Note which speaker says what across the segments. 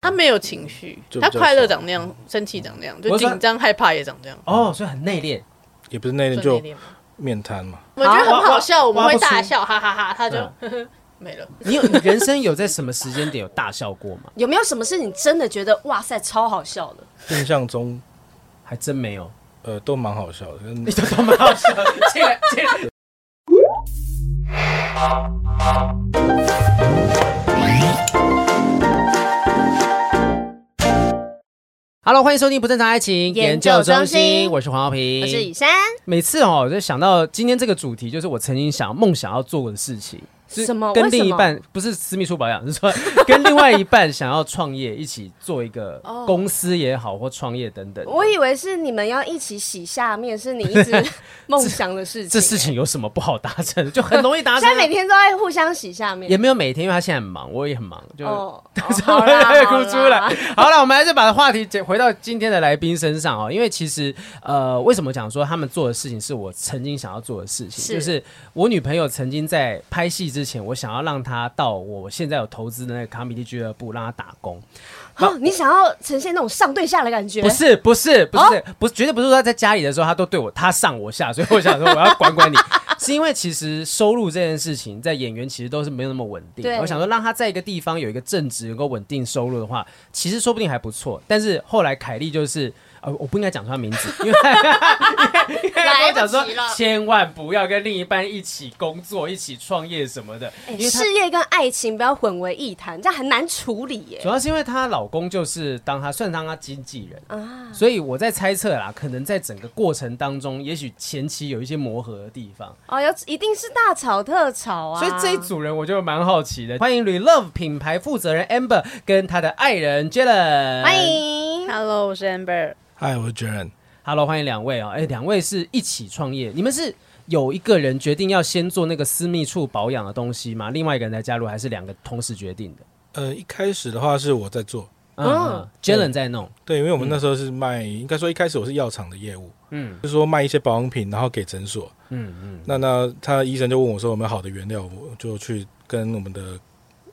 Speaker 1: 他没有情绪
Speaker 2: 就，比
Speaker 1: 他
Speaker 2: 较
Speaker 1: 快乐
Speaker 2: 少
Speaker 1: 长那样，生气长那样，就
Speaker 3: 我说
Speaker 1: 紧张害怕也长这样，
Speaker 3: 哦，所以很内敛。
Speaker 2: 也不是那天
Speaker 1: 就内
Speaker 2: 就
Speaker 1: 敛嘛
Speaker 2: 面瘫嘛，
Speaker 1: 我们觉得
Speaker 3: 好
Speaker 1: 很好
Speaker 3: 挖
Speaker 1: 笑，我们
Speaker 3: 挖
Speaker 1: 会
Speaker 3: 不出
Speaker 1: 大笑，哈哈哈，他就 没了。
Speaker 3: 你有你人生有在什么时间点有大笑过吗？
Speaker 4: 有没有什么是你真的觉得哇塞超好笑的？
Speaker 2: 印象中
Speaker 3: 还真没有。
Speaker 2: 呃都蛮好笑的，跟
Speaker 3: 你都他妈好笑，进来进来。Hello，欢迎收听不正常爱情
Speaker 4: 研
Speaker 3: 研
Speaker 4: 究
Speaker 3: 究
Speaker 4: 中
Speaker 3: 中
Speaker 4: 心
Speaker 3: 心，我是黄浩平，
Speaker 4: 我是雨珊，
Speaker 3: 每次哦，我就想到今天这个主题，就是我曾经想梦想要做的事情，就是
Speaker 4: 什么
Speaker 3: 跟
Speaker 4: 为什
Speaker 3: 另一
Speaker 4: 么
Speaker 3: 半不是私密处保养，是说 跟另外一半想要创业，一起做一个
Speaker 4: 哦
Speaker 3: 公司也好或创业等等。
Speaker 4: 我以为是你们要一起洗下面，是你一 直梦想的事情。
Speaker 3: 这事情有什么不好达成的？就很容易达
Speaker 4: 现
Speaker 3: 成
Speaker 4: 在
Speaker 3: 啊。
Speaker 4: 每天都在互相洗下面
Speaker 3: 也。没有每天，因为他现在很忙，我也很忙，就。
Speaker 4: 哦，
Speaker 3: 我
Speaker 4: 好啦，
Speaker 3: 也
Speaker 4: 好
Speaker 3: 哭
Speaker 4: 啦
Speaker 3: 出来。好了，我们还是把话题解回到今天的来宾身上哦，因为其实呃，为什么讲说他们做的事情是我曾经想要做的事情？
Speaker 4: 是
Speaker 3: 就是我女朋友曾经在拍戏之前，我想要让她到我现在有投资的那个卡米蒂俱乐部让她打工。
Speaker 4: 哦，你想要呈现那种上对下的感觉？
Speaker 3: 不，是不是不是、不
Speaker 1: 哦
Speaker 3: 是，绝对不是说他在家里的时候他都对我他上我下，所以我想说我要 管管你。是因为其实收入这件事情，在演员其实都是没有那么稳定
Speaker 4: 对。
Speaker 3: 我想说，让他在一个地方有一个正职，能够稳定收入的话，其实说不定还不错。但是后来凯莉就是，呃，我不应该讲出他名 字，因为 因为他跟我讲说
Speaker 1: 来不及了，
Speaker 3: 千万不要跟另一半一起工作、一起创业什么的，
Speaker 1: 哎
Speaker 3: 因为他
Speaker 4: 事业跟爱情不要混为一谈，这样很难处理耶
Speaker 3: 主。要是因为她老公就是当她算当她经纪人
Speaker 4: 啊
Speaker 3: 所以我在猜测啦，可能在整个过程当中，也许前期有一些磨合的地方，
Speaker 4: 哦，有一定是大吵特吵啊。
Speaker 3: 所以这一组人我就蛮好奇的。欢迎 Relove 品牌负责人 Amber 跟她的爱人 Jalen，
Speaker 4: 欢。迎
Speaker 1: Hello，我是 Amber，
Speaker 2: 嗨，我是 Jaren，
Speaker 3: Hello，欢迎两位哦。哎，两位是一起创业，你们是有一个人决定要先做那个私密处保养的东西吗？另外一个人来加入，还是两个同时决定的？
Speaker 2: 呃一开始的话是我在做，
Speaker 3: 嗯
Speaker 4: 哦
Speaker 3: 嗯，Jalen 在弄，
Speaker 2: 对，因为我们那时候是卖，应该说一开始我是药厂的业务，
Speaker 3: 嗯
Speaker 2: 就是说卖一些保养品，然后给诊所，
Speaker 3: 嗯嗯，
Speaker 2: 那那他医生就问我说有没有好的原料，我就去跟我们的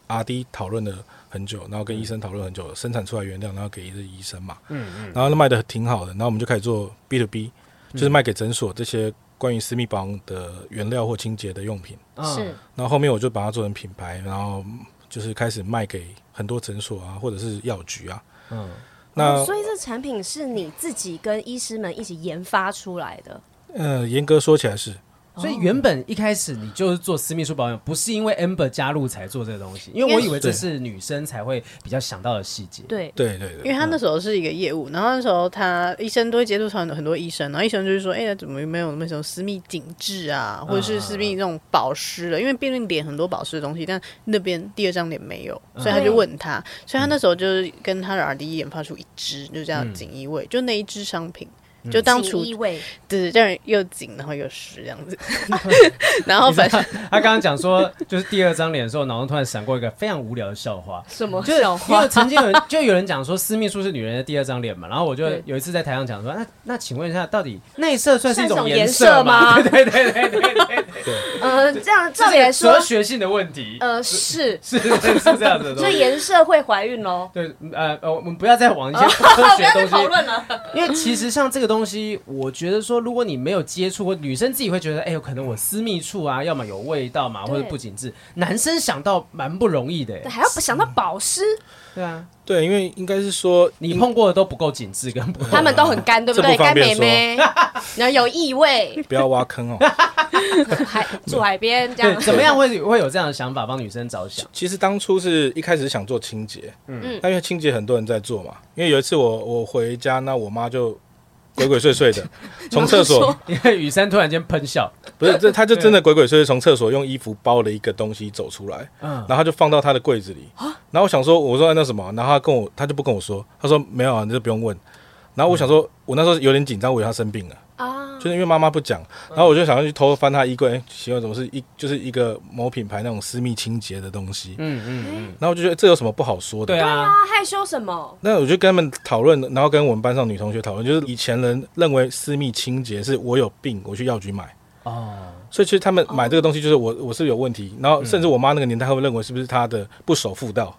Speaker 2: 阿 D 讨论了很久，然后跟医生讨论很久，生产出来原料，然后给医生嘛，嗯嗯，然后卖的挺好的，然后我们就开始做 B to B，就是卖给诊所这些关于私密保养的原料或清洁的用品，
Speaker 3: 嗯
Speaker 4: 是
Speaker 2: 然后后面我就把它做成品牌，然后就是开始卖给很多诊所啊，或者是药局啊，
Speaker 3: 嗯。
Speaker 2: 那
Speaker 4: 哦所以这产品是你自己跟医师们一起研发出来的。
Speaker 2: 呃，严格说起来是，
Speaker 3: 所以原本一开始你就是做私密处保养，不是因为 Amber 加入才做这个东西，因为我以为这是女生才会比较想到的细节。
Speaker 4: 对，
Speaker 2: 对对
Speaker 1: 因
Speaker 2: 对，
Speaker 1: 为他那时候是一个业务，然后那时候他医生都会接触到很多医生，然后医生就是说，哎、怎么没有那么什么私密紧致啊，或者是私
Speaker 2: 嗯
Speaker 1: 密那种保湿的，因为毕竟脸很多保湿的东西，但那边第二张脸没有，所以他就问他，所以他
Speaker 2: 嗯
Speaker 1: 那时候就是跟他的 R D E 研发出一支，就叫锦衣卫，就那一支商品。
Speaker 2: 嗯
Speaker 1: 就当初
Speaker 4: 第一位
Speaker 1: 对，让人又紧，然后又湿这样 子，然后反正
Speaker 3: 他刚刚讲说，就是第二张脸的时候，脑中突然闪过一个非常无聊的笑话。
Speaker 4: 什么
Speaker 3: 就是因为曾经有人就有人讲说私密处是女人的第二张脸嘛，然后我就
Speaker 4: 对
Speaker 3: 有一次在台上讲说，那那请问一下，到底内射算是一
Speaker 4: 算
Speaker 3: 种
Speaker 4: 一种颜
Speaker 3: 色吗？
Speaker 4: 色 吗
Speaker 3: 对对对对对，
Speaker 4: 呃，这样照
Speaker 3: 这
Speaker 4: 理来
Speaker 3: 是
Speaker 4: 说
Speaker 3: 哲，学性的问题，
Speaker 4: 呃，是，
Speaker 3: 是是是这样子的东
Speaker 4: 所以
Speaker 3: 西。
Speaker 4: 颜色会怀孕 喽。
Speaker 3: 对，呃呃，我们不要再往一些不科学的东西
Speaker 4: 了，
Speaker 3: 因为其实像这个东西，我觉得说，如果你没有接触过，女生自己会觉得，哎、有可能我私密处啊，要么有味道嘛，
Speaker 4: 对
Speaker 3: 或者不紧致。男生想到蛮不容易的、哎
Speaker 4: 还要想到保湿，
Speaker 3: 对啊，
Speaker 2: 对，因为应该是说
Speaker 3: 你碰过的都不够紧致，跟不够
Speaker 4: 他们都很干，对不
Speaker 2: 这
Speaker 4: 对？
Speaker 2: 不
Speaker 4: 干
Speaker 2: 方便
Speaker 4: 妹妹， 然后有异味，
Speaker 2: 不要挖坑
Speaker 1: 嗯
Speaker 2: 哦。
Speaker 4: 海住海边这
Speaker 3: 对，
Speaker 4: 样。
Speaker 3: 怎么样会会有这样的想法帮女生着想？
Speaker 2: 其实当初是一开始想做清洁，嗯，那因为清洁很多人在做嘛。因为有一次我我回家，那我妈就鬼鬼祟祟的从厕所，
Speaker 3: 因为雨珊突然间喷笑，
Speaker 2: 不是这，她就真的鬼鬼祟祟从厕所用衣服包了一个东西走出来，
Speaker 3: 嗯啊
Speaker 2: 然后她就放到她的柜子里。然后我想说，我说哎那什么，然后她跟我，她就不跟我说，她说没有啊，你就不用问。然后我想说，我那时候有点紧张，我以为她生病了。
Speaker 4: 啊，
Speaker 2: 就是因为妈妈不讲，然后我就想要去偷翻她衣柜，哎奇怪，怎么是一就是一个某品牌那种私密清洁的东西？
Speaker 3: 嗯嗯嗯，
Speaker 2: 然后我就觉得这有什么不好说的？
Speaker 3: 对啊，
Speaker 4: 哎啊，害羞什么？
Speaker 2: 那我就跟他们讨论，然后跟我们班上女同学讨论，就是以前人认为私密清洁是我有病，我去药局买，
Speaker 3: 哦，
Speaker 2: 所以其实他们买这个东西就是我我是有问题，然后甚至我妈那个年代，他们认为是不是她的不守妇道，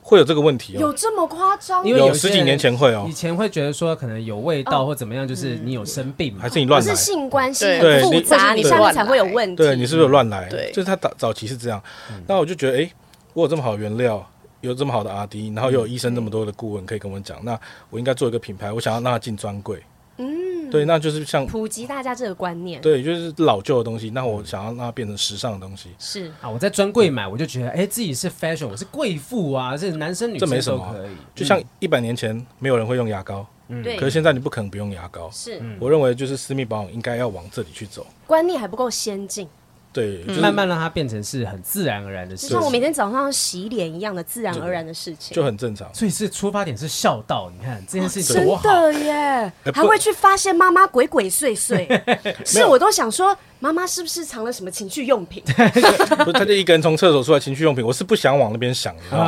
Speaker 2: 会有这个问题
Speaker 4: 有
Speaker 2: 哦，
Speaker 4: 这么夸张？
Speaker 3: 因为有
Speaker 2: 十几年前会哦
Speaker 3: 以，前会觉得说可能有味
Speaker 4: 哦
Speaker 3: 道或怎么样，就是
Speaker 4: 嗯
Speaker 3: 你有生病嘛
Speaker 2: 还。是你
Speaker 4: 不
Speaker 2: 乱来
Speaker 4: 哦是？性关系
Speaker 1: 对
Speaker 4: 很
Speaker 2: 对
Speaker 4: 复
Speaker 2: 你
Speaker 4: 杂，
Speaker 1: 或是你
Speaker 4: 下面
Speaker 1: 乱
Speaker 4: 才会有
Speaker 1: 来
Speaker 4: 问题。
Speaker 2: 对，你是不是有乱来？
Speaker 1: 对
Speaker 2: 就是他早早期是这样。那我就觉得，诶，我有这么好的原料，有这么好的 R D，然后又有医生这么多的顾问可以跟我讲，那我应该做一个品牌，我想要让它进专柜。嗯，对，那就是像
Speaker 4: 普及大家这个观念
Speaker 2: 对，就是老旧的东西，那我想要让它变成时尚的东西，
Speaker 4: 是
Speaker 3: 啊，我在专柜买，我就觉得，哎、自己是 fashion，我是贵妇啊，这男生女
Speaker 2: 这没
Speaker 3: 生
Speaker 2: 什
Speaker 3: 都
Speaker 2: 么啊
Speaker 3: 可以。嗯
Speaker 2: 就像一百年前没有人会用牙膏，
Speaker 4: 对
Speaker 2: 可是嗯现在你不可能不用牙膏。
Speaker 4: 是
Speaker 3: 嗯
Speaker 2: 我认为就是私密保养应该要往这里去走，
Speaker 4: 观念还不够先进，
Speaker 2: 对，
Speaker 1: 嗯
Speaker 2: 就是
Speaker 3: 慢慢让它变成是很自然而然的
Speaker 4: 就
Speaker 3: 事
Speaker 4: 像我
Speaker 3: 情。
Speaker 4: 每天早上洗脸一样的自然而然的事情。
Speaker 2: 就很正常。
Speaker 3: 所以是出发点是孝道，你看这件事情
Speaker 4: 真
Speaker 1: 啊
Speaker 3: 多好。哎
Speaker 4: 的耶，
Speaker 2: 不
Speaker 4: 还会去发现妈妈鬼鬼 祟祟，是我都想说妈妈是不是藏了什么情趣用 品？
Speaker 2: 不是，他就一个人从厕所出来，情趣用品，我是不想往那边想，你知道
Speaker 3: 啊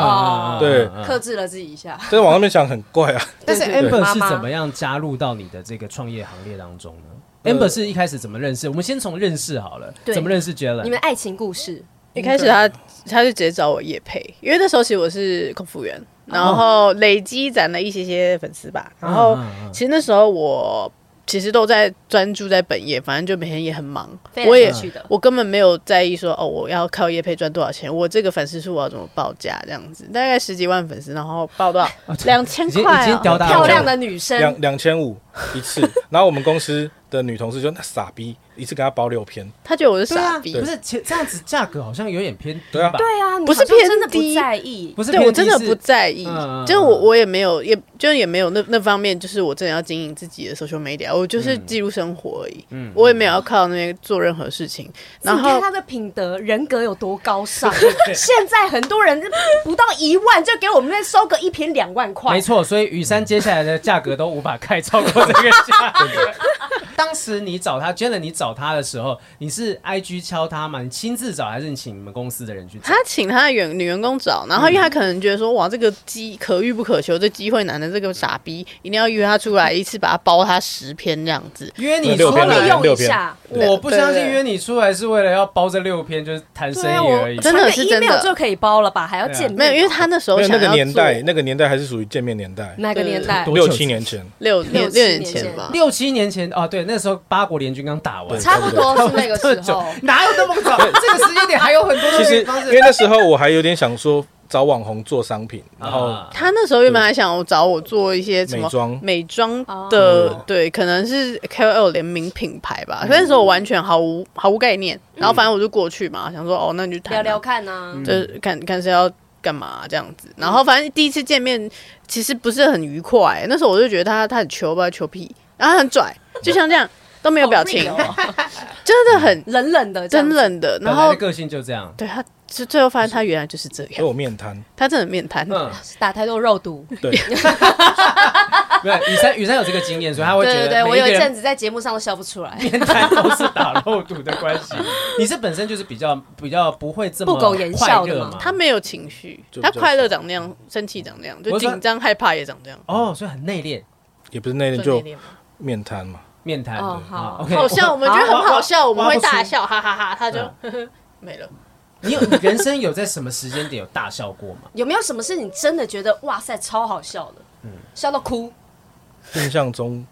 Speaker 2: 吗？
Speaker 4: 哦
Speaker 2: 对，
Speaker 4: 克制了自己 一下。
Speaker 2: 但是往那边想很怪啊。
Speaker 1: 但是
Speaker 3: 对对
Speaker 1: Amber
Speaker 3: 对 Amber
Speaker 4: 妈
Speaker 3: 嗯是
Speaker 4: 妈
Speaker 3: 怎么样加入到你的这个创业行列当中呢？Amber 是一开始怎么认识？我们先从认识好了，
Speaker 4: 对
Speaker 3: 怎么认识 Jalen？
Speaker 4: 你们爱情故事
Speaker 1: 一开始他他就直接找我叶配，因为那时候其实我是空服员，然后
Speaker 3: 哦
Speaker 1: 累积攒了一些些粉丝吧。然后
Speaker 3: 嗯嗯嗯
Speaker 1: 其实那时候我其实都在专注在本业，反正就每天也很忙
Speaker 4: 非，常
Speaker 1: 我也
Speaker 4: 有趣的
Speaker 1: 我根本没有在意说哦我要靠叶配赚多少钱，我这个粉丝数我要怎么报价这样子，大概十几万粉丝，然后报到两千
Speaker 3: 哦已经
Speaker 1: 块
Speaker 3: 已经
Speaker 1: 哦
Speaker 3: 吊打
Speaker 4: 漂
Speaker 3: 我
Speaker 4: 亮
Speaker 3: 了。
Speaker 4: 的女生
Speaker 2: 两两千五一次，然后我们公司的女同事就那傻逼，一次给他包六篇，
Speaker 1: 他觉得我是
Speaker 3: 对啊，
Speaker 1: 傻逼，
Speaker 3: 不是其这样子价格好像有点偏低
Speaker 2: 对啊
Speaker 3: 吧？
Speaker 4: 对啊，你
Speaker 1: 不是
Speaker 4: 好像
Speaker 1: 偏
Speaker 4: 真的不
Speaker 1: 低
Speaker 4: 在意，
Speaker 3: 不是
Speaker 1: 对
Speaker 3: 偏
Speaker 1: 我
Speaker 3: 低
Speaker 1: 真的
Speaker 3: 是
Speaker 1: 不在意，
Speaker 3: 嗯嗯
Speaker 1: 就是
Speaker 3: 嗯
Speaker 1: 我我也没有，也就是也没有那那方面，就是我真的要经营自己的 social media，我就是记录生活而已，我也没有要靠那边做任何事情。然
Speaker 4: 你看
Speaker 1: 后
Speaker 4: 他的品德人格有多高 尚，现在很多人不到一万就给我们那收个一瓶两万块
Speaker 3: 没，错，所以雨山接下来的价格都无法开超过这个价 格。当时你找他 j a l e n 你找他的时候，你是 IG 敲他吗？你亲自找还是你请你们公司的人去找
Speaker 1: 他？请他的员女员工找，然后因为他可能觉得说，哇，这个机可遇不可求，这机会难的这个傻逼一定要约他出来一次，把他包他十篇这样子。
Speaker 3: 约你
Speaker 2: 六
Speaker 3: 出
Speaker 2: 篇
Speaker 4: 好好利
Speaker 3: 来，
Speaker 2: 啦
Speaker 4: 用一
Speaker 2: 六篇
Speaker 4: 下。啊
Speaker 2: 对
Speaker 3: 我不相
Speaker 1: 对
Speaker 3: 信
Speaker 1: 对
Speaker 3: 约你出来是为了要包这六篇，就是谈生
Speaker 4: 啊，
Speaker 3: 意
Speaker 4: 我
Speaker 3: 而已。
Speaker 1: 真的是真的
Speaker 4: email 就可以包了吧？还要
Speaker 3: 对啊
Speaker 4: 见面？
Speaker 1: 没有，因为他那时候
Speaker 2: 没有那
Speaker 1: 想
Speaker 2: 个
Speaker 1: 要
Speaker 2: 年代，
Speaker 1: 做
Speaker 2: 那个年代还是属于见面年代，
Speaker 4: 哪个年代？
Speaker 3: 对
Speaker 2: 六七年前，
Speaker 1: 六
Speaker 4: 六
Speaker 1: 六
Speaker 4: 七
Speaker 1: 六
Speaker 4: 年
Speaker 1: 年前
Speaker 4: 前
Speaker 1: 吧，
Speaker 3: 六七年前啊，对，那时候八国联军刚打完
Speaker 2: 对，
Speaker 4: 差不多是那个时候。
Speaker 3: 哪有那么早？这个时间点还有很多
Speaker 2: 其实
Speaker 3: 方
Speaker 2: 因为那时候我还有点想说找网红做商品，然后
Speaker 3: 啊
Speaker 1: 他那时候原本还想找我做一些什么
Speaker 2: 美妆
Speaker 1: 美妆的，
Speaker 3: 嗯
Speaker 4: 哦
Speaker 1: 对，可能是 KOL 联名品牌吧。所以那时候我完全毫无毫无概念，然后反正我就过去嘛，想说哦，那你就谈
Speaker 4: 嗯聊
Speaker 1: 啊
Speaker 4: 聊，看啊，
Speaker 1: 就是看看是要干嘛、这样子。然后反正第一次见面其实不是很愉快、那时候我就觉得他他很球吧，球屁，然后他很拽，就像这样都没有表情，
Speaker 4: 好 real 哦
Speaker 1: 真的 很
Speaker 4: 冷冷的，
Speaker 1: 真。冷的。
Speaker 3: 本
Speaker 1: 然
Speaker 3: 来
Speaker 1: 后
Speaker 3: 的个性就这样。
Speaker 1: 对他，就最后发现他原来就是这
Speaker 2: 所以
Speaker 1: 样，
Speaker 2: 我面瘫，
Speaker 1: 他真的很面瘫。
Speaker 3: 嗯，
Speaker 4: 打太多肉毒，
Speaker 2: 对，
Speaker 3: 没有雨山雨山有这个经验，所以他会觉
Speaker 4: 对对
Speaker 3: 得
Speaker 4: 对，我有
Speaker 3: 每
Speaker 4: 一
Speaker 3: 个人
Speaker 4: 阵子在节目上都笑不出来，
Speaker 3: 面谈都是打肉毒的关 系。你是本身就是比较比较不会这么
Speaker 4: 不苟言笑的嘛
Speaker 3: 快热嘛
Speaker 1: 他没有情绪
Speaker 2: 就，比
Speaker 1: 他
Speaker 2: 较
Speaker 1: 快乐长那样，生气长那样，就
Speaker 3: 我说
Speaker 1: 紧张害怕也长这样。
Speaker 3: 哦，所以很内敛。
Speaker 2: 也不是那天
Speaker 1: 算内
Speaker 2: 就
Speaker 1: 敛吗
Speaker 2: 面瘫 嘛，
Speaker 3: 面谈啊
Speaker 4: 哦好
Speaker 3: ，OK，
Speaker 1: 好笑，我们觉得很好笑，我们会大。
Speaker 3: 哇哇哇
Speaker 1: 笑，哈哈哈。他就
Speaker 2: 嗯
Speaker 1: 没了。
Speaker 3: 你有你人生有在什么时间点有大笑过吗？
Speaker 4: 有没有什么是你真的觉得哇塞超好笑的，笑到哭？
Speaker 2: 印象中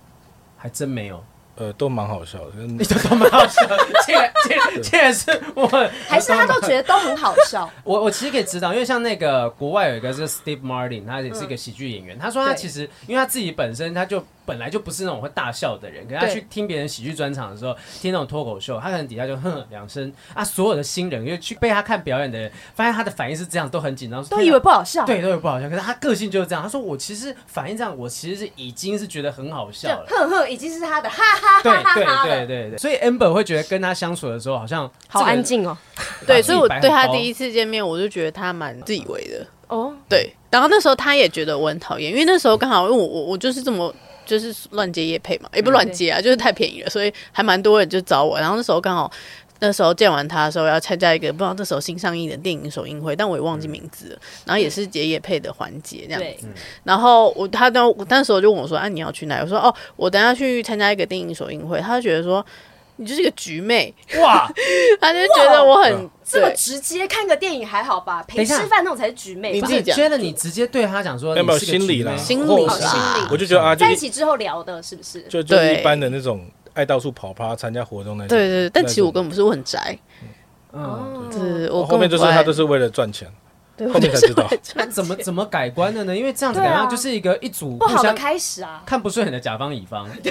Speaker 3: 还真没有，
Speaker 2: 呃都蛮好 笑的，嗯
Speaker 3: 你都他妈好笑，竟然竟然竟然是我，
Speaker 4: 还是他都觉得都很好笑？
Speaker 3: 我我其实可以知道，因为像那个国外有一个是 Steve Martin，他也是一个喜剧演员。他说他
Speaker 4: 对
Speaker 3: 其实因为他自己本身他就本来就不是那种会大笑的人，可是他
Speaker 4: 对
Speaker 3: 去听别人喜剧专场的时候，听那种脱口秀，他可能底下就哼两声啊，所有的新人因为去被他看表演的人，发现他的反应是这样，都很紧张，
Speaker 4: 都以为
Speaker 3: 天
Speaker 4: 不好笑，
Speaker 3: 啊对，都以为不好笑，可是他个性就是这样。他说我其实反应这样，我其实是已经是觉得很好笑
Speaker 4: 就
Speaker 3: 了。
Speaker 4: 呵呵，已经是他的 哈哈
Speaker 3: 对
Speaker 4: 哈哈
Speaker 3: 对
Speaker 4: 哈
Speaker 3: 对
Speaker 4: 了，
Speaker 3: 对对，所以 Amber 会觉得跟他相处的时候好像这
Speaker 4: 好
Speaker 3: 个人
Speaker 4: 安，静哦，
Speaker 3: 把
Speaker 1: 对，
Speaker 3: 自己
Speaker 1: 所以我
Speaker 3: 摆很
Speaker 1: 对他
Speaker 3: 高
Speaker 1: 第一次见面，我就觉得他蛮自以为的。
Speaker 4: 哦，
Speaker 1: 对，然后那时候他也觉得我很讨厌，因为那时候刚好因为我我我就是这么。就是乱接夜配嘛，也不是乱接啊，就是太便宜了，所以还蛮多人就找我。然后那时候刚好，那时候见完他的时候要参加一个不知道那时候新上映的电影首映会，但我也忘
Speaker 2: 嗯
Speaker 1: 记名字了。然后也是接夜配的环节这样
Speaker 4: 对，
Speaker 1: 然后我他当我那时候就问我说：“啊，你要去哪？”我说：“哦，我等下去参加一个电影首映会。”他就觉得说：“你就是个局妹，
Speaker 3: 哇，
Speaker 1: 他就觉得我
Speaker 3: 嗯
Speaker 1: 很
Speaker 4: 这么
Speaker 1: 对
Speaker 4: 直接看个电影还好吧？
Speaker 3: 等
Speaker 4: 陪
Speaker 3: 一下
Speaker 4: 吃饭那种才是局妹
Speaker 1: 你
Speaker 4: 吧
Speaker 1: 自己？讲
Speaker 3: 觉得你直接对他讲说，
Speaker 2: 没有没有
Speaker 3: 你是个
Speaker 2: 心理啦，
Speaker 3: 局妹
Speaker 1: 心
Speaker 2: 或
Speaker 1: 理
Speaker 2: 者是
Speaker 1: 啦
Speaker 4: 心理
Speaker 2: 我就觉得啊，就
Speaker 4: 在一
Speaker 2: 是
Speaker 4: 起之后聊的是不是？
Speaker 2: 就就是
Speaker 1: 对
Speaker 2: 一般的那种爱到处跑趴、参加活动那种。
Speaker 1: 对对对，但
Speaker 2: 那
Speaker 1: 其实我
Speaker 2: 种
Speaker 1: 根本不是，我很宅，
Speaker 3: 嗯，
Speaker 4: 哦
Speaker 1: 就是我
Speaker 2: 后面就是他都
Speaker 1: 是
Speaker 2: 是为了赚钱，
Speaker 1: 对
Speaker 2: 后面才知道。
Speaker 3: 那怎么怎么改观的呢？因为这样子
Speaker 4: 对
Speaker 3: 感
Speaker 4: 啊
Speaker 3: 觉就是一个一组
Speaker 4: 不
Speaker 3: 互
Speaker 4: 好的
Speaker 3: 相
Speaker 4: 开始啊！
Speaker 3: 看不顺眼的甲方乙方，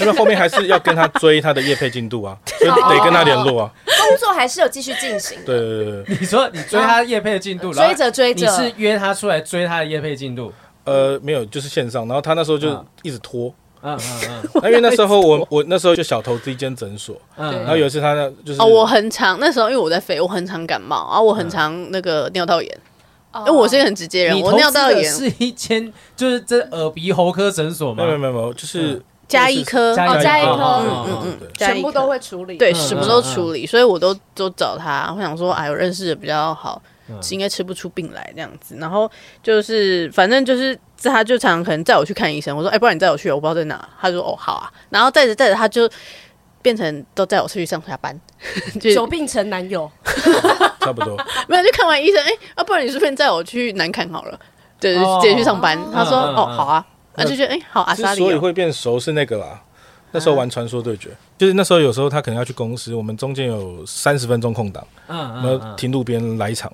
Speaker 2: 因为后面还是要跟他追他的业配 进度啊，所以
Speaker 1: 哦
Speaker 2: 得跟他联络啊。
Speaker 4: 工作还是有继续进行，
Speaker 2: 对对对对，
Speaker 3: 你说你追他叶配的进度，然后
Speaker 4: 追着追
Speaker 3: 你是
Speaker 4: 着，
Speaker 3: 约他出来追他的叶配进度，
Speaker 2: 呃，没有，就是线上。然后他那时候就
Speaker 3: 嗯
Speaker 2: 一直拖，
Speaker 3: 嗯 嗯
Speaker 2: 那因为那时候我我那时候就小投资一间诊所，
Speaker 3: 嗯，
Speaker 2: 然后有一次他那就是
Speaker 1: 哦，我很常那时候因为我在肥，我很常感冒，然后我很常那个尿道炎，因为我是一个很直接人，
Speaker 3: 哦你
Speaker 1: 我
Speaker 3: 投
Speaker 1: 尿
Speaker 3: 资
Speaker 1: 道
Speaker 3: 的
Speaker 1: 炎
Speaker 3: 是一间就是这耳鼻喉科诊所
Speaker 2: 没有没有
Speaker 3: 吗？
Speaker 2: 没有没有，就是
Speaker 1: 加一颗，
Speaker 3: 加一颗
Speaker 4: 哦加一颗
Speaker 3: 哦哦哦
Speaker 1: 嗯嗯嗯，
Speaker 4: 全部都会处理。
Speaker 1: 对，
Speaker 3: 嗯
Speaker 1: 什么都处理，所以我都都找他。我想说，哎，我认识的比较好，
Speaker 3: 嗯
Speaker 1: 应该吃不出病来这样子。然后就是，反正就是他就常常可能载我去看医生。我说，哎，不然你载我去，我不知道在哪。他说，哦，好啊。然后载着载着，他就变成都载我出去上下班， 就
Speaker 4: 久病成男友，
Speaker 2: 差不多。
Speaker 1: 没有就看完医生，哎，啊，不然你顺便载我去南坎好了，对，
Speaker 3: 哦
Speaker 1: 直接去上班。他说，
Speaker 3: 嗯嗯
Speaker 1: 哦，
Speaker 3: 嗯
Speaker 1: 好啊。那就觉得哎，好阿
Speaker 2: 之
Speaker 1: 莎莉
Speaker 2: 所以
Speaker 1: 哦，
Speaker 2: 会变熟是那个啦，那时候玩传说对决，就是那时候有时候他可能要去公司，我们中间有三十分钟空档，
Speaker 3: 嗯
Speaker 2: 我
Speaker 3: 嗯
Speaker 2: 们
Speaker 3: 嗯，
Speaker 2: 停路边来一场，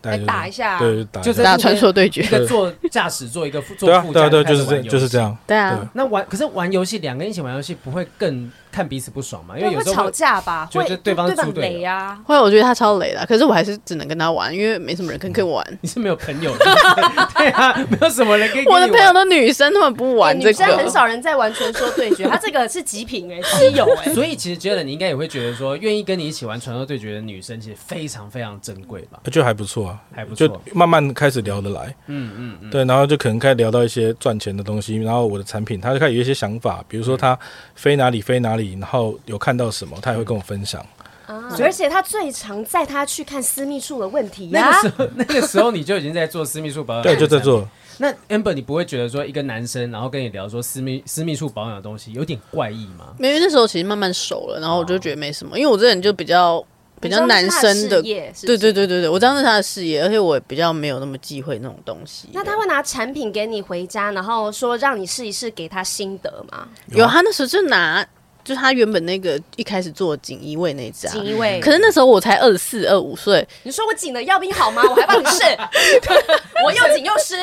Speaker 2: 大概
Speaker 4: 来
Speaker 2: 就是
Speaker 4: 打一下。
Speaker 2: 对，就打一下
Speaker 3: 就在
Speaker 1: 打传说对决
Speaker 3: 一，个坐驾驶座，一个副坐
Speaker 2: 对啊
Speaker 3: 副
Speaker 2: 对
Speaker 3: 驾，
Speaker 2: 啊对啊，
Speaker 3: 开始
Speaker 2: 就是这
Speaker 3: 玩游戏
Speaker 2: 就是这。样。
Speaker 1: 对啊，
Speaker 3: 那玩可是玩游戏，两个人一起玩游戏不会更看彼此不爽吗？因为
Speaker 4: 对
Speaker 3: 有
Speaker 4: 会
Speaker 3: 时候
Speaker 4: 吵架吧？
Speaker 3: 觉
Speaker 4: 会
Speaker 3: 得对方
Speaker 4: 对
Speaker 3: 输
Speaker 4: 方
Speaker 3: 对了
Speaker 4: 雷啊！
Speaker 1: 后来我觉得他超累的，可是我还是只能跟他玩，因为没什么人可以跟我玩。
Speaker 3: 你是没有朋友的， 对啊，没有什么人可以跟你
Speaker 1: 我
Speaker 3: 玩。
Speaker 1: 的朋友都女生，他们不玩
Speaker 4: 哎
Speaker 1: 这
Speaker 4: 女生
Speaker 1: 个，
Speaker 4: 很少人在玩传说对 决，他这个是极品哎，稀有哎。
Speaker 3: 所以其实 Jalen 你应该也会觉得说，愿意跟你一起玩传说对决的女生，其实非常非常珍贵吧？
Speaker 2: 就还不错啊，
Speaker 3: 还不错
Speaker 2: 就慢慢开始聊得来，嗯嗯，对，然后就可能开始聊到一些赚钱的东西，然后我的产品，他就开始有一些想法，比如说他飞哪里飞哪里，然后有看到什么，他也会跟我分享。
Speaker 4: 嗯而且他最常载他去看私密处的问题呀、
Speaker 3: 那个时候， 那个时候你就已经在做私密处保养，
Speaker 2: 对，就在。做，
Speaker 3: 那 Amber，你不会觉得说一个男生，然后跟你聊说私密私密处保养的东西，有点怪异吗？
Speaker 1: 没有，因为那时候其实慢慢熟了，然后我就觉得没什么，因为我这人就比较比较男生的，
Speaker 4: 你知道那是他事业是不
Speaker 1: 对
Speaker 4: 是
Speaker 1: 对对对对，我知道那是他的事业，而且我也比较没有那么忌讳那种东西。
Speaker 4: 那他会拿产品给你回家，然后说让你试一试，给他心得吗？
Speaker 1: 有啊他那时候就拿，就是他原本那个一开始做锦衣卫那一家。
Speaker 4: 锦衣卫，
Speaker 1: 啊可是那时候我才二四二五岁，
Speaker 4: 你说我紧的要命好吗？我还帮 你试，我又紧又湿，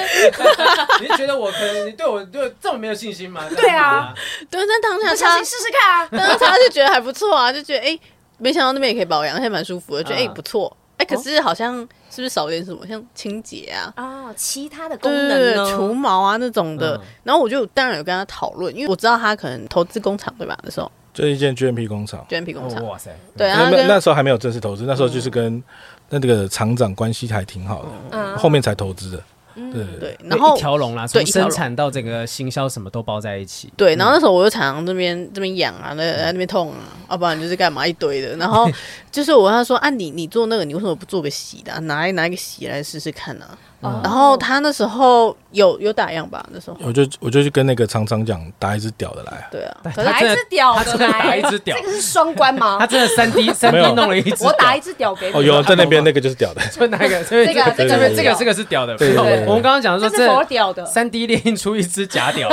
Speaker 3: 你是觉得我可能你对我对这么没有信心吗？
Speaker 4: 对啊
Speaker 1: 对，那当
Speaker 4: 不
Speaker 1: 下
Speaker 4: 相
Speaker 1: 他
Speaker 4: 信，试试看啊！
Speaker 1: 当下他就觉得还不错啊，就觉得哎、诶没想到那边也可以保养，而且蛮舒服的，觉得哎、
Speaker 4: 哦
Speaker 3: 嗯
Speaker 1: 诶不错，哎、可是好像是不是少了点什么，像清洁啊，
Speaker 4: 哦，其他的功
Speaker 1: 对
Speaker 4: 能
Speaker 1: 对
Speaker 4: 呢
Speaker 1: 对，？除毛啊那种的。
Speaker 3: 嗯
Speaker 1: 然后我就当然有跟他讨论，因为我知道他可能投资工厂对吧？那时候
Speaker 2: 这是一间 GMP 工厂，
Speaker 1: 卷皮工厂，
Speaker 3: 哦哇塞，
Speaker 1: 对，然后
Speaker 2: 那
Speaker 1: 他
Speaker 2: 那那
Speaker 1: 跟嗯
Speaker 2: 时候还没有正式投资，那时候就是跟那个厂长关系还挺好的，
Speaker 4: 嗯
Speaker 2: 后面才投资的。对对对，
Speaker 1: 嗯对，然后
Speaker 3: 一条龙啦，
Speaker 1: 对
Speaker 3: 从
Speaker 1: 一条
Speaker 3: 生
Speaker 1: 龙
Speaker 3: 产到整个行销什么都包在一起。
Speaker 1: 对，然后那时候我就常常这边这边痒啊，那那边痛啊，要、不然就是干嘛一堆的。然后就是我跟他说啊，你你做那个，你为什么不做个洗的、啊？拿一拿一个洗来试试看啊。
Speaker 4: 哦
Speaker 1: 然后他那时候有有打样吧？那时候
Speaker 2: 我就我就去跟那个厂长讲，打一只屌的来啊，
Speaker 1: 对啊，可是
Speaker 4: 打
Speaker 3: 他
Speaker 4: 一
Speaker 3: 真
Speaker 4: 只
Speaker 3: 的
Speaker 4: 屌
Speaker 3: 他
Speaker 4: 的
Speaker 3: 真的打
Speaker 4: 来
Speaker 3: 一，只屌
Speaker 4: 这，个是双关
Speaker 3: 他
Speaker 4: 吗？
Speaker 3: 真的三 D 三 D
Speaker 2: 没有
Speaker 3: 弄了一只，
Speaker 4: 我打一只屌给你，
Speaker 2: 哦，有在那边那个就是屌的，
Speaker 3: 就那个，这
Speaker 4: 这个
Speaker 3: 这
Speaker 4: 这
Speaker 2: 个
Speaker 3: 个
Speaker 2: 是
Speaker 3: 这个
Speaker 4: 屌
Speaker 3: 这个是屌的。
Speaker 2: 对对对
Speaker 3: 我们刚刚讲
Speaker 4: 这
Speaker 3: 说
Speaker 4: 是佛
Speaker 3: 这
Speaker 4: 屌的，
Speaker 3: 三 D 列印出一只假屌，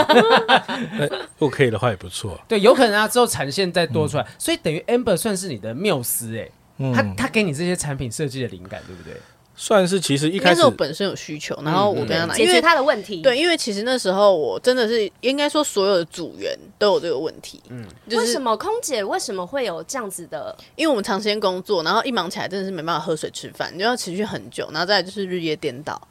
Speaker 2: 如果可以的话也不错。
Speaker 3: 对，有可能啊，之后产线再多出来，所以等于 Amber 算是你的缪斯哎，他
Speaker 2: 嗯，
Speaker 3: 他给你这些产品设计的灵感，对不对？
Speaker 2: 算是其实一
Speaker 1: 应
Speaker 2: 开
Speaker 1: 该
Speaker 2: 始
Speaker 1: 是我本身有需求，然后我跟他拿，
Speaker 4: 解
Speaker 1: 因为
Speaker 4: 决他的问题。
Speaker 1: 对，，因为其实那时候我真的是应该说所有的组员都有这个问题，嗯，就
Speaker 4: 为
Speaker 1: 是
Speaker 4: 什么空姐为什么会有这样子的？
Speaker 1: 因为我们长时间工作，然后一忙起来真的是没办法喝水吃饭，你就要持续很久，然后再来就是日夜颠倒。
Speaker 4: 哦
Speaker 1: 嗯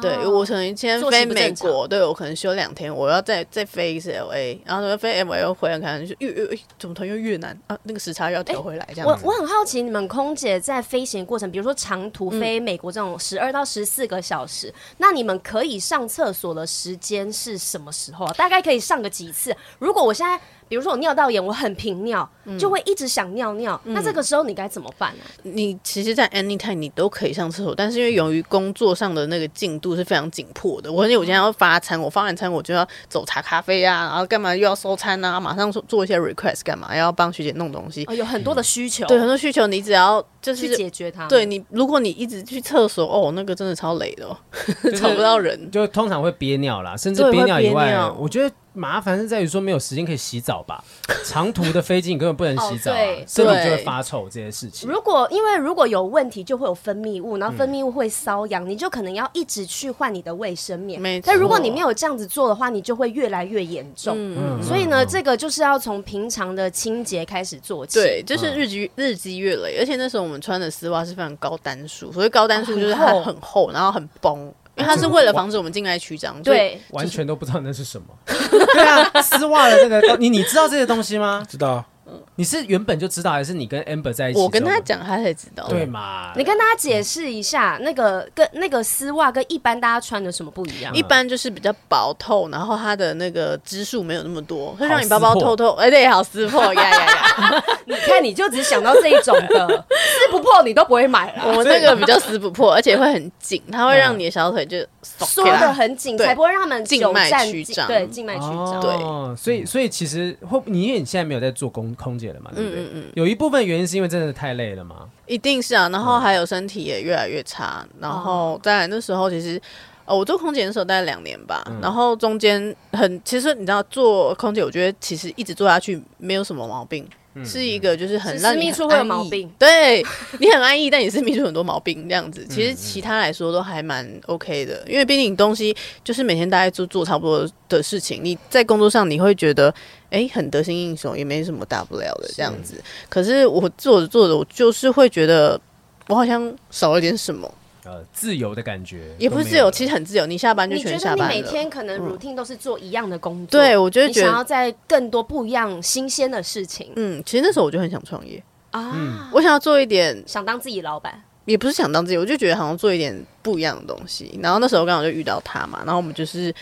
Speaker 1: 对我可能先
Speaker 4: 作息
Speaker 1: 飞
Speaker 4: 不
Speaker 1: 美
Speaker 4: 正常
Speaker 1: 国，对我可能休两天，我要再再飞一次 L A，然后再飞 L A 又回来，可能就又又又怎么突然又越南啊，那个时差又要调回来这样
Speaker 4: 我
Speaker 1: 子。
Speaker 4: 我很好奇，你们空姐在飞行过程，比如说长途飞美国这种十二到十四个小时，那你们可以上厕所的时间是什么时候啊？大概可以上个几次？如果我现在比如说我尿道炎，我很频尿，就会一直想尿尿。那这个时候你该怎么办呢、啊
Speaker 1: 你其实，在 anytime 你都可以上厕所，但是因为
Speaker 4: 嗯
Speaker 1: 由于工作上的那个进度是非常紧迫的，我而且我今天要发餐，我发完餐我就要走茶咖啡啊，然后干嘛又要收餐啊，马上做做一些 request 干嘛，要帮学姐弄东西。
Speaker 4: 哦，有很多的需求，
Speaker 1: 对，很多需求你只要就
Speaker 4: 去
Speaker 1: 是
Speaker 4: 解决它。
Speaker 1: 对，你，如果你一直去厕所，哦，那个真的超累的、哦，
Speaker 3: 就是
Speaker 1: 找不到人。
Speaker 3: 就通常会憋尿啦，甚至
Speaker 1: 对
Speaker 3: 憋尿以
Speaker 1: 会憋
Speaker 3: 外
Speaker 1: 尿，
Speaker 3: 我觉得麻烦是在于说没有时间可以洗澡吧。长途的飞机你根本不能洗澡、啊
Speaker 4: 哦对，
Speaker 3: 身体就会
Speaker 1: 对
Speaker 3: 发臭这些事情。
Speaker 4: 如果因为如果有问题，就会有分泌物，然后分泌物会瘙痒，你就可能要一直去换你的卫生棉。
Speaker 1: 没错
Speaker 4: 但如果你没有这样子做的话，你就会越来越严重。所以呢，这个就是要从平常的清洁开始做起。
Speaker 1: 对，就是日积日积月累，而且那时候我们穿的丝袜是非常高单数，所以高单数就是它
Speaker 4: 哦很厚啊
Speaker 1: 很厚，然后很绷，因为它是为了防止我们静脉曲张。所以，
Speaker 4: 对，
Speaker 3: 完全都不知道那是什么， 对啊，丝袜的那个，你你知道这些东西吗？
Speaker 2: 知道啊？
Speaker 3: 你是原本就知道，还是你跟 Amber 在一起？
Speaker 1: 我跟他，讲，他才知道。
Speaker 3: 对嘛？
Speaker 4: 你跟大家解释一下，那个跟那个丝袜跟一般大家穿的什么不一样？
Speaker 1: 一般就是比较薄透，然后它的那个支数没有那么多，会让你
Speaker 3: 好
Speaker 1: 包包
Speaker 3: 撕破
Speaker 1: 透透，哎、对，好撕破，呀呀呀！
Speaker 4: 你看，你就只想到这一种 的，撕不破你都不会买
Speaker 1: 我
Speaker 4: 了。
Speaker 1: 们那个比较撕不破，而且会很紧，它
Speaker 3: 嗯
Speaker 1: 会让你的小腿就缩
Speaker 4: 缩
Speaker 1: 起来
Speaker 4: 的很紧，
Speaker 1: 对
Speaker 4: 才不会让他们
Speaker 1: 静
Speaker 4: 久
Speaker 1: 脉
Speaker 4: 站
Speaker 1: 曲
Speaker 4: 紧
Speaker 1: 张
Speaker 4: 对，静脉曲张。
Speaker 3: 哦，所以所以其实会，你因为你现在没有在做空空姐了嘛，对不对？
Speaker 1: 嗯嗯嗯
Speaker 3: 有一部分原因是因为真的太累了嘛。
Speaker 1: 一定是啊，然后还有身体也越来越差，
Speaker 4: 哦
Speaker 1: 然后再来那时候其实。呃，我做空姐的时候大概两年吧，然后中间很，其实你知道做空姐，我觉得其实一直做下去没有什么毛病，是一个就是很
Speaker 4: 是
Speaker 1: 让
Speaker 4: 私
Speaker 1: 你
Speaker 4: 密
Speaker 1: 很
Speaker 4: 处会有
Speaker 1: 安
Speaker 4: 毛
Speaker 1: 逸
Speaker 4: 病
Speaker 1: 对你很安逸，但你私密处很多毛病这样子。其实其他来说都还蛮 OK 的，因为毕竟你东西就是每天大概就做差不多的事情，你在工作上你会觉得哎、很得心应手，也没什么大不了的这样子。可是我做着做着，我就是会觉得我好像少了点什么，
Speaker 3: 呃，自由的感觉
Speaker 1: 也不是自
Speaker 3: 都没
Speaker 1: 由，
Speaker 3: 了
Speaker 1: 其实很自由，你下班就
Speaker 4: 你觉
Speaker 1: 全
Speaker 4: 得
Speaker 1: 下
Speaker 4: 你
Speaker 1: 班
Speaker 4: 每
Speaker 1: 了。
Speaker 4: 天可能 routine 都是做一样的工作？
Speaker 1: 对，我就会
Speaker 4: 你
Speaker 1: 觉
Speaker 4: 想要
Speaker 1: 得，
Speaker 4: 在更多不一样、新鲜的事情
Speaker 1: 嗯，其实那时候我就很想创业，
Speaker 4: 啊，
Speaker 1: 我想要做一点，
Speaker 4: 想当自己老板。
Speaker 1: 也不是想当自己，我就觉得好像做一点不一样的东西。然后那时候刚好就遇到他嘛，然后我们就是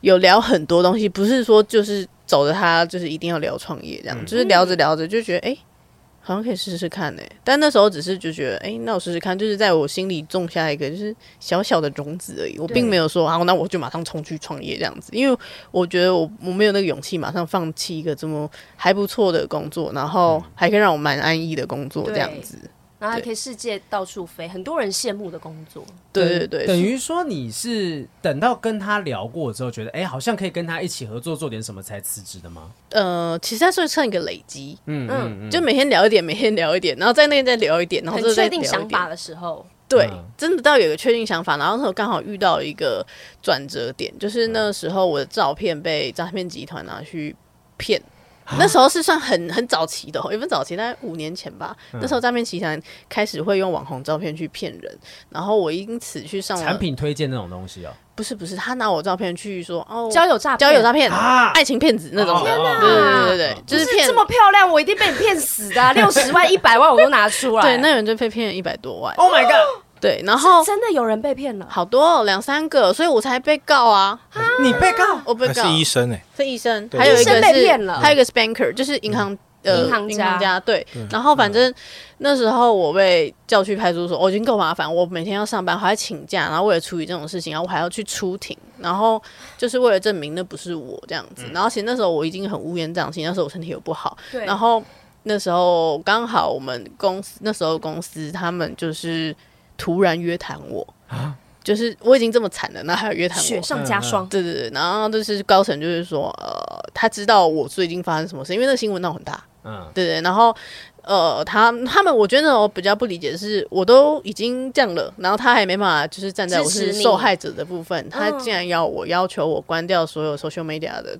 Speaker 1: 有聊很多东西，不是说就是走着他就是一定要聊创业这
Speaker 3: 嗯
Speaker 1: 样，就是聊着聊着就觉得哎。诶好像可以试试看呢、但那时候只是就觉得，哎、那我试试看，就是在我心里种下一个就是小小的种子而已。我并没有说，好，那我就马上冲去创业这样子，因为我觉得我我没有那个勇气马上放弃一个这么还不错的工作，然
Speaker 3: 嗯
Speaker 1: 后还可以让我蛮安逸的工作这样子。
Speaker 4: 然后还
Speaker 1: 对
Speaker 4: 可以世界到处飞，很多人羡慕的工作。
Speaker 1: 对对对，
Speaker 3: 等于说你是等到跟他聊过之后，觉得哎、好像可以跟他一起合作做点什么才辞职的吗？
Speaker 1: 呃，其实它算算一个累积，
Speaker 3: 嗯嗯嗯，
Speaker 1: 就每天聊一点，每天聊一点，然后在那边再聊一点，然后
Speaker 4: 很
Speaker 1: 之后再
Speaker 4: 确
Speaker 1: 聊
Speaker 4: 定
Speaker 1: 一
Speaker 4: 想
Speaker 1: 点
Speaker 4: 法的时候，
Speaker 1: 对
Speaker 3: 嗯，
Speaker 1: 真的到有个确定想法，然后那时候刚好遇到一个转折点，就是那时候我的照片被诈骗集团拿去骗。
Speaker 3: 啊
Speaker 1: 那时候是算很很早期的、哦，也不是早期，大概五年前吧。那时候诈骗集团开始会用网红照片去骗人，然后我因此去上了
Speaker 3: 产品推荐那种东西哦、
Speaker 1: 不是不是，他拿我照片去说哦
Speaker 4: 交友诈骗
Speaker 1: 交友诈骗、
Speaker 3: 啊
Speaker 1: 爱情骗子那种的，
Speaker 3: 天哪
Speaker 1: 对对对对对，
Speaker 3: 不
Speaker 1: 就
Speaker 4: 不
Speaker 1: 骗
Speaker 4: 这么漂亮，我一定被你骗死的 啊。六十万、一百万我都拿出来。
Speaker 1: 对，那人就被骗了一百多万，
Speaker 4: 哦
Speaker 3: Oh my god！
Speaker 1: 对，然后
Speaker 4: 真的有人被骗了。
Speaker 1: 好多哦两三个，所以我才被告啊，
Speaker 3: 你被告
Speaker 1: 我被
Speaker 2: 还
Speaker 1: 告
Speaker 2: 是医生哎，
Speaker 1: 是医生，
Speaker 2: 对嗯
Speaker 1: 还有一个
Speaker 4: 医生被
Speaker 1: 是
Speaker 4: 骗了
Speaker 1: 还有一个是 banker，就是银行。呃，
Speaker 4: 银行家
Speaker 1: 家对，然后反正那时候我被叫去派出所，我、已经够麻烦，我每天要上班，我还请假，然后为了处理这种事情，然后我还要去出庭，然后就是为了证明那不是我这样
Speaker 2: 嗯
Speaker 1: 子。然后其实那时候我已经很乌烟瘴气，那时候我身体又不好，
Speaker 4: 对
Speaker 1: 然后那时候刚好我们公司那时候公司他们就是突然约谈我，就是我已经这么惨了，那还有约谈我，
Speaker 4: 雪上加霜，
Speaker 1: 对对对，然后就是高层就是说，呃，他知道我最近发生什么事，因为那个新闻闹很大，
Speaker 3: 嗯，
Speaker 1: 对对，然后呃，他他们我觉得我比较不理解的是，我都已经这样了，然后他还没办法就是站在我
Speaker 4: 支
Speaker 1: 是
Speaker 4: 持你
Speaker 1: 受害者的部分，他竟然要我要求我关掉所有 social media 的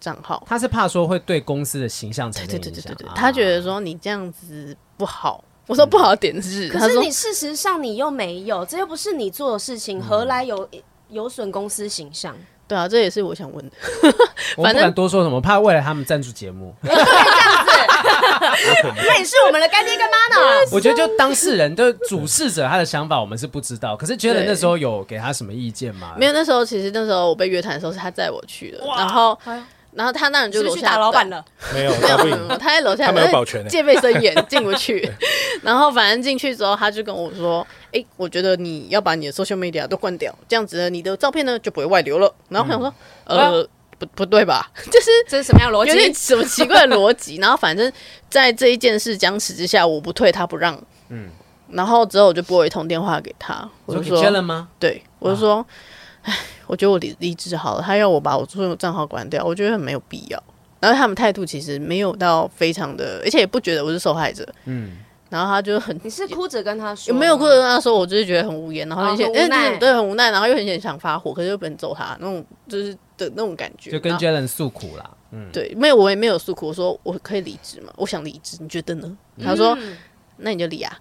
Speaker 1: 账号，
Speaker 3: 他是怕说会对公司的形象产
Speaker 1: 对
Speaker 3: 生
Speaker 1: 对
Speaker 3: 影
Speaker 1: 对对
Speaker 3: 响
Speaker 1: 对对
Speaker 3: 啊，
Speaker 1: 他觉得说你这样子不好，我说不好的点是，
Speaker 4: 可
Speaker 1: 他
Speaker 4: 是
Speaker 1: 说
Speaker 4: 你事实上你又没有，这又不是你做的事情，何来有有损公司形象？
Speaker 1: 对啊，这也是我想问的。
Speaker 4: 嗯
Speaker 3: 我们
Speaker 1: 反
Speaker 3: 不
Speaker 1: 正
Speaker 3: 敢多说什么，怕未来他们赞助节目。
Speaker 4: 那也是我们的干爹干妈呢。
Speaker 3: 我觉得就当事人的主事者他的想法我们是不知道，可是觉得
Speaker 1: 对
Speaker 3: 那时候有给他什么意见吗？
Speaker 1: 没有，那时候其实那时候我被约谈的时候是他载我去的，然后
Speaker 4: 哎呦
Speaker 1: 然后他当然就是
Speaker 4: 不
Speaker 1: 楼
Speaker 4: 是去
Speaker 1: 下
Speaker 4: 打老板
Speaker 1: 等
Speaker 4: 了？
Speaker 2: 没有打不
Speaker 1: 没
Speaker 2: 赢
Speaker 1: 有，没有他在楼下，
Speaker 2: 他没有保全欸
Speaker 1: 戒备森严，进不去。 然后反正进去之后，他就跟我说：“哎、我觉得你要把你的 social media 都关掉，这样子呢，你的照片呢就不会外流了。”然后我想说，
Speaker 2: 嗯
Speaker 1: 呃，不不对吧？ 就是
Speaker 4: 这是什么样的逻
Speaker 1: 有点
Speaker 4: 辑？
Speaker 1: 什么奇怪的逻辑。 然后反正在这一件事僵持之下，我不退，他不让。
Speaker 3: 嗯
Speaker 1: 然后之后我就拨了一通电话给他，我
Speaker 3: 我
Speaker 1: 就
Speaker 3: 说
Speaker 1: 说
Speaker 3: 给 Jalen 吗？
Speaker 1: 对，我就
Speaker 3: 啊
Speaker 1: 说，唉，我觉得我离离职好了，他要我把我所有账号关掉，我觉得很没有必要。然后他们态度其实没有到非常的，而且也不觉得我是受害者。
Speaker 3: 嗯，
Speaker 1: 然后他就很
Speaker 4: 你是哭着跟他说
Speaker 1: 有
Speaker 4: 吗？
Speaker 1: 没有过跟他说，我就是觉得很无言，然后
Speaker 4: 哦
Speaker 1: 很想，
Speaker 4: 很无
Speaker 1: 哎、就是
Speaker 4: 奈
Speaker 1: 对，很无奈，然后又很想发火，可是又不能揍他，那种就是的那种感觉。
Speaker 3: 就跟
Speaker 1: 然后
Speaker 3: Jalen 诉苦啦。嗯，
Speaker 1: 对，没有我也没有诉苦，我说我可以离职嘛，我想离职，你觉得呢？他说、
Speaker 4: 嗯
Speaker 1: 那你就离啊，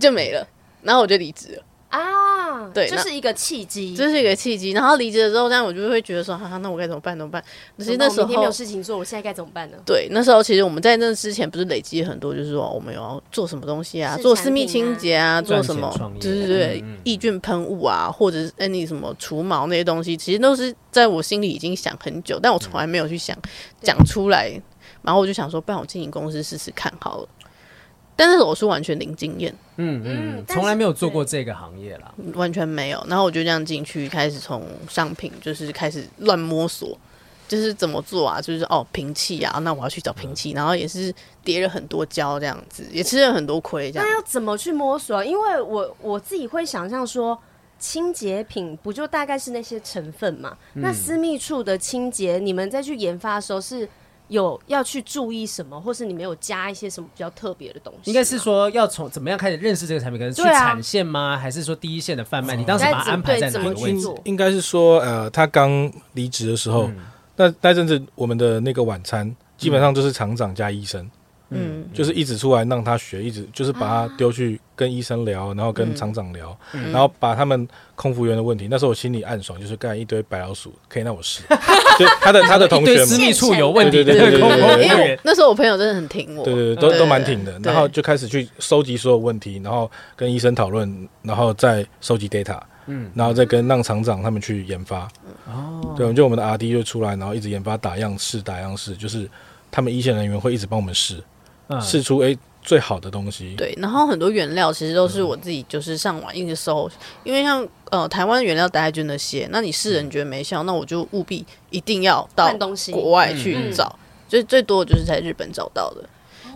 Speaker 1: 就没了。然后我就离职了。
Speaker 4: 啊，
Speaker 1: 对
Speaker 4: 就
Speaker 1: 那
Speaker 4: 是一个契机。
Speaker 1: 这是一个契机。然后离职了之后，但我就会觉得说，哈、哈，那我该怎么办？怎么办？其实那时
Speaker 4: 我明天没
Speaker 1: 候
Speaker 4: 有，事情做，我现在该怎么办呢？
Speaker 1: 对，那时候其实我们在那之前不是累积很多，就是说我们有要做什么东西啊，
Speaker 4: 是
Speaker 1: 做
Speaker 4: 产
Speaker 1: 私密
Speaker 4: 品啊
Speaker 1: 清洁啊，做
Speaker 3: 赚
Speaker 1: 什
Speaker 3: 钱
Speaker 1: 么
Speaker 3: 创，业
Speaker 1: 对对对
Speaker 3: 嗯嗯嗯，
Speaker 1: 抑菌喷雾啊，或者是 any 什么除毛那些东西，其实都是在我心里已经想很久，但我从来没有去想
Speaker 4: 嗯
Speaker 1: 讲出来。然后我就想说，不然我经营公司试试看好了。但是我是完全零经验，
Speaker 3: 嗯
Speaker 4: 嗯
Speaker 3: 嗯，
Speaker 4: 但是
Speaker 3: 从来没有做过这个行业啦。
Speaker 1: 完全没有。然后我就这样进去，开始从商品就是开始乱摸索，就是怎么做啊，就是哦平气啊，那我要去找平气，然后也是叠了很多胶这样子，也吃了很多亏这样
Speaker 4: 那。要怎么去摸索？因为我我自己会想象说，清洁品不就大概是那些成分嘛？那私密处的清洁，你们再去研发的时候是有要去注意什么，或是你们有加一些什么比较特别的东西？
Speaker 3: 应该是。说要从怎么样开始认识这个产品，可能去
Speaker 4: 对啊
Speaker 3: 产线吗？还是说第一线的贩卖？你当时
Speaker 4: 该
Speaker 3: 把它
Speaker 4: 怎
Speaker 3: 安排
Speaker 4: 对
Speaker 3: 在
Speaker 4: 怎
Speaker 3: 哪
Speaker 4: 么
Speaker 3: 个
Speaker 4: 去
Speaker 3: 位置？嗯
Speaker 4: 做
Speaker 2: 应该是说，呃，他刚离职的时候，那那阵子我们的那个晚餐基本上就是厂长加医生，
Speaker 1: 嗯，
Speaker 2: 就是一直出来让他学，一直就是把他丢去跟医生聊，然后跟厂长聊，
Speaker 3: 嗯
Speaker 2: 然后把他们空服员的问题。那时候我心里暗爽，就是干一堆白老鼠可以让我试， 就他的他的同
Speaker 3: 一
Speaker 2: 学
Speaker 3: 堆
Speaker 2: 们
Speaker 3: 私。密处有问题的
Speaker 2: 对对对对
Speaker 3: 空
Speaker 2: 对
Speaker 3: 空
Speaker 2: 对
Speaker 1: 因为
Speaker 3: 员
Speaker 1: 我，那时候我朋友真的很挺我，
Speaker 2: 对对对，都
Speaker 1: 对
Speaker 2: 都蛮挺的。
Speaker 1: 对
Speaker 2: 然后就开始去收集所有问题，然后跟医生讨论，然后再收集 data，
Speaker 3: 嗯
Speaker 2: 嗯，然后再跟让厂长他们去研发。哦，对，就我们的 R D 就出来，然后一直研发打样试打样试，就是他们一线人员会一直帮我们试，
Speaker 3: 嗯
Speaker 2: 试出诶最好的东西。
Speaker 1: 对，然后很多原料其实都是我自己就是上网一直搜，因为像呃台湾原料大概就那些，那你试了你觉得没效，那我就务必一定要到
Speaker 4: 换东西
Speaker 1: 国外
Speaker 3: 嗯
Speaker 1: 去
Speaker 4: 嗯
Speaker 1: 找，最最多就是在日本找到的。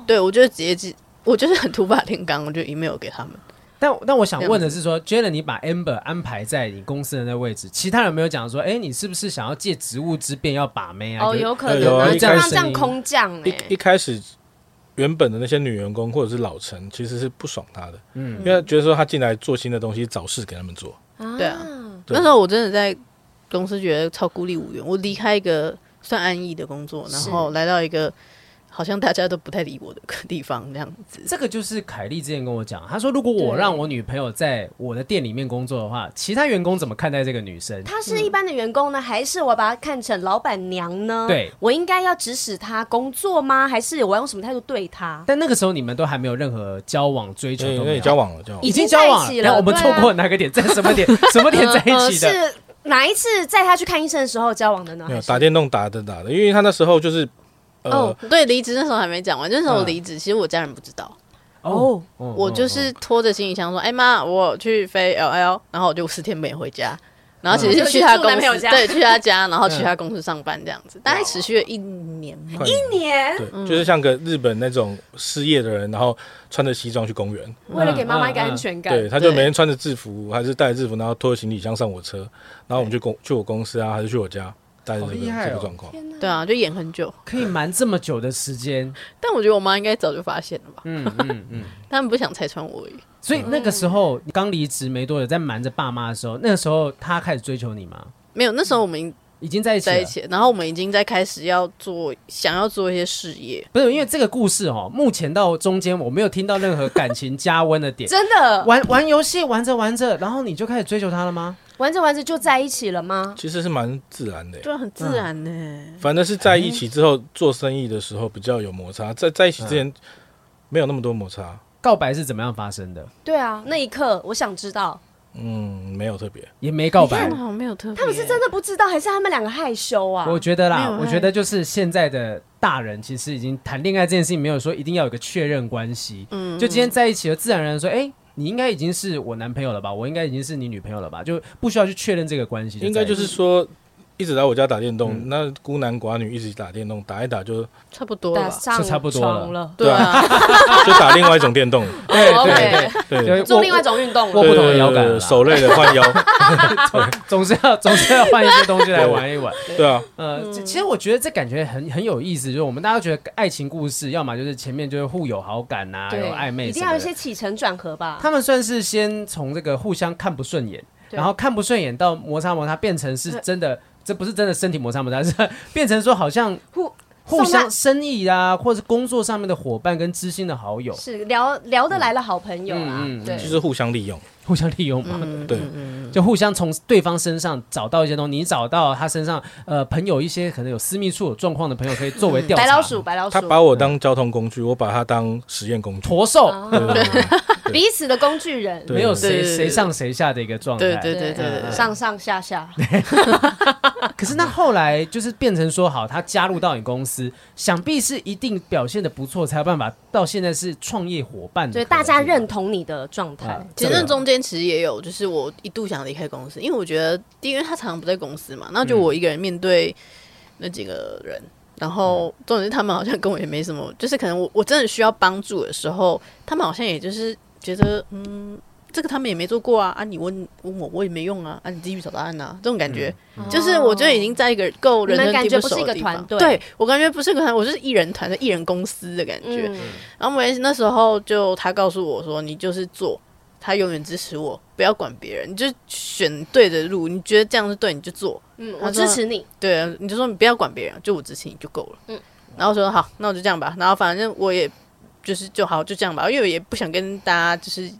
Speaker 1: 对，我就直接寄，我就是很突发灵感，我就 email 给他们。
Speaker 3: 但但我想问的是说，Jalen，你把 Amber 安排在你公司的那位置，其他人没有讲说，哎，你是不是想要借职务之便要把妹啊？
Speaker 4: 哦，
Speaker 3: 就
Speaker 4: 有可
Speaker 2: 有
Speaker 4: 能
Speaker 2: 啊
Speaker 4: 啊，
Speaker 2: 一
Speaker 4: 这
Speaker 2: 开
Speaker 4: 样
Speaker 2: 始
Speaker 4: 这样空降哎、
Speaker 2: 一一开始原本的那些女员工或者是老陈其实是不爽他的，嗯，因为觉得说他进来做新的东西找事给他们做，
Speaker 1: 对啊
Speaker 4: 啊，
Speaker 2: 对
Speaker 1: 那时候我真的在公司觉得超孤立无援，我离开一个算安逸的工作，然
Speaker 4: 是
Speaker 1: 后来到一个好像大家都不太理我的地方，这样子。
Speaker 3: 这个就是凯莉之前跟我讲，她说如果我让我女朋友在我的店里面工作的话，其他员工怎么看待这个女生？
Speaker 4: 他是一般的员工呢，还是我把他看成老板娘呢？
Speaker 3: 对，
Speaker 4: 我应该要指使他工作吗？还是我要用什么态度对他？
Speaker 3: 但那个时候你们都还没有任何交往追求
Speaker 2: 因为
Speaker 3: 都
Speaker 2: 因
Speaker 3: 没
Speaker 2: 为
Speaker 3: 有，
Speaker 2: 你交往了，交往了
Speaker 3: 已经交往
Speaker 4: 已经在一
Speaker 3: 了，
Speaker 4: 起了
Speaker 3: 然后我们
Speaker 4: 对
Speaker 3: 错
Speaker 4: 啊
Speaker 3: 过哪个点，在 什么 点，什么点在一起的？
Speaker 4: 呃是哪一次在他去看医生的时候交往的呢？
Speaker 2: 没
Speaker 4: 还
Speaker 2: 有
Speaker 4: 是
Speaker 2: 打电动打的打的，因为他那时候就是呃。
Speaker 1: 哦，对，离职那时候还没讲完，那时候我
Speaker 3: 嗯
Speaker 1: 离职，其实我家人不知道，
Speaker 4: 哦，
Speaker 1: 我就是拖着行李箱说：“哎妈，我去飞 LL，然后我就四天没回家。”然后其实
Speaker 4: 嗯
Speaker 1: 是去他
Speaker 4: 就去住
Speaker 1: 公
Speaker 4: 男朋友
Speaker 1: 司，
Speaker 4: 家
Speaker 1: 对，去他家， 然后去
Speaker 3: 嗯
Speaker 1: 他公司上班这样子，大概持续了一年吧。
Speaker 2: 快点
Speaker 4: 一年
Speaker 2: 对，就是像个日本那种失业的人，然后穿着西装去公园，
Speaker 4: 为了给妈妈一个
Speaker 3: 嗯嗯嗯
Speaker 4: 安全感，
Speaker 2: 对，他就
Speaker 1: 对
Speaker 2: 每天穿着制服，还是带着制服，然后拖着行李箱上我车，然后我们去公去我公司啊，还是去我家，带着
Speaker 3: 好
Speaker 2: 这
Speaker 3: 厉
Speaker 2: 个、
Speaker 3: 害哦
Speaker 2: 这个状况。
Speaker 4: 天哪
Speaker 1: 对啊，就演很久，
Speaker 3: 哦可以瞒这么久的时间，
Speaker 1: 但我觉得我妈应该早就发现了吧，
Speaker 3: 嗯嗯嗯。
Speaker 1: 他们不想拆穿我而已。
Speaker 3: 所以那个时候你刚离职没多久，在瞒着爸妈的时候，那个时候他开始追求你吗？
Speaker 1: 没有，那时候我们已经
Speaker 3: 已经在一起了
Speaker 1: 在一起了，然后我们已经在开始要做，想要做一些事业。
Speaker 3: 不是因为这个故事哦，目前到中间我没有听到任何感情加温的点。
Speaker 4: 真的
Speaker 3: 玩玩游戏玩着玩着，然后你就开始追求他了吗？
Speaker 4: 玩着玩着就在一起了吗？
Speaker 2: 其实是蛮自然的耶，
Speaker 1: 就很
Speaker 3: 嗯
Speaker 1: 自然呢、
Speaker 2: 反正是在
Speaker 3: 哎
Speaker 2: 一起之后做生意的时候比较有摩擦，在在一起之前
Speaker 3: 嗯
Speaker 2: 没有那么多摩擦。
Speaker 3: 告白是怎么样发生的？
Speaker 4: 啊对啊，那一刻我想知道，
Speaker 2: 嗯，没有特别，
Speaker 3: 也没告白
Speaker 1: 他们。好像没有特别，
Speaker 4: 他们是真的不知道，还是他们两个害羞啊？
Speaker 3: 我觉得
Speaker 1: 没
Speaker 3: 啦
Speaker 1: 有，爱
Speaker 3: 我觉得就是现在的大人其实已经谈恋爱这件事情没有说一定要有个确认关系，嗯，就今天在一起了，自然而然说，哎、你应该已经是我男朋友了吧？我应该已经是你女朋友了吧？就不需要去确认这个关系在一
Speaker 2: 应
Speaker 3: 起。
Speaker 2: 该就是说一直来我家打电动，那孤男寡女一直打电动，打一打 就
Speaker 1: 差不多
Speaker 4: 打
Speaker 1: 了。
Speaker 4: 上
Speaker 3: 是差不多了
Speaker 4: 床了，
Speaker 1: 对啊，
Speaker 2: 就打另外一种电 动，
Speaker 3: 对
Speaker 4: 哦
Speaker 3: 对
Speaker 2: 对，
Speaker 3: 对，
Speaker 4: 做
Speaker 3: 握
Speaker 4: 另外一种运动
Speaker 3: 我
Speaker 2: 哦
Speaker 4: 了。
Speaker 3: 不同的摇杆
Speaker 2: 对
Speaker 3: 啦
Speaker 2: 手累了 换腰，
Speaker 3: 总是要总是要换一些东西来玩一玩。
Speaker 2: 对啊，
Speaker 3: 呃，
Speaker 4: 嗯
Speaker 3: 这其实我觉得这感觉很很有意思，就是我们大家觉得爱情故事，要么就是前面就是互有好感呐、有哎暧昧，
Speaker 4: 一定要有一些。起承转合吧。
Speaker 3: 他们算是先从这个互相看不顺眼，
Speaker 4: 对
Speaker 3: 然后看不顺眼到摩擦摩擦，变成是真的，这不是真的身体摩擦摩擦，是 变成说好像
Speaker 4: 互
Speaker 3: 互
Speaker 4: 送
Speaker 3: 相
Speaker 4: 烂
Speaker 3: 生意啊，或者是工作上面的伙伴跟知心的好友，
Speaker 4: 是聊聊得来的好朋友啦
Speaker 3: 嗯嗯嗯，
Speaker 4: 对
Speaker 2: 就，是互相利用，
Speaker 3: 互相利用嘛。
Speaker 4: 嗯
Speaker 2: 对，
Speaker 3: 就互相从对方身上找到一些东西，你找到他身上呃朋友一些可能有私密处有状况的朋友，可以作
Speaker 1: 嗯
Speaker 3: 为调查。
Speaker 4: 白老鼠，白老
Speaker 2: 他
Speaker 4: 鼠，
Speaker 2: 把我当交通工具，我把他当实验工具，
Speaker 3: 驼兽，
Speaker 2: 对
Speaker 1: 哦
Speaker 2: 对对对
Speaker 4: 彼此的工具人，
Speaker 2: 对
Speaker 3: 没有
Speaker 1: 对
Speaker 3: 谁
Speaker 1: 对对
Speaker 3: 谁上谁下的一个状态。
Speaker 1: 对对对对对
Speaker 4: 对，
Speaker 1: 对
Speaker 4: 上上下下，
Speaker 3: 可是那后来就是变成说，好，他加入到你公司，想必是一定表现的不错，才有办法到现在是创业伙伴的可能
Speaker 4: 所以
Speaker 3: 性。
Speaker 4: 大家认同你的状态
Speaker 3: 啊。
Speaker 1: 其实那中间其实也有，就是我一度想离开公司，因为我觉得，第一，因为他常常不在公司嘛，那就我一个人面对那几个人，然后重点是他们好像跟我也没什么，就是可能我我真的需要帮助的时候，他们好像也就是觉得，嗯，这个他们也没做过啊，啊，你问问我我也没用啊，啊，你自己去找答案呐、啊，这种感觉，就是我觉得已经在一个够人
Speaker 4: 哦你们
Speaker 1: 生
Speaker 4: 感
Speaker 1: 地
Speaker 4: 觉
Speaker 1: 不
Speaker 4: 不是
Speaker 1: 熟
Speaker 4: 一个
Speaker 1: 的地方
Speaker 4: 团，队
Speaker 1: 对我感觉不是一个团队，我就是一人团队、一人公司的感觉，
Speaker 4: 嗯，
Speaker 1: 然后我也是那时候就他告诉我说，你就是做，他永远支持我，不要管别人，你就选对的路，你觉得这样是对，你就做。
Speaker 4: 嗯，
Speaker 1: 他
Speaker 4: 我
Speaker 1: 说
Speaker 4: 支持你。
Speaker 1: 对，啊你就说你不要管别人，就我支持你就够了。
Speaker 4: 嗯
Speaker 1: 嗯，然后我说好，那我就这样吧。然后反正我也就是就好就这样吧，因为我也不想跟大家就是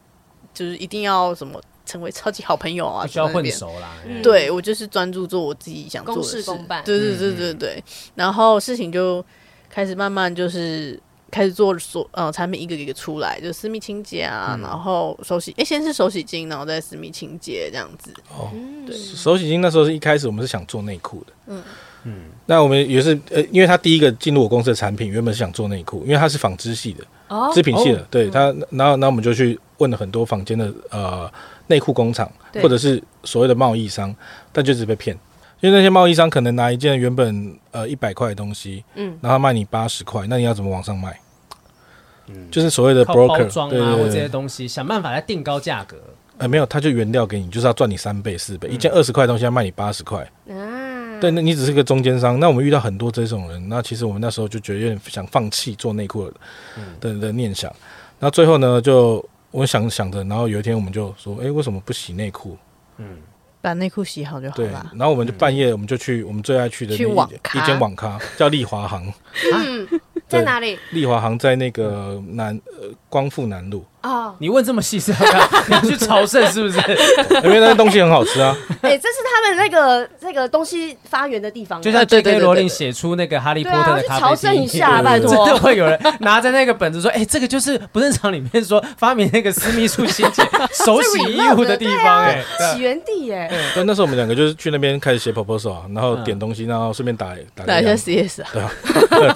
Speaker 1: 就是一定要什么成为超级好朋友啊，
Speaker 3: 不需要
Speaker 1: 什么那
Speaker 3: 混
Speaker 1: 边
Speaker 3: 熟啦。
Speaker 4: 嗯
Speaker 1: 对我就是专注做我自己想做
Speaker 4: 公
Speaker 1: 的
Speaker 4: 事
Speaker 1: 事，
Speaker 4: 公办
Speaker 1: 对对对对对。然后事情就开始慢慢就是开始做所呃产品一个一个出来，就私密清洁啊，然后手洗，哎、先是手洗精，然后再私密清洁这样子。
Speaker 2: 哦，
Speaker 1: 对
Speaker 2: 手洗巾那时候是一开始我们是想做内裤的，嗯嗯，那我们也是呃，因为他第一个进入我公司的产品，原本是想做内裤，因为他是纺织系的，
Speaker 4: 哦
Speaker 2: 织品系的，
Speaker 3: 哦
Speaker 2: 对他，然后那我们就去问了很多坊间的呃内裤工厂
Speaker 4: 对
Speaker 2: 或者是所谓的贸易商，但就只被骗，因为那些贸易商可能拿一件原本呃一百块的东西，嗯，然后他卖你八十块，那你要怎么往上卖？就是所谓的
Speaker 3: 靠包
Speaker 2: broker，
Speaker 3: 装
Speaker 2: 对
Speaker 3: 啊，或
Speaker 2: 对
Speaker 3: 这些
Speaker 2: 对，
Speaker 3: 东西，想办法来定高价格。
Speaker 2: 呃，没有，他就原料给你，就是要赚你三倍四倍，一件二十块的东西要卖你八十块，
Speaker 4: 啊，
Speaker 2: 对，那你只是个中间商。那我们遇到很多这种人，那其实我们那时候就觉得有点想放弃做内裤的的的念想。那最后呢，就我想想着，然后有一天我们就说，哎、为什么不洗内裤？
Speaker 1: 把内裤洗好就好
Speaker 2: 对，
Speaker 1: 啦。
Speaker 2: 然后我们就半夜我们就去我们最爱去的
Speaker 1: 去
Speaker 2: 那
Speaker 1: 网
Speaker 2: 一
Speaker 1: 咖
Speaker 2: 一间网咖，叫丽华行。
Speaker 4: 在哪里？
Speaker 2: 丽华行在那个南呃光复南路，
Speaker 4: 哦，
Speaker 3: 你问这么细是要干嘛 你要去朝圣是不是？
Speaker 2: 因为那东西很好吃啊。
Speaker 4: 哎，这是他们那个 那个东西发源的地方。哎
Speaker 3: 就像
Speaker 1: 啊对对
Speaker 3: J.K.
Speaker 1: 对对
Speaker 3: 罗琳写出那个《哈利
Speaker 4: 对
Speaker 3: 波特》
Speaker 4: 啊，
Speaker 3: 的
Speaker 4: 去
Speaker 3: 咖啡
Speaker 4: 朝圣一
Speaker 3: 厅
Speaker 4: 下，拜
Speaker 2: 对
Speaker 4: 托
Speaker 3: 真。的会有人拿着那个本子说：“哎、这个就是不正常里面说发明那个私密处清 洁手洗衣物的地
Speaker 4: 啊
Speaker 3: 方、哎、
Speaker 1: 啊
Speaker 4: 起源地哎耶，
Speaker 2: 对， 那时候我们两个就是去那边开始写 proposal，啊然后点东西，然后顺便打打
Speaker 1: 打一下
Speaker 2: 样
Speaker 1: CS 啊，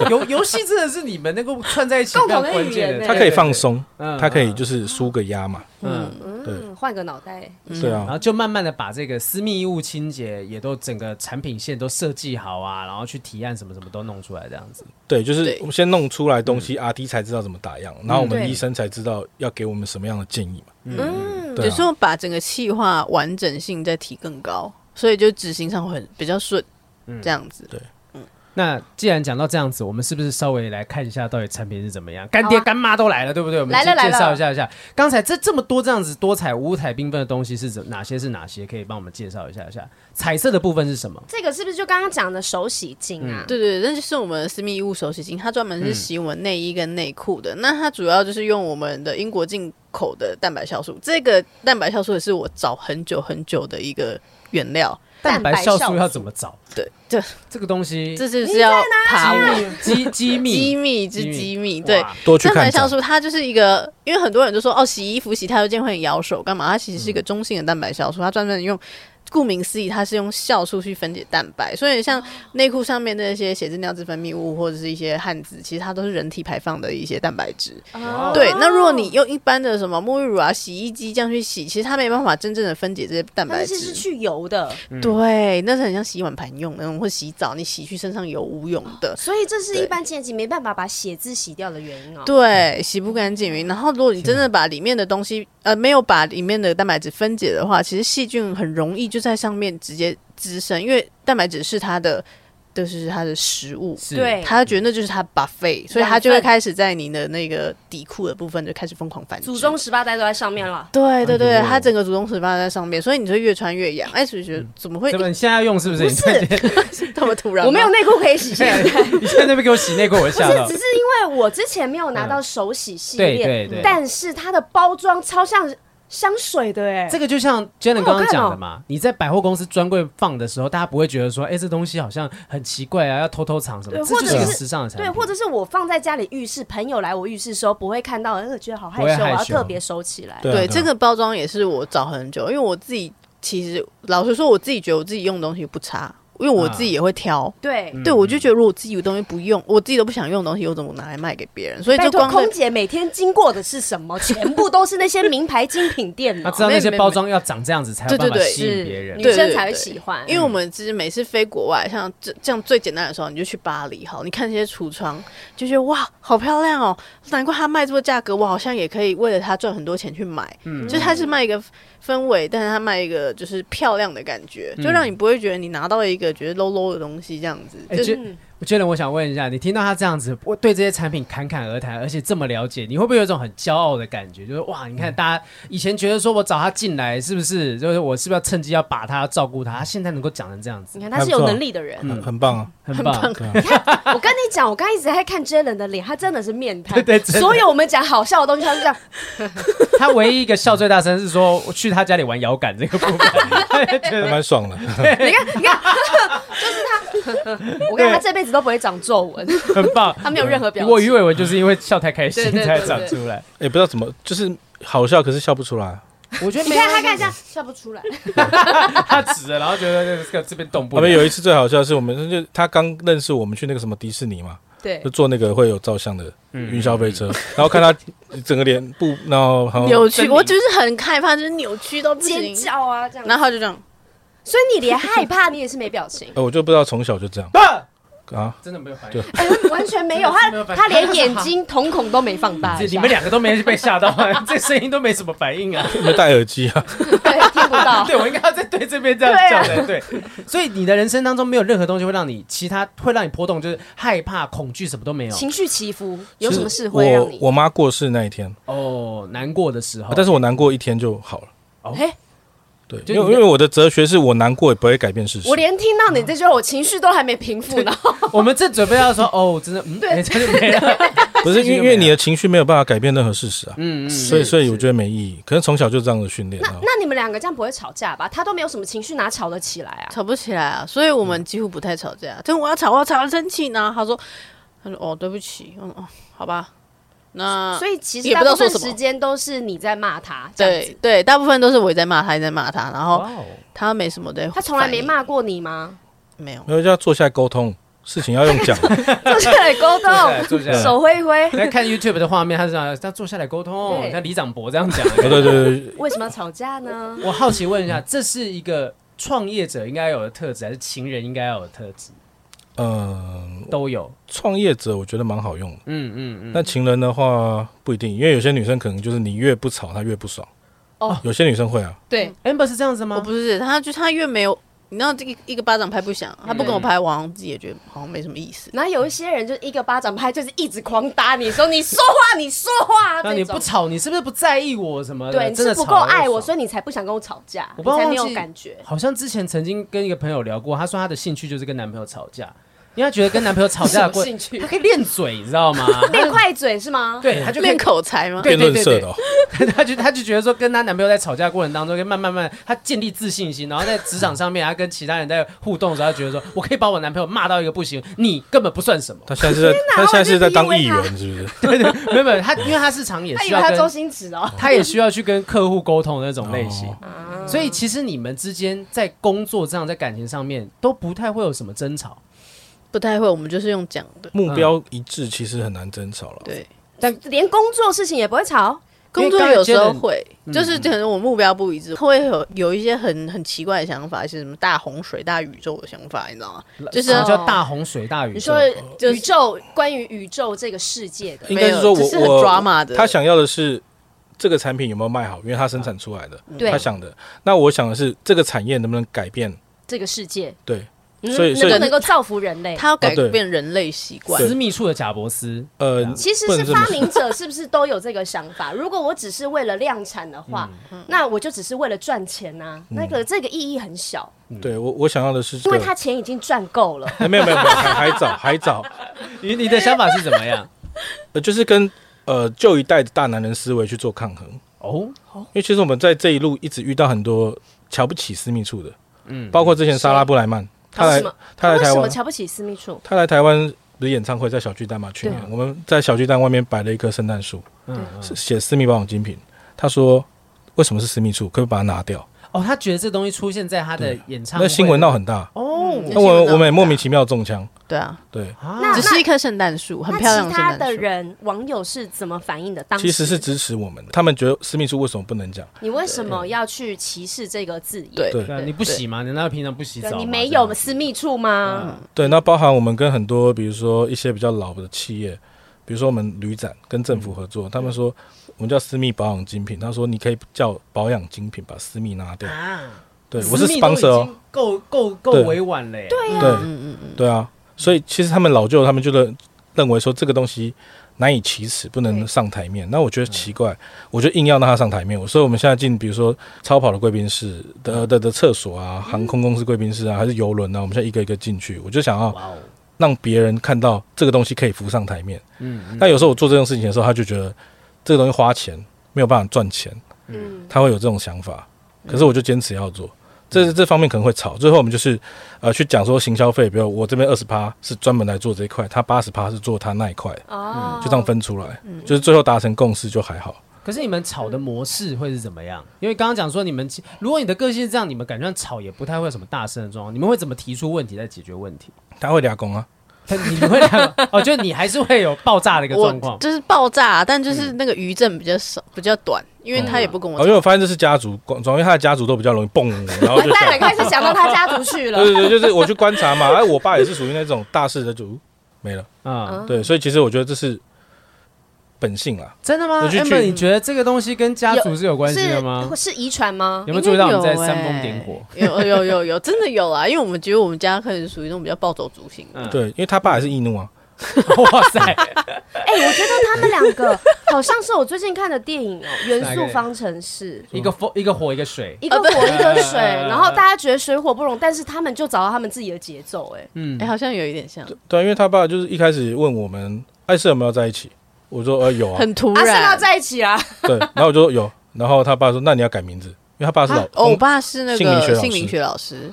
Speaker 3: 游游戏真的是你们那个串在一起
Speaker 4: 共
Speaker 3: 非常
Speaker 4: 同的
Speaker 3: 关
Speaker 4: 语
Speaker 3: 键
Speaker 4: 言
Speaker 3: 的，
Speaker 4: 哎
Speaker 2: 它可以放松，
Speaker 3: 嗯
Speaker 2: 它可以就是舒个压嘛。
Speaker 3: 嗯，
Speaker 2: 对
Speaker 4: 嗯，换个脑袋，
Speaker 1: 嗯
Speaker 2: 对啊
Speaker 3: 然，后就慢慢的把这个私密物清洁也都整个产品线都设计好啊，然后去提案什么什么都弄出来这样子。
Speaker 2: 对，就是
Speaker 1: 对嗯
Speaker 2: 我们先弄出来东西，阿 D 才知道怎么打样，然后我
Speaker 4: 对
Speaker 2: 们医生才知道要给我们什么样的建议嘛。
Speaker 4: 嗯，
Speaker 2: 对
Speaker 1: 有
Speaker 2: 啊
Speaker 1: 时，候把整个气化完整性再提更高，所以就执行上会很比较顺，这样子。
Speaker 3: 那既然讲到这样子，我们是不是稍微来看一下到底产品是怎么样？干爹干妈都来了，对不对？我们
Speaker 4: 来了
Speaker 3: 先
Speaker 4: 来
Speaker 3: 介
Speaker 4: 了
Speaker 3: 绍一下一下。刚才这这么多这样子多彩五彩缤纷的东西是怎哪些是哪些？可以帮我们介绍一下一下。彩色的部分是什么？
Speaker 4: 这个是不是就刚刚讲的手洗巾啊？
Speaker 1: 对对，对那就是我们的私密衣物手洗巾，它专门是洗我们内衣跟内裤的。那它主要就是用我们的英国进口的蛋白酵素，这个蛋白酵素也是我找很久很久的一个原料，
Speaker 3: 蛋白
Speaker 4: 白
Speaker 3: 酵
Speaker 4: 酵
Speaker 3: 素要
Speaker 4: 素
Speaker 3: 怎么找？
Speaker 1: 对，这
Speaker 3: 这个东西
Speaker 1: 这就是要爬文
Speaker 3: 机机密
Speaker 1: 机密之机密，对。
Speaker 3: 哇
Speaker 2: 多去
Speaker 1: 蛋白
Speaker 2: 看
Speaker 1: 酵
Speaker 2: 展。
Speaker 1: 素它就是一个，因为很多人就说哦，洗衣服洗太多件会咬手，干嘛？它其实是一
Speaker 2: 嗯
Speaker 1: 个中性的蛋白酵素，它专门用，顾名思义，它是用酵素去分解蛋白。所以
Speaker 4: 哦
Speaker 1: 像内裤上面的那些血渍、尿渍分泌物或者是一些汗渍，其实它都是人体排放的一些蛋白质。
Speaker 4: 哦
Speaker 1: 对，那如果你用一般的什么沐浴乳啊、洗衣机这样去洗，其实它没办法真正的分解这些蛋
Speaker 4: 它
Speaker 1: 白
Speaker 4: 那些是
Speaker 1: 质。嗯
Speaker 4: 去油的，
Speaker 2: 嗯
Speaker 1: 对，那是很像洗碗盘用的那种，或洗澡你洗去身上油污用的。
Speaker 4: 所以这是
Speaker 1: 对
Speaker 4: 一般前几没办法把血渍洗掉的原因哦。
Speaker 1: 对，洗不干净。然后，如果你真的把里面的东西，呃，没有把里面的蛋白质分解的话，其实细菌很容易就在上面直接滋生，因为蛋白质是它的，就是它的食物，
Speaker 3: 是
Speaker 4: 对
Speaker 1: 它觉得那就是它 buffet，所以它
Speaker 4: 养
Speaker 1: 就会
Speaker 4: 分
Speaker 1: 开始在你的那个底裤的部分就开始疯狂繁殖
Speaker 4: 祖。宗十八代都在上面了，
Speaker 1: 对对对，
Speaker 3: 哎呦
Speaker 1: 它整个祖宗十八在上面，所以你就越穿越痒。哎，所以觉得
Speaker 3: 嗯
Speaker 1: 怎么会
Speaker 3: 怎么你现在要用是不是？
Speaker 4: 不
Speaker 3: 你突然
Speaker 4: 是
Speaker 3: 间
Speaker 1: 这么突然吗？
Speaker 4: 我没有内裤可以洗现在。
Speaker 3: 你现在那边给我洗内裤，我
Speaker 4: 不
Speaker 3: 吓
Speaker 4: 是
Speaker 3: 到，
Speaker 4: 只。是因为我之前没有拿到手洗系列，
Speaker 3: 嗯对对对
Speaker 4: 但是它的包装超像香水的哎、
Speaker 3: 这个就像 Jalen
Speaker 4: 好看哦
Speaker 3: 刚刚讲的嘛，你在百货公司专柜放的时候，大家不会觉得说，哎，这东西好像很奇怪啊，要偷偷藏什么？
Speaker 4: 对
Speaker 3: 这就是
Speaker 4: 或
Speaker 3: 一
Speaker 4: 者
Speaker 3: 个
Speaker 4: 是
Speaker 3: 时尚的产
Speaker 4: 对，
Speaker 3: 品。
Speaker 4: 或者是我放在家里浴室，朋友来我浴室的时候不会看到，那呃个觉得好害
Speaker 3: 不会
Speaker 4: 羞，我
Speaker 3: 害
Speaker 4: 要
Speaker 3: 羞
Speaker 4: 特别收起来。
Speaker 2: 对啊
Speaker 1: 对，
Speaker 2: 啊
Speaker 1: 这个包装也是我找很久，因为我自己其实老实说，我自己觉得我自己用的东西不差，因为我自
Speaker 2: 嗯
Speaker 1: 己也会挑。
Speaker 4: 对，
Speaker 3: 嗯
Speaker 1: 对，我就觉得如果我自己有东西不用，我自己都不想用的东西，我怎么拿来卖给别人？所以
Speaker 4: 拜
Speaker 1: 就
Speaker 4: 托，
Speaker 1: 光
Speaker 4: 空姐每天经过的是什么？全部都是那些名牌精品店
Speaker 3: 他
Speaker 4: 呢，
Speaker 3: 啊知道
Speaker 1: 没
Speaker 3: 那些
Speaker 1: 没
Speaker 3: 包装要长这样子才有
Speaker 1: 对
Speaker 3: 办
Speaker 1: 对
Speaker 3: 法
Speaker 1: 对
Speaker 3: 吸引别人
Speaker 4: 女。
Speaker 1: 对
Speaker 4: 生才会喜欢。
Speaker 1: 因为我们其实每次飞国外，像这这样最简单的时候，你就去巴黎好，你看这些橱窗，就觉得哇，好漂亮哦，难怪它卖这个价格，我好像也可以为了它赚很多钱去买。嗯，就是它是卖一个氛围，但是它卖一个就是漂亮的感觉，就让你不会觉得你拿到一个觉得 low low 的东西这样子。
Speaker 3: 嗯哎
Speaker 1: 就是
Speaker 3: 这
Speaker 4: 嗯
Speaker 3: 我 Jalen，我想问一下，你听到他这样子，我对这些产品侃侃而谈，而且这么了解，你会不会有一种很骄傲的感觉？就是哇，你看大家以前觉得说我找他进来是不是，就是我是不是要趁机要把他照顾他？他现在能够讲成这样子
Speaker 4: 你，看他是有
Speaker 2: 还不错
Speaker 4: 能力的人，
Speaker 3: 嗯
Speaker 2: 很很棒啊！
Speaker 3: 很棒。
Speaker 4: 我跟你讲，我刚刚一直在看 Jalen 的脸，他真的是面瘫。
Speaker 3: 对对真的
Speaker 4: 所有我们讲好笑的东西，他是这样。
Speaker 3: 他唯一一个笑最大声是说我去他家里玩摇杆这个部 分， 觉
Speaker 2: 还
Speaker 3: 得
Speaker 2: 蛮爽的，
Speaker 4: 你看，你看， 就是他。我跟你讲，他这辈子都不会长皱纹，
Speaker 3: 很棒。
Speaker 4: 他没有任何表
Speaker 3: 不过鱼
Speaker 4: 情。
Speaker 3: 尾纹就是因为笑太开心
Speaker 4: 对对对
Speaker 3: 才长出来。
Speaker 2: 也不知道怎么，就是好笑，可是笑不出来。
Speaker 3: 我觉得
Speaker 4: 你看他看这样笑不出来，
Speaker 3: 他指了，然后觉得这个这边动不
Speaker 2: 我们
Speaker 3: 了。
Speaker 2: 有一次最好笑的是，我们就他刚认识我们去那个什么迪士尼嘛，
Speaker 4: 对
Speaker 2: 就，坐那个会有照相的云霄飞车，然后看他整个脸不，然后好像
Speaker 1: 扭曲，我就是很害怕，就是扭曲到不
Speaker 4: 尖
Speaker 1: 行，
Speaker 4: 叫啊这样。
Speaker 1: 然后它就这样。
Speaker 4: 所以你连害怕你也是没表 情，
Speaker 2: 呃我就不知道从小就这样
Speaker 3: 啊
Speaker 2: 啊，
Speaker 3: 真的没有反应
Speaker 2: 对。
Speaker 4: 哎完全没有，他
Speaker 3: 没有反应
Speaker 4: 他连眼睛瞳孔都没放大
Speaker 3: 这
Speaker 4: 一
Speaker 3: 你
Speaker 4: 下，
Speaker 3: 们两个都没被吓到， 这声音都没什么反应啊！
Speaker 2: 有没有戴耳机啊？
Speaker 4: 对听不到。 啊
Speaker 3: 对，我应该要在对这边这样叫才对。所以你的人生当中没有任何东西会让你其他会让你波动，就是害怕、恐惧，什么都没有。
Speaker 4: 情绪起伏，有什么
Speaker 2: 其
Speaker 4: 事
Speaker 2: 实
Speaker 4: 会让
Speaker 2: 我
Speaker 4: 你？
Speaker 2: 我妈过世那一天，啊
Speaker 3: 哦，难过的时候，
Speaker 2: 但是我难过一天就好了。
Speaker 4: 哎，
Speaker 2: 对，
Speaker 3: 哦就
Speaker 2: 因
Speaker 3: 你
Speaker 2: 为
Speaker 3: 的
Speaker 2: 因为我的哲学是我难过也不会改变事实
Speaker 4: 我。连听到你这句话，我情绪都还没平复呢。
Speaker 3: 我们正准备要说哦，真的，嗯，哎， 真的没了。
Speaker 2: 不 是因为因
Speaker 3: 就没有
Speaker 2: 为你的情绪没有办法改变任何事实啊，
Speaker 3: 嗯嗯，
Speaker 2: 所以所以我觉得没意义。可能从小就这样的训练啊，
Speaker 4: 那你们两个这样不会吵架吧？他都没有什么情绪，哪吵得起来啊？
Speaker 1: 吵不起来啊，所以我
Speaker 4: 嗯
Speaker 1: 们几乎不太吵架。就我要吵，我要吵，要生气呢。他说，他说哦，对不起，嗯哦，好吧，那
Speaker 4: 所以其实
Speaker 1: 也不知
Speaker 4: 大
Speaker 1: 道
Speaker 4: 部分
Speaker 1: 说什么
Speaker 4: 时间都是你在骂他，这样
Speaker 1: 对
Speaker 4: 子。
Speaker 1: 对，大部分都是我在骂他，也在骂他，然后
Speaker 3: 哇哦，
Speaker 1: 他没什么的，
Speaker 4: 他从来没，骂嗯过你吗？
Speaker 1: 没有。
Speaker 2: 没有就要坐下来沟通，事情要用讲。
Speaker 4: 坐下来沟
Speaker 3: 坐下来坐下
Speaker 4: 通，
Speaker 3: 来
Speaker 4: 手挥一挥。
Speaker 3: 来看 YouTube 的画面，他是这样他坐下来沟通，
Speaker 4: 对
Speaker 3: 像李长博这样讲。
Speaker 2: 对对对对，
Speaker 4: 为什么要吵架呢？
Speaker 3: 我好奇问一下，这是一个创业者应该有的特质，还是情人应该要有的特质？
Speaker 2: 嗯，
Speaker 3: 都有。
Speaker 2: 创业者我觉得蛮好用的，
Speaker 3: 嗯嗯嗯。
Speaker 2: 但情人的话不一定，因为有些女生可能就是你越不吵她越不爽。
Speaker 4: 哦，
Speaker 2: 有些女生会啊，
Speaker 4: 对，
Speaker 3: Amber 是这样子吗？
Speaker 1: 我不是他，就他越没有，你知道这一一个巴掌拍不响，他不跟我
Speaker 4: 嗯
Speaker 1: 拍，我好像自己也觉得好像没什么意思。
Speaker 4: 然后有一些人就一个巴掌拍，就是一直狂打你，说你说话，你说话，
Speaker 3: 那
Speaker 4: 这
Speaker 3: 你不
Speaker 4: 种。
Speaker 3: 吵，你是不是不在意我什么的？
Speaker 4: 对，你
Speaker 3: 真
Speaker 4: 是
Speaker 3: 的
Speaker 4: 不
Speaker 3: 吵
Speaker 4: 够
Speaker 3: 了
Speaker 4: 爱我，
Speaker 3: 爽
Speaker 4: 所以你才不想跟我吵架，
Speaker 3: 我
Speaker 4: 你
Speaker 3: 不知道
Speaker 4: 才没有
Speaker 3: 忘记
Speaker 4: 感觉。
Speaker 3: 好像之前曾经跟一个朋友聊过，她说她的兴趣就是跟男朋友吵架。因为她觉得跟男朋友吵架的过
Speaker 4: 什么兴趣
Speaker 3: 她可以练嘴，你知道吗？
Speaker 4: 练快嘴是
Speaker 3: 嗯
Speaker 4: 吗？
Speaker 3: 对，她就可以
Speaker 1: 练口才吗？
Speaker 3: 对
Speaker 2: 辩论
Speaker 3: 对对
Speaker 2: 社
Speaker 3: 对
Speaker 2: 的、哦，
Speaker 3: 她就她就觉得说，跟她男朋友在吵架过程当中，可以慢慢慢，她建立自信心，然后在职场上面，她跟其他人在互动的时候，她觉得说我可以把我男朋友骂到一个不行，你根本不算什么。
Speaker 2: 他现在是在他现在是在当议员，是不是？
Speaker 3: 对对， 没有没有，她因为她市场也
Speaker 4: 他以
Speaker 3: 需
Speaker 4: 为
Speaker 3: 要
Speaker 4: 他
Speaker 3: 跟
Speaker 4: 周星驰哦。
Speaker 3: 她也需要去跟客户沟通的那种类型
Speaker 2: 哦。
Speaker 3: 所以其实你们之间在工作上、在感情上面都不太会有什么争吵，
Speaker 1: 不太会，我们就是用讲的。
Speaker 2: 目标一致其实很难争吵了。
Speaker 1: 对，
Speaker 4: 连工作事情也不会吵，
Speaker 1: 工作有时候会，
Speaker 4: 嗯
Speaker 1: 就是可能我目标不一致，会有有一些很很奇怪的想法，是什么大洪水、大宇宙的想法，你知道吗？就是
Speaker 3: 什么叫大洪水、大雨
Speaker 4: 哦你
Speaker 3: 宙
Speaker 4: 说。
Speaker 1: 就
Speaker 4: 宇宙关于宇宙这个世界的
Speaker 3: 嗯
Speaker 2: 应该是
Speaker 1: 没
Speaker 2: 说
Speaker 1: 有
Speaker 2: 我
Speaker 1: 这是很
Speaker 2: 我
Speaker 1: drama 的
Speaker 2: 他想要的是这个产品有没有卖好，因为他生产出来的，
Speaker 1: 嗯
Speaker 4: 对
Speaker 2: 他想的。那我想的是这个产业能不能改变？
Speaker 4: 这个世界，
Speaker 2: 对，
Speaker 4: 嗯
Speaker 2: 所以
Speaker 4: 能
Speaker 2: 所以
Speaker 4: 不能够造福人类？
Speaker 1: 他要改
Speaker 3: 啊
Speaker 2: 哦对
Speaker 1: 变人类习惯，
Speaker 3: 私密处的贾伯斯，
Speaker 2: 呃，
Speaker 4: 其实
Speaker 2: 不
Speaker 4: 是
Speaker 2: 能这么
Speaker 4: 发
Speaker 2: 说
Speaker 4: 明者是不是都有这个想法？如果我只是为了量产的话，
Speaker 3: 嗯
Speaker 4: 那我就只是为了赚钱呐、那个这个意义很小，
Speaker 2: 对我我想要的是这
Speaker 4: 嗯因
Speaker 2: 个，哎
Speaker 4: 为他钱已经赚够了。
Speaker 2: 没有没有没有，还还早还早，
Speaker 3: 你你的想法是怎 么样？
Speaker 2: 呃，就是跟呃旧一代的大男人思维去做抗衡。
Speaker 3: 哦，
Speaker 2: 因为其实我们在这一路一直遇到很多瞧不起私密处的，嗯，包括之
Speaker 1: 啊
Speaker 2: 前莎拉布莱曼，他
Speaker 4: 为
Speaker 2: 来
Speaker 4: 什么？
Speaker 2: 他来
Speaker 4: 为
Speaker 2: 台
Speaker 4: 什么
Speaker 2: 湾，
Speaker 4: 瞧不起私密处？
Speaker 2: 他来台湾的演唱会在小巨蛋嘛，去
Speaker 4: 对
Speaker 2: 年我们在小巨蛋外面摆了一棵圣诞树，
Speaker 3: 嗯，
Speaker 2: 是写私密保养精品，他说为什么是私密处，可不可以把它拿掉？
Speaker 3: 哦，他觉得这东西出现在他的演唱会，
Speaker 2: 那新闻闹很大，
Speaker 3: 哦，
Speaker 1: 嗯
Speaker 2: 那
Speaker 1: 新闻
Speaker 2: 我
Speaker 1: 闹
Speaker 2: 我们也莫名其妙中枪，
Speaker 1: 对啊，
Speaker 2: 对，
Speaker 3: 啊
Speaker 4: 那
Speaker 1: 只是一棵圣诞树，很
Speaker 4: 那
Speaker 1: 漂亮的
Speaker 4: 其
Speaker 1: 圣
Speaker 4: 他
Speaker 1: 诞
Speaker 4: 的
Speaker 1: 树。
Speaker 4: 人网友是怎么反应的？当
Speaker 2: 其实是
Speaker 4: 时
Speaker 2: 支持我们的，他们觉得私密处为什么不能讲？
Speaker 4: 你为什么要去歧视这个字眼？
Speaker 1: 对
Speaker 2: 对
Speaker 3: 对啊，你不洗吗？难道平常不洗
Speaker 4: 对
Speaker 3: 澡吗？
Speaker 4: 你没
Speaker 3: 这样
Speaker 4: 有私密处吗？
Speaker 1: 嗯
Speaker 2: 对，那包含我们跟很多，比如说一些比较老的企业，比如说我们旅展跟政府合
Speaker 3: 嗯
Speaker 2: 作，他们说我们叫私密保养精品，他说你可以叫保养精品，把私密拿掉。
Speaker 3: 啊？
Speaker 2: 对，我是
Speaker 3: 私密都已
Speaker 2: sponsor
Speaker 3: 经
Speaker 2: 哦，
Speaker 3: 够够够
Speaker 2: 对
Speaker 3: 委婉嘞。对，
Speaker 2: 对，对啊，所以其实他们老旧，他们就认认为说这个东西难以启齿，不能上台面。那我觉得奇怪，我就硬要让它上台面。所以我们现在进，比如说超跑的贵宾室的的的厕所啊，航空公司贵宾室啊，还是游轮啊，我们现在一个一个进去，我就想要
Speaker 3: 哇哦，
Speaker 2: 让别人看到这个东西可以浮上台面。嗯，那有时候我做这种事情的时候，他就觉得这个东西花钱没有办法赚钱，
Speaker 4: 嗯，
Speaker 2: 他会有这种想法。可是我就坚持要做，这这方面可能会吵。最后我们就是呃去讲说行销费，比如我这边二十趴是专门来做这一块，他八十趴是做他那一块，
Speaker 4: 哦，
Speaker 2: 嗯就 这样分出来，就是最后达成共识就还好。
Speaker 3: 可是你们吵的模式会是怎么样？因为刚刚讲说你们其，如果你的个性是这样，你们感觉上吵也不太会有什么大声的状况，你们会怎么提出问题再解决问题？
Speaker 2: 他会俩工啊，
Speaker 3: 他你会 哦，就你还是会有爆炸的一个状
Speaker 1: 我
Speaker 3: 况。嗯
Speaker 1: 就是爆炸，啊但就是那个余震比较少，比较短，因为他也不跟我
Speaker 2: 哦，因为我发现这是家族，广因为他的家族都比较容易蹦，然后
Speaker 4: 完
Speaker 2: 就
Speaker 4: 蛋了，开始想到他家族去了
Speaker 2: 对。对对，就是我去观察嘛，哎，我爸也是属于那种大事的主，没了。
Speaker 3: 嗯，
Speaker 2: 对，所以其实我觉得这是本性啦。
Speaker 3: 真的吗
Speaker 2: 我去
Speaker 3: ？amber，
Speaker 2: 去
Speaker 3: 你觉得这个东西跟家族是有关
Speaker 1: 啊
Speaker 3: 系的吗
Speaker 4: 是？是遗传吗？
Speaker 3: 有没有注意到我们在煽
Speaker 1: 应
Speaker 3: 风
Speaker 1: 该有
Speaker 3: 点火？
Speaker 1: 欸？有有有有，真的有啊！因为我们觉得我们家可能属于那种比较暴走族型的，
Speaker 3: 嗯，
Speaker 2: 对，因为他爸也是易怒啊，
Speaker 3: 哇塞，
Speaker 4: 哎、我觉得他们两 个好像是我最近看的电影哦，《元素方程
Speaker 1: 啊
Speaker 4: 式》。
Speaker 3: 一个风，一个火，一个水。
Speaker 4: 一个火一个水，
Speaker 1: 哎
Speaker 3: 呃
Speaker 4: 然后大家觉得水火不容，但是他们就找到他们自己的节奏、哎，
Speaker 3: 嗯
Speaker 1: 哎、好像有一点像，
Speaker 2: 对，因为他爸就是一开始问我们艾斯有没有在一起，我说呃有啊，
Speaker 1: 很突
Speaker 4: 阿森
Speaker 1: 然。
Speaker 4: 要在一起啊啦，
Speaker 2: 对，然后我就说有，然后他爸说那你要改名字，因为他爸是老
Speaker 1: 哦，我
Speaker 3: 嗯
Speaker 2: 公，
Speaker 1: 爸是那
Speaker 2: 姓名学
Speaker 1: 个
Speaker 2: 老师
Speaker 1: 姓名学老师，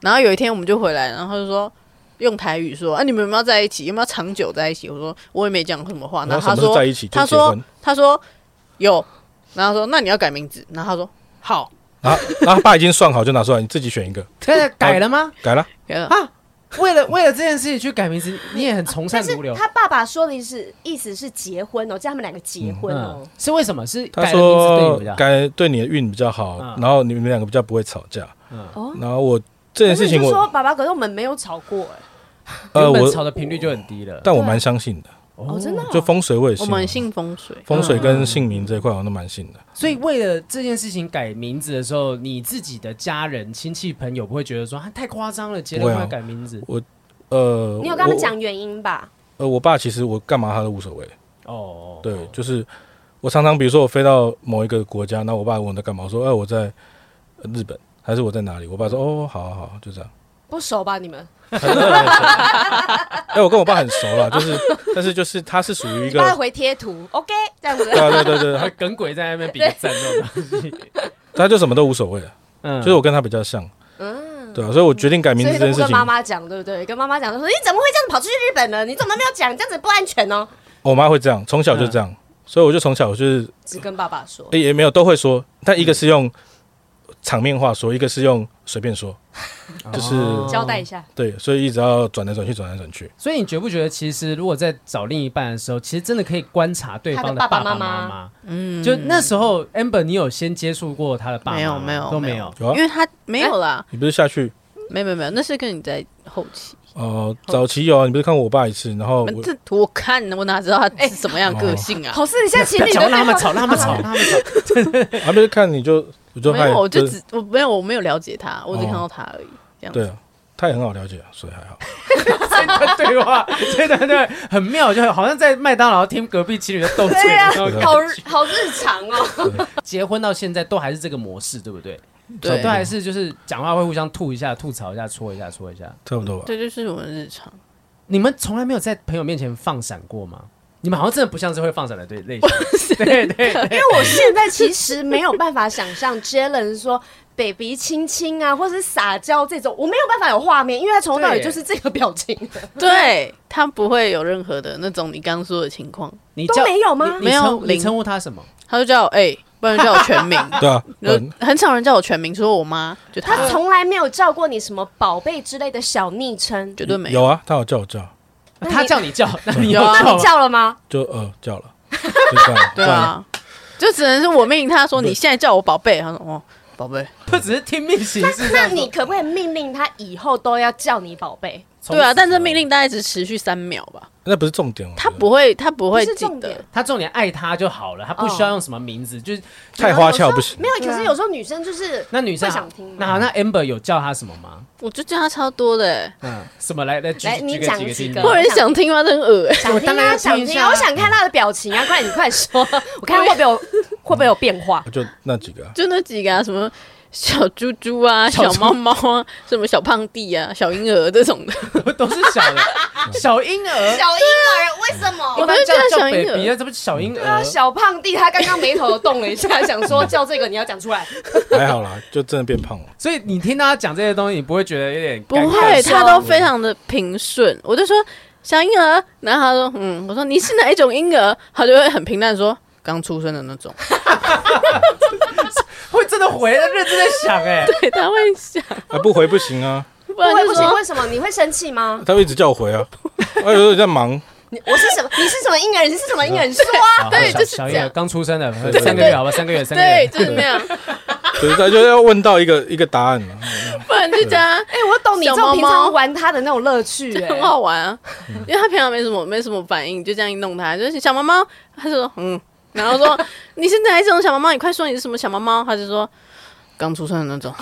Speaker 1: 然后有一天我们就回来，然后他就说。用台语说啊，你们有没有在一起？有没有长久在一起？我说我也没讲什
Speaker 4: 啊
Speaker 1: 么话。
Speaker 2: 然
Speaker 1: 然后
Speaker 2: 后
Speaker 1: 他
Speaker 2: 什么
Speaker 1: 说
Speaker 2: 是在一起就
Speaker 1: 他
Speaker 2: 结
Speaker 1: 说
Speaker 2: 婚，
Speaker 1: 他说有，然后他说那你要改名字。然后他说好，
Speaker 2: 然后然后啊他爸已经算好就拿出来，你自己选一个，
Speaker 3: 现在改了吗？
Speaker 2: 改了，
Speaker 1: 改了
Speaker 3: 啊为了为了这件事情去改名字，你也很崇
Speaker 4: 但
Speaker 3: 尚
Speaker 4: 是
Speaker 3: 毒瘤。
Speaker 4: 他爸爸说的是意思是结婚哦，叫他们两个结婚哦。
Speaker 3: 嗯，是为什么？是
Speaker 2: 他
Speaker 3: 改了名字对你
Speaker 2: 说
Speaker 3: 比较好
Speaker 2: 改对你的运比较好，
Speaker 3: 嗯
Speaker 2: 然后你们两个比较不会吵架，
Speaker 4: 哦
Speaker 2: 然后我这
Speaker 4: 可
Speaker 2: 件
Speaker 4: 是
Speaker 2: 事
Speaker 4: 你
Speaker 2: 情
Speaker 4: 就说
Speaker 2: 我
Speaker 4: 爸爸，可是我们没有吵过、哎、
Speaker 2: 呃
Speaker 3: 原本
Speaker 2: 我
Speaker 3: 吵的频率就很低了。
Speaker 2: 但我蛮相信的，
Speaker 4: 哦，真的、哦，
Speaker 2: 就风水我也信
Speaker 1: 我
Speaker 2: 啊，
Speaker 1: 们信风水，
Speaker 2: 风水跟
Speaker 3: 嗯
Speaker 2: 姓名这一块我都蛮信的。
Speaker 3: 所以为了这件事情改名字的时候，你自己的家人、亲戚、朋友不会觉得说啊太夸张了，结了
Speaker 2: 不会
Speaker 3: 婚
Speaker 2: 啊
Speaker 3: 要改名字
Speaker 2: 呃，
Speaker 4: 你有跟他们
Speaker 2: 我
Speaker 4: 讲原因吧？
Speaker 2: 呃，我爸其实我干嘛他都无所谓。
Speaker 3: 哦。
Speaker 2: 对，就是我常常比如说我飞到某一个国家，那我爸问我在干嘛，我说哎、我在呃日本还是我在哪里，我爸说哦好好好就这样，
Speaker 4: 不熟吧你们？
Speaker 2: 很热很熟。 哎，我跟我爸很熟了，就是，但是就是他是属于一
Speaker 4: 你帮他
Speaker 2: 个，
Speaker 4: 回贴图，OK，这样子。
Speaker 2: 啊对啊对对对，
Speaker 3: 还
Speaker 2: 他
Speaker 3: 跟鬼在那边比个赞那种东西。
Speaker 2: 他就什么都无所谓了，
Speaker 3: 嗯，
Speaker 2: 就是我跟他比较像，嗯，对啊，所以我决定改名
Speaker 4: 所
Speaker 2: 字
Speaker 4: 以
Speaker 2: 这
Speaker 4: 都
Speaker 2: 件
Speaker 4: 不
Speaker 2: 事
Speaker 4: 跟
Speaker 2: 情，
Speaker 4: 妈妈讲，对不对？跟妈妈讲就说你怎么会这样跑出去日本呢？你怎么没有讲？这样子不安全哦。
Speaker 2: 我妈会这样，从
Speaker 3: 嗯
Speaker 2: 小就这样，所以我就从小就是
Speaker 4: 只跟爸爸说。
Speaker 2: 也也没有都会说，但一
Speaker 3: 嗯
Speaker 2: 个是用场面话说，一个是用随便说，就是
Speaker 3: 哦
Speaker 4: 交代一下，
Speaker 2: 对，所以一直要转来转去，转来转去。
Speaker 3: 所以你觉不觉得，其实如果在找另一半的时候，其实真的可以观察对方爸妈
Speaker 4: 他的爸爸妈
Speaker 3: 妈。嗯，就那时候，amber，你有先接触过他的爸妈吗？
Speaker 1: 没有没有
Speaker 3: 都
Speaker 1: 没
Speaker 3: 没
Speaker 1: 有
Speaker 3: 有。
Speaker 2: 有啊
Speaker 1: 因，为他没有啦，
Speaker 2: 你不是下去
Speaker 1: 哎没有没有没有，那是跟你在后期。
Speaker 2: 呃早期有啊，你不是看过我爸一次，然后我哦
Speaker 1: 这图我看，我哪知道他是什么样的个性啊？
Speaker 4: 好事，你现在情
Speaker 3: 不
Speaker 4: 侣
Speaker 3: 要
Speaker 4: 都
Speaker 3: 吵，
Speaker 4: 在
Speaker 3: 让他们吵，让他 们吵，让他们吵。
Speaker 2: 还没啊看你就我哦就
Speaker 1: 没
Speaker 2: 害
Speaker 1: 有，我就
Speaker 2: 就是哦
Speaker 1: 只我没有我没有了解他，我只看到他而已。这样
Speaker 2: 对
Speaker 1: 子，
Speaker 2: 啊，他也很好了解，所以还好。
Speaker 3: 这段对话，这段对话很妙，就好像在麦当劳听隔壁情侣的斗嘴。
Speaker 4: 对啊
Speaker 3: 然后
Speaker 2: 对
Speaker 4: 好好日常哦。
Speaker 3: 结婚到现在都还是这个模式，对不对？
Speaker 1: 对
Speaker 3: 都还是就是讲话会互相吐一下、吐槽一下、戳一下、戳一下。
Speaker 2: 差不多吧。
Speaker 1: 这就是我们日常。
Speaker 3: 你们从来没有在朋友面前放闪过吗？你们好像真的不像是会放闪的对类型。对对对。
Speaker 4: 因 为我现在其实没有办法想象 Jalen 说 baby 亲亲啊，或者是撒娇这种，我没有办法有画面，因为他从头到尾
Speaker 3: 对
Speaker 4: 就是这个表情。
Speaker 1: 对他不会有任何的那种你刚说的情况，
Speaker 3: 你
Speaker 4: 都
Speaker 3: 叫
Speaker 4: 没有吗
Speaker 3: 你
Speaker 1: 没有
Speaker 3: 你称你
Speaker 1: 零
Speaker 3: 称呼他什么？
Speaker 1: 他就叫我哎、不然就叫我全名。
Speaker 2: 对啊， 嗯
Speaker 1: 就，很少人叫我全名，除了我妈，就她
Speaker 4: 他从来没有叫过你什么宝贝之类的小昵称，
Speaker 1: 绝对没
Speaker 2: 有啊，他有叫我叫，
Speaker 4: 那你
Speaker 3: 他叫你叫，那你
Speaker 1: 有
Speaker 3: 要
Speaker 1: 啊
Speaker 3: 叫
Speaker 4: 那你
Speaker 3: 吗？
Speaker 4: 叫了吗？
Speaker 2: 就呃叫 了，就这样。
Speaker 1: 对啊，就只能是我命令他说你现在叫我宝贝，他说哦宝贝，
Speaker 3: 不只是听命行事这
Speaker 4: 那
Speaker 3: 样说。
Speaker 4: 你可不可以命令他以后都要叫你宝贝？
Speaker 3: 从
Speaker 1: 对啊，
Speaker 3: 此
Speaker 1: 但这命令大概只持续三秒吧，
Speaker 2: 这样，那不是重点。我
Speaker 1: 他
Speaker 2: 觉得
Speaker 1: 不会他不会
Speaker 4: 不是
Speaker 1: 记
Speaker 4: 重
Speaker 1: 得
Speaker 4: 点，
Speaker 3: 他重点爱他就好了，他不需要用什么名字，就是
Speaker 2: 太花俏不行
Speaker 4: 没。有，可是有时候女生就是
Speaker 3: 啊那女生啊
Speaker 4: 会想听吗
Speaker 3: 那好，那 Amber 有叫他什么吗？
Speaker 1: 我就叫他超多的 欸，
Speaker 3: 嗯，什么来来举
Speaker 4: 来
Speaker 3: 举
Speaker 4: 你
Speaker 3: 个
Speaker 4: 讲
Speaker 3: 几个
Speaker 4: 几
Speaker 3: 例
Speaker 4: 个
Speaker 3: 子
Speaker 1: 会有人想听吗？真恶欸
Speaker 4: 想
Speaker 3: 我
Speaker 4: 听
Speaker 3: 当然
Speaker 4: 啊，
Speaker 3: 要
Speaker 4: 想
Speaker 3: 听一
Speaker 4: 听
Speaker 3: 下
Speaker 4: 啊，
Speaker 3: 啊
Speaker 4: 我想看他的表情啊，快你快 说，我看会不会有会不会有变化？
Speaker 2: 就那几个啊，
Speaker 1: 就那几个啊，什么小猪猪啊、
Speaker 3: 小
Speaker 1: 小
Speaker 3: 猪
Speaker 1: 猫猫啊、什么小胖弟啊、小婴儿这 种的，
Speaker 3: 都是小的，小婴 儿，
Speaker 4: 小婴儿为什么
Speaker 3: 一
Speaker 1: 我
Speaker 3: 般
Speaker 1: 都
Speaker 3: 叫
Speaker 1: 叫
Speaker 3: 叫
Speaker 1: 小婴
Speaker 3: baby
Speaker 1: 儿
Speaker 3: 啊，这不是小婴
Speaker 4: 对啊，
Speaker 3: 儿。
Speaker 4: 小胖弟他刚刚眉头动了一下，想说叫这个你要讲出 来，
Speaker 2: 还好啦，就真的变胖了。
Speaker 3: 所以你听到他讲这些东西，你不会觉得有点
Speaker 1: 不
Speaker 3: 尴尬
Speaker 1: 会，
Speaker 3: 是嗯
Speaker 1: 他
Speaker 3: 吗
Speaker 1: 都非常的平顺，我就说小婴儿，然后他说嗯，我说你是哪一种婴儿，他就会很平淡地说刚出生的那 种，
Speaker 3: 会真的回，认真在想哎。
Speaker 1: 对，他会想，
Speaker 2: 啊，不回不行啊，
Speaker 1: 不然
Speaker 4: 会
Speaker 1: 就
Speaker 4: 不行？
Speaker 1: 说
Speaker 4: 为什么你会生气吗？
Speaker 2: 他会一直叫我回啊。我有时候在忙，
Speaker 4: 你我是什么？你是什么婴儿？你是什么婴儿？你说啊！
Speaker 3: 好
Speaker 1: 对
Speaker 3: 小
Speaker 1: 就是
Speaker 3: 小
Speaker 1: 这
Speaker 3: 婴儿
Speaker 1: 样
Speaker 3: 刚出生的，
Speaker 2: 对
Speaker 3: 三个月好吧，三个月，三个
Speaker 1: 对
Speaker 3: 月，。
Speaker 1: 就是那样，
Speaker 2: 可是他就要问到一个一个答案了。
Speaker 1: 不然就叫他
Speaker 4: 哎，我懂你这
Speaker 1: 小
Speaker 4: 种
Speaker 1: 猫
Speaker 4: 平
Speaker 1: 猫
Speaker 4: 常玩他的那种乐趣，哎
Speaker 1: 很好玩啊，因为他平常没什么没什么反应，就这样一弄他，就是小猫猫，他就说嗯，然后说 你是哪一种小猫猫？你快说你是什么小猫猫？他就说刚出生的 那种，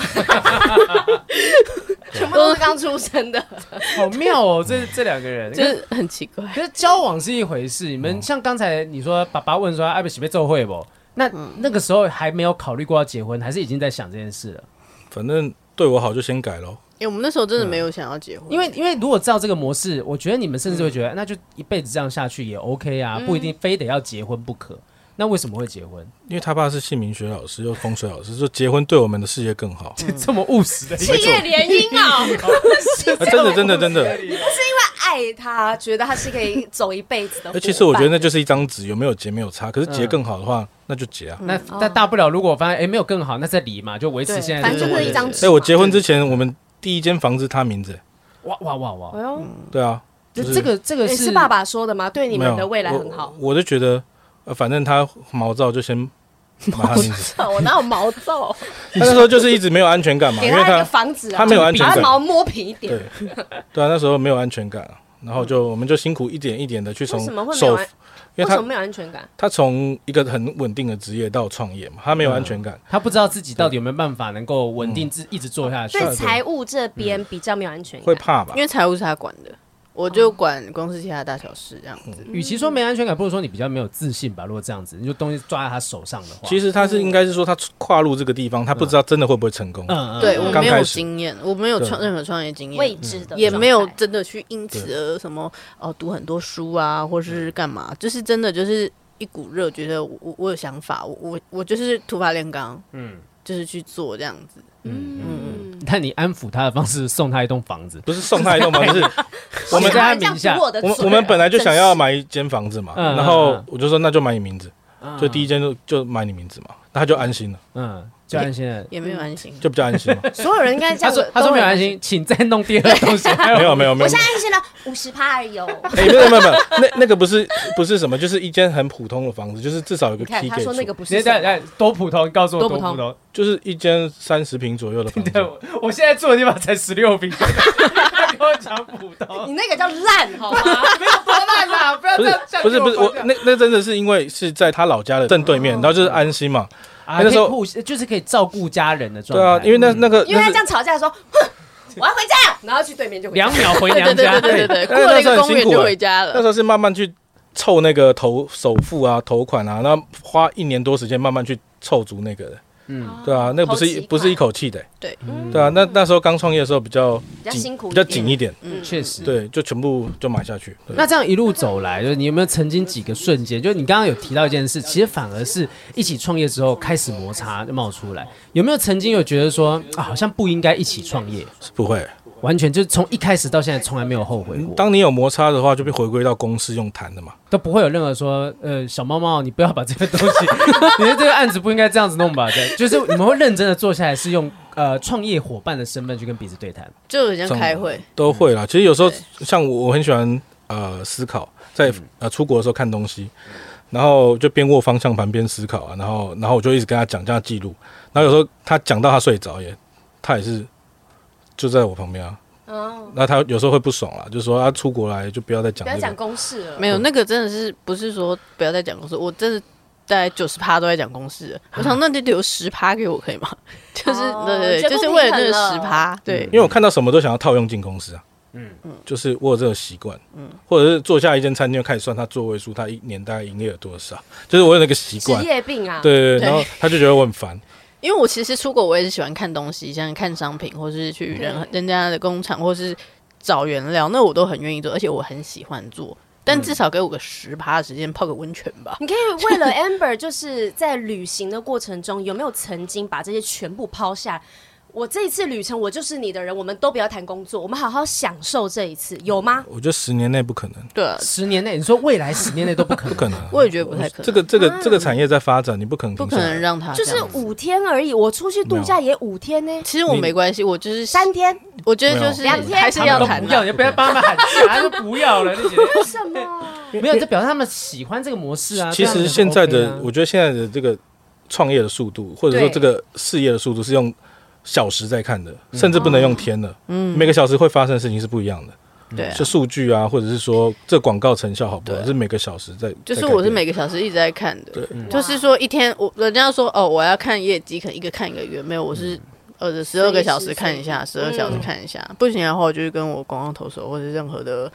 Speaker 4: 全部都是刚出生的。
Speaker 3: 好妙哦，这这两个人，
Speaker 1: 就
Speaker 3: 可是
Speaker 1: 是很奇怪。
Speaker 3: 可是交往是一回事，你们像刚才你说爸爸问说哎，不喜被揍会不？那
Speaker 1: 嗯
Speaker 3: 那个时候还没有考虑过要结婚，还是已经在想这件事
Speaker 1: 嗯
Speaker 3: 了？
Speaker 2: 反正对我好就先改喽。
Speaker 1: 因为我们那时候真的没有想要结婚，
Speaker 3: 因为因为如果照这个模式，我觉得你们甚至会觉
Speaker 1: 嗯
Speaker 3: 得，那就一辈子这样下去也 OK 啊，不一定非得要结婚不可。那为什么会结婚？
Speaker 2: 因为他爸是姓名学老师又风水老师，说结婚对我们的事业更好。
Speaker 1: 嗯
Speaker 3: 这么务实的一个
Speaker 4: 企业联姻 啊，
Speaker 2: 啊，真的真的真 的。
Speaker 4: 爱他，觉得他是可以走一辈子的伙
Speaker 2: 哎，
Speaker 4: 伴。
Speaker 2: 其实我觉得那就是一张纸，有没有结没有差。可是
Speaker 1: 嗯
Speaker 2: 结更好的话，那就结啊。
Speaker 3: 那但大不了，如果我发现哎没有更好，那再离嘛，就维持
Speaker 1: 对
Speaker 3: 现在
Speaker 4: 反
Speaker 3: 的
Speaker 4: 正就是一张
Speaker 2: 哎，
Speaker 4: 纸。
Speaker 2: 我结婚之前，我们第一间房子他名字。
Speaker 3: 哇哇哇哇
Speaker 4: 哎！呦，
Speaker 2: 对啊，
Speaker 3: 这
Speaker 2: 就是
Speaker 3: 这个这个
Speaker 4: 也是爸爸说的吗？对你
Speaker 2: 没有
Speaker 4: 们的未来很好。
Speaker 2: 我我就觉得，呃反正他毛躁就 先把他名字。
Speaker 4: 哦
Speaker 1: 我哪有毛躁？
Speaker 2: 他那时候就是一直没有安全感嘛，
Speaker 4: 给
Speaker 2: 因为
Speaker 4: 他一个
Speaker 2: 他
Speaker 4: 房子啊，
Speaker 2: 他没有安全感
Speaker 4: 把他毛摸平一点。
Speaker 2: 对对啊，那时候没有安全感啊，然后就我们就辛苦一点一点的去从
Speaker 4: 为什么会没有
Speaker 2: 首
Speaker 4: 安？
Speaker 2: 因为
Speaker 4: 为什么
Speaker 2: 他
Speaker 4: 没有安全感？
Speaker 2: 他从一个很稳定的职业到创业嘛，他没有安全
Speaker 4: 嗯
Speaker 2: 感，
Speaker 3: 他不知道自己到底有没有办法能够
Speaker 2: 嗯
Speaker 3: 稳定自一直做下去。
Speaker 4: 对财务这边比较没有安全感，
Speaker 2: 会怕吧
Speaker 1: 因？为财务是他管的，我就管公司其他大小事这样子。
Speaker 3: 与其说没安全感，不如说你比较没有自信吧。如果这样子，你就东西抓在他手上的话，
Speaker 2: 其实他是应该是说他跨入这个地方，他不知道真的会不会成功。
Speaker 3: 嗯嗯，
Speaker 1: 对
Speaker 2: 嗯
Speaker 1: 我
Speaker 2: 刚
Speaker 1: 没
Speaker 2: 开
Speaker 1: 有
Speaker 2: 始
Speaker 1: 经验，我没有
Speaker 2: 对
Speaker 1: 创任何创业经
Speaker 4: 未
Speaker 1: 验，
Speaker 2: 嗯
Speaker 4: 知的状态，
Speaker 1: 也没有真的去因此而什么哦读很多书啊，或是干嘛，就是真的就是一股热，觉得我我我有想法，我我我就是突发炼钢，嗯，就是去做这样子。
Speaker 4: 嗯，
Speaker 3: 但你安抚他的方式是送他一栋房子，
Speaker 2: 不是送他一栋房，就是我们
Speaker 3: 写在他名下
Speaker 4: 我的
Speaker 2: 我
Speaker 4: 嘴
Speaker 2: 们
Speaker 4: 啊
Speaker 2: 我们本来就想要
Speaker 4: 真是
Speaker 2: 买一间房子嘛，
Speaker 3: 嗯
Speaker 2: 然后我就说那就买你名字，就第
Speaker 3: 一，
Speaker 2: 一间就就买你名字嘛，那他就安心了，
Speaker 3: 嗯，就安心了。
Speaker 1: 也没有安心，
Speaker 2: 就比较安心嘛。
Speaker 4: 所有人应该这
Speaker 3: 他
Speaker 4: 样
Speaker 3: 说
Speaker 4: 子，
Speaker 3: 他说没有安
Speaker 4: 安
Speaker 3: 心，请再弄第二栋先。
Speaker 2: 没有没有没有
Speaker 4: 我现，在安心了五十趴而已哦。
Speaker 2: 哎，没有没有没有，那那个不是不是什么，就是一间很普通的房子，就是至少有个
Speaker 4: 你看
Speaker 2: key
Speaker 4: 他
Speaker 2: 给
Speaker 4: 说那个
Speaker 2: 住，
Speaker 4: 不
Speaker 3: 直接
Speaker 4: 是
Speaker 3: 在在多普通，告诉我
Speaker 4: 多
Speaker 3: 多
Speaker 4: 普
Speaker 3: 普
Speaker 4: 通
Speaker 3: 通。
Speaker 2: 就是一间三十平左右的 房
Speaker 3: 对，
Speaker 2: 子。
Speaker 3: 我我现在住的地方才十六平，他跟我讲普通，
Speaker 4: 你那个叫烂好吗？
Speaker 3: 没有多烂啦，不要
Speaker 2: 不
Speaker 3: 这
Speaker 2: 是
Speaker 3: 样讲。
Speaker 2: 不是不是，我哦那那真的是因为是在他老家的正对面，然后就是安心嘛，
Speaker 3: 啊，
Speaker 2: 那
Speaker 3: 那
Speaker 2: 时
Speaker 3: 时
Speaker 2: 候
Speaker 3: 候就是可以照顾家人的状
Speaker 2: 对
Speaker 3: 态。
Speaker 2: 啊，因为那那个
Speaker 4: 因为
Speaker 2: 那
Speaker 4: 他
Speaker 2: 是
Speaker 4: 这样吵架说，哼，我要回家，然后去对面就回家
Speaker 3: 两。秒回
Speaker 1: 对对
Speaker 3: 娘
Speaker 1: 对
Speaker 3: 家
Speaker 1: 对，对对对，
Speaker 2: 哎
Speaker 1: 过了一
Speaker 2: 那
Speaker 1: 个
Speaker 2: 时候很
Speaker 1: 公
Speaker 2: 辛苦
Speaker 1: 园就
Speaker 2: 哎
Speaker 1: 回
Speaker 4: 呃
Speaker 1: 家
Speaker 2: 那
Speaker 1: 了。
Speaker 2: 时候是慢慢去凑那个头首付啊、头款啊，那花一年多时间慢慢去凑足那个的，
Speaker 4: 哦
Speaker 3: 嗯，
Speaker 2: 对啊，那不是
Speaker 4: 好
Speaker 2: 一
Speaker 4: 奇怪
Speaker 2: 不是一口气的、
Speaker 1: 对，
Speaker 4: 嗯
Speaker 2: 对啊，那那时候刚创业的时候比较
Speaker 4: 比较辛苦
Speaker 2: 比较紧一点，
Speaker 1: 嗯
Speaker 3: 确实。
Speaker 2: 对，就全部就买下去。对
Speaker 3: 那这样一路走来，就是你有没有曾经几个瞬间，就是你刚刚有提到一件事，其实反而是一起创业之后开始摩擦就冒出来，有没有曾经有觉得说啊，好像不应该一起创业，
Speaker 2: 是不会，
Speaker 3: 完全就是从一开始到现在从来没有后悔过，
Speaker 2: 当你有摩擦的话，就被回归到公司用谈的嘛。
Speaker 3: 都不会有任何说呃小猫猫，你不要把这个东西， 你的这个案子不应该这样子弄吧？对，就是你们会认真的坐下来，是用呃创业伙伴的身份去跟彼此对谈。
Speaker 1: 就很像开会，
Speaker 2: 都会
Speaker 4: 嗯
Speaker 2: 啦。其实有时候
Speaker 1: 对
Speaker 2: 像我，我很喜欢呃思考，在
Speaker 4: 嗯
Speaker 2: 呃出国的时候看东西，然后就边握方向盘边思考啊，然后然后我就一直跟他讲这样记录，然后有时候他讲到他睡着也，他也是就在我旁边啊。
Speaker 4: 哦，
Speaker 2: 那他有时候会不爽啦，就说啊出国来就不要再讲
Speaker 4: 不要
Speaker 2: 这
Speaker 4: 讲
Speaker 2: 个，
Speaker 4: 公式了，
Speaker 1: 没有那个真的是不是说不要再讲公司，我真的大概九十趴都在讲公司了。我想那就留十趴给我可以吗？ 就是
Speaker 4: 哦
Speaker 1: 对对，
Speaker 4: 觉得
Speaker 1: 就
Speaker 4: 不
Speaker 1: 是为了那个
Speaker 4: 平衡了
Speaker 1: 十趴，对
Speaker 3: 嗯
Speaker 2: 因为我看到什么都想要套用进公司啊。嗯，就是我有这个习惯，嗯，或者是坐下一间餐厅就开始算他座位数，他一年大概营业额多少，就是我有那个习
Speaker 4: 职
Speaker 2: 惯，
Speaker 4: 业病啊。
Speaker 2: 对，对对，
Speaker 1: 对
Speaker 2: 然后他就觉得我很烦，
Speaker 1: 因为我其实出国我也是喜欢看东西，像看商品，或是去人人家的工厂，或是找原料，那我都很愿意做，而且我很喜欢做。
Speaker 4: 嗯
Speaker 1: 但至少给我个十趴的时间泡个温泉吧。
Speaker 4: 你可 以为了 Amber，就是在旅行的过程中，有没有曾经把这些全部抛下？我这一次旅程，我就是你的人，我们都不要谈工作，我们好好享受这一次，有吗？
Speaker 2: 我觉得十年内不可能。
Speaker 1: 对啊，
Speaker 3: 十年内，你说未来十年内都不可能，
Speaker 2: 不可能啊，
Speaker 1: 我也觉得不太可能啊
Speaker 2: 这个这个这个产业在发展，你不可能
Speaker 1: 不
Speaker 2: 停
Speaker 1: 可
Speaker 2: 下来
Speaker 1: 能让他
Speaker 3: 啊
Speaker 4: 就
Speaker 1: 这
Speaker 4: 是
Speaker 1: 样子
Speaker 4: 五天而已，我出去度假也五天呢、
Speaker 1: 其实我
Speaker 2: 你
Speaker 1: 没关系，我就是
Speaker 4: 三天，
Speaker 1: 我觉得就是
Speaker 4: 没有两天
Speaker 1: 还是要
Speaker 3: 都
Speaker 1: 谈啊
Speaker 3: 不 要，
Speaker 1: 的。
Speaker 3: 你就不要帮他们喊价，他说不要了，那些
Speaker 4: 为什么？
Speaker 3: 没有，这表示他们喜欢这个模式啊。
Speaker 2: 其
Speaker 3: 这样
Speaker 2: 实
Speaker 3: 很
Speaker 2: 现在
Speaker 3: OK
Speaker 2: 的，
Speaker 3: 啊
Speaker 2: 我觉得现在的这个创业的速度，或者说
Speaker 4: 对
Speaker 2: 这个事业的速度，是用小时在看的，
Speaker 1: 嗯
Speaker 2: 甚至不能用天的。嗯，每个小时会发生的事情是不一样的，
Speaker 1: 对啊
Speaker 2: 就，数据啊，或者是说这广告成效好不好，
Speaker 1: 对啊
Speaker 2: 是每个小时在。
Speaker 1: 就是
Speaker 2: 在改变
Speaker 1: 我是每个小时一直在看的。
Speaker 2: 对
Speaker 1: 就是说一天我人家说哦，我要看业绩，可能一个看一个月，没有，我是呃十二个小时嗯看一下，十二小时看一下，不行的话，我就是跟我广告投手或者任何的。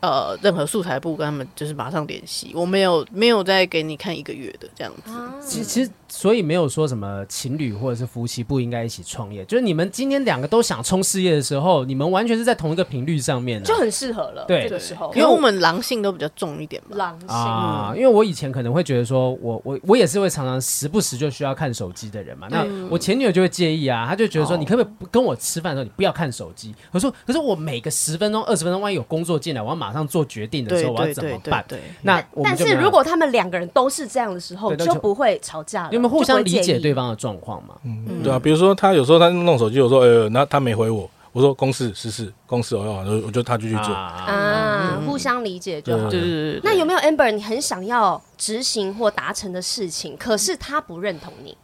Speaker 1: 呃，任何素材部跟他们就是马上联系，我没有没有再给你看一个月的这样子，
Speaker 3: 其其实所以没有说什么情侣或者是夫妻不应该一起创业，就是你们今天两个都想冲事业的时候，你们完全是在同一个频率上面、啊，
Speaker 4: 就很适合了。
Speaker 3: 对
Speaker 4: 这个时候
Speaker 1: 因，为我们狼性都比较重一点吧。
Speaker 4: 狼性。
Speaker 3: 啊，
Speaker 1: 嗯
Speaker 3: 因为我以前可能会觉得说我，我我也是会常常时不时就需要看手机的
Speaker 1: 嗯
Speaker 3: 人嘛。那我前女友就会介意啊，她就觉
Speaker 1: 哦
Speaker 3: 得说，你可不可以不跟我吃饭的时候你不要看手机？我说，可是我每个十分钟、二十分钟，万一有工作进来，我要马上做决定的
Speaker 1: 对
Speaker 3: 时候，我要
Speaker 1: 对
Speaker 3: 怎
Speaker 1: 对
Speaker 3: 么
Speaker 1: 对
Speaker 3: 办？
Speaker 1: 对，
Speaker 3: 那我们
Speaker 4: 但
Speaker 3: 就是没有
Speaker 4: 如果他们两个人都是这样的时候，
Speaker 3: 对
Speaker 4: 就不会吵架了。
Speaker 3: 你们互相理解对
Speaker 4: 吧？
Speaker 3: 方的状况嘛，
Speaker 1: 嗯
Speaker 2: 对啊，比如说他有时候他弄手机，我说呃，那他没回我，我说公事实事，公事哦，然后我就他就去做。
Speaker 3: 啊，
Speaker 4: 啊，互相理解就好。
Speaker 1: 对对对对
Speaker 4: 那有没有 Amber 你很想要执行或达成的事情，可是他不认同你？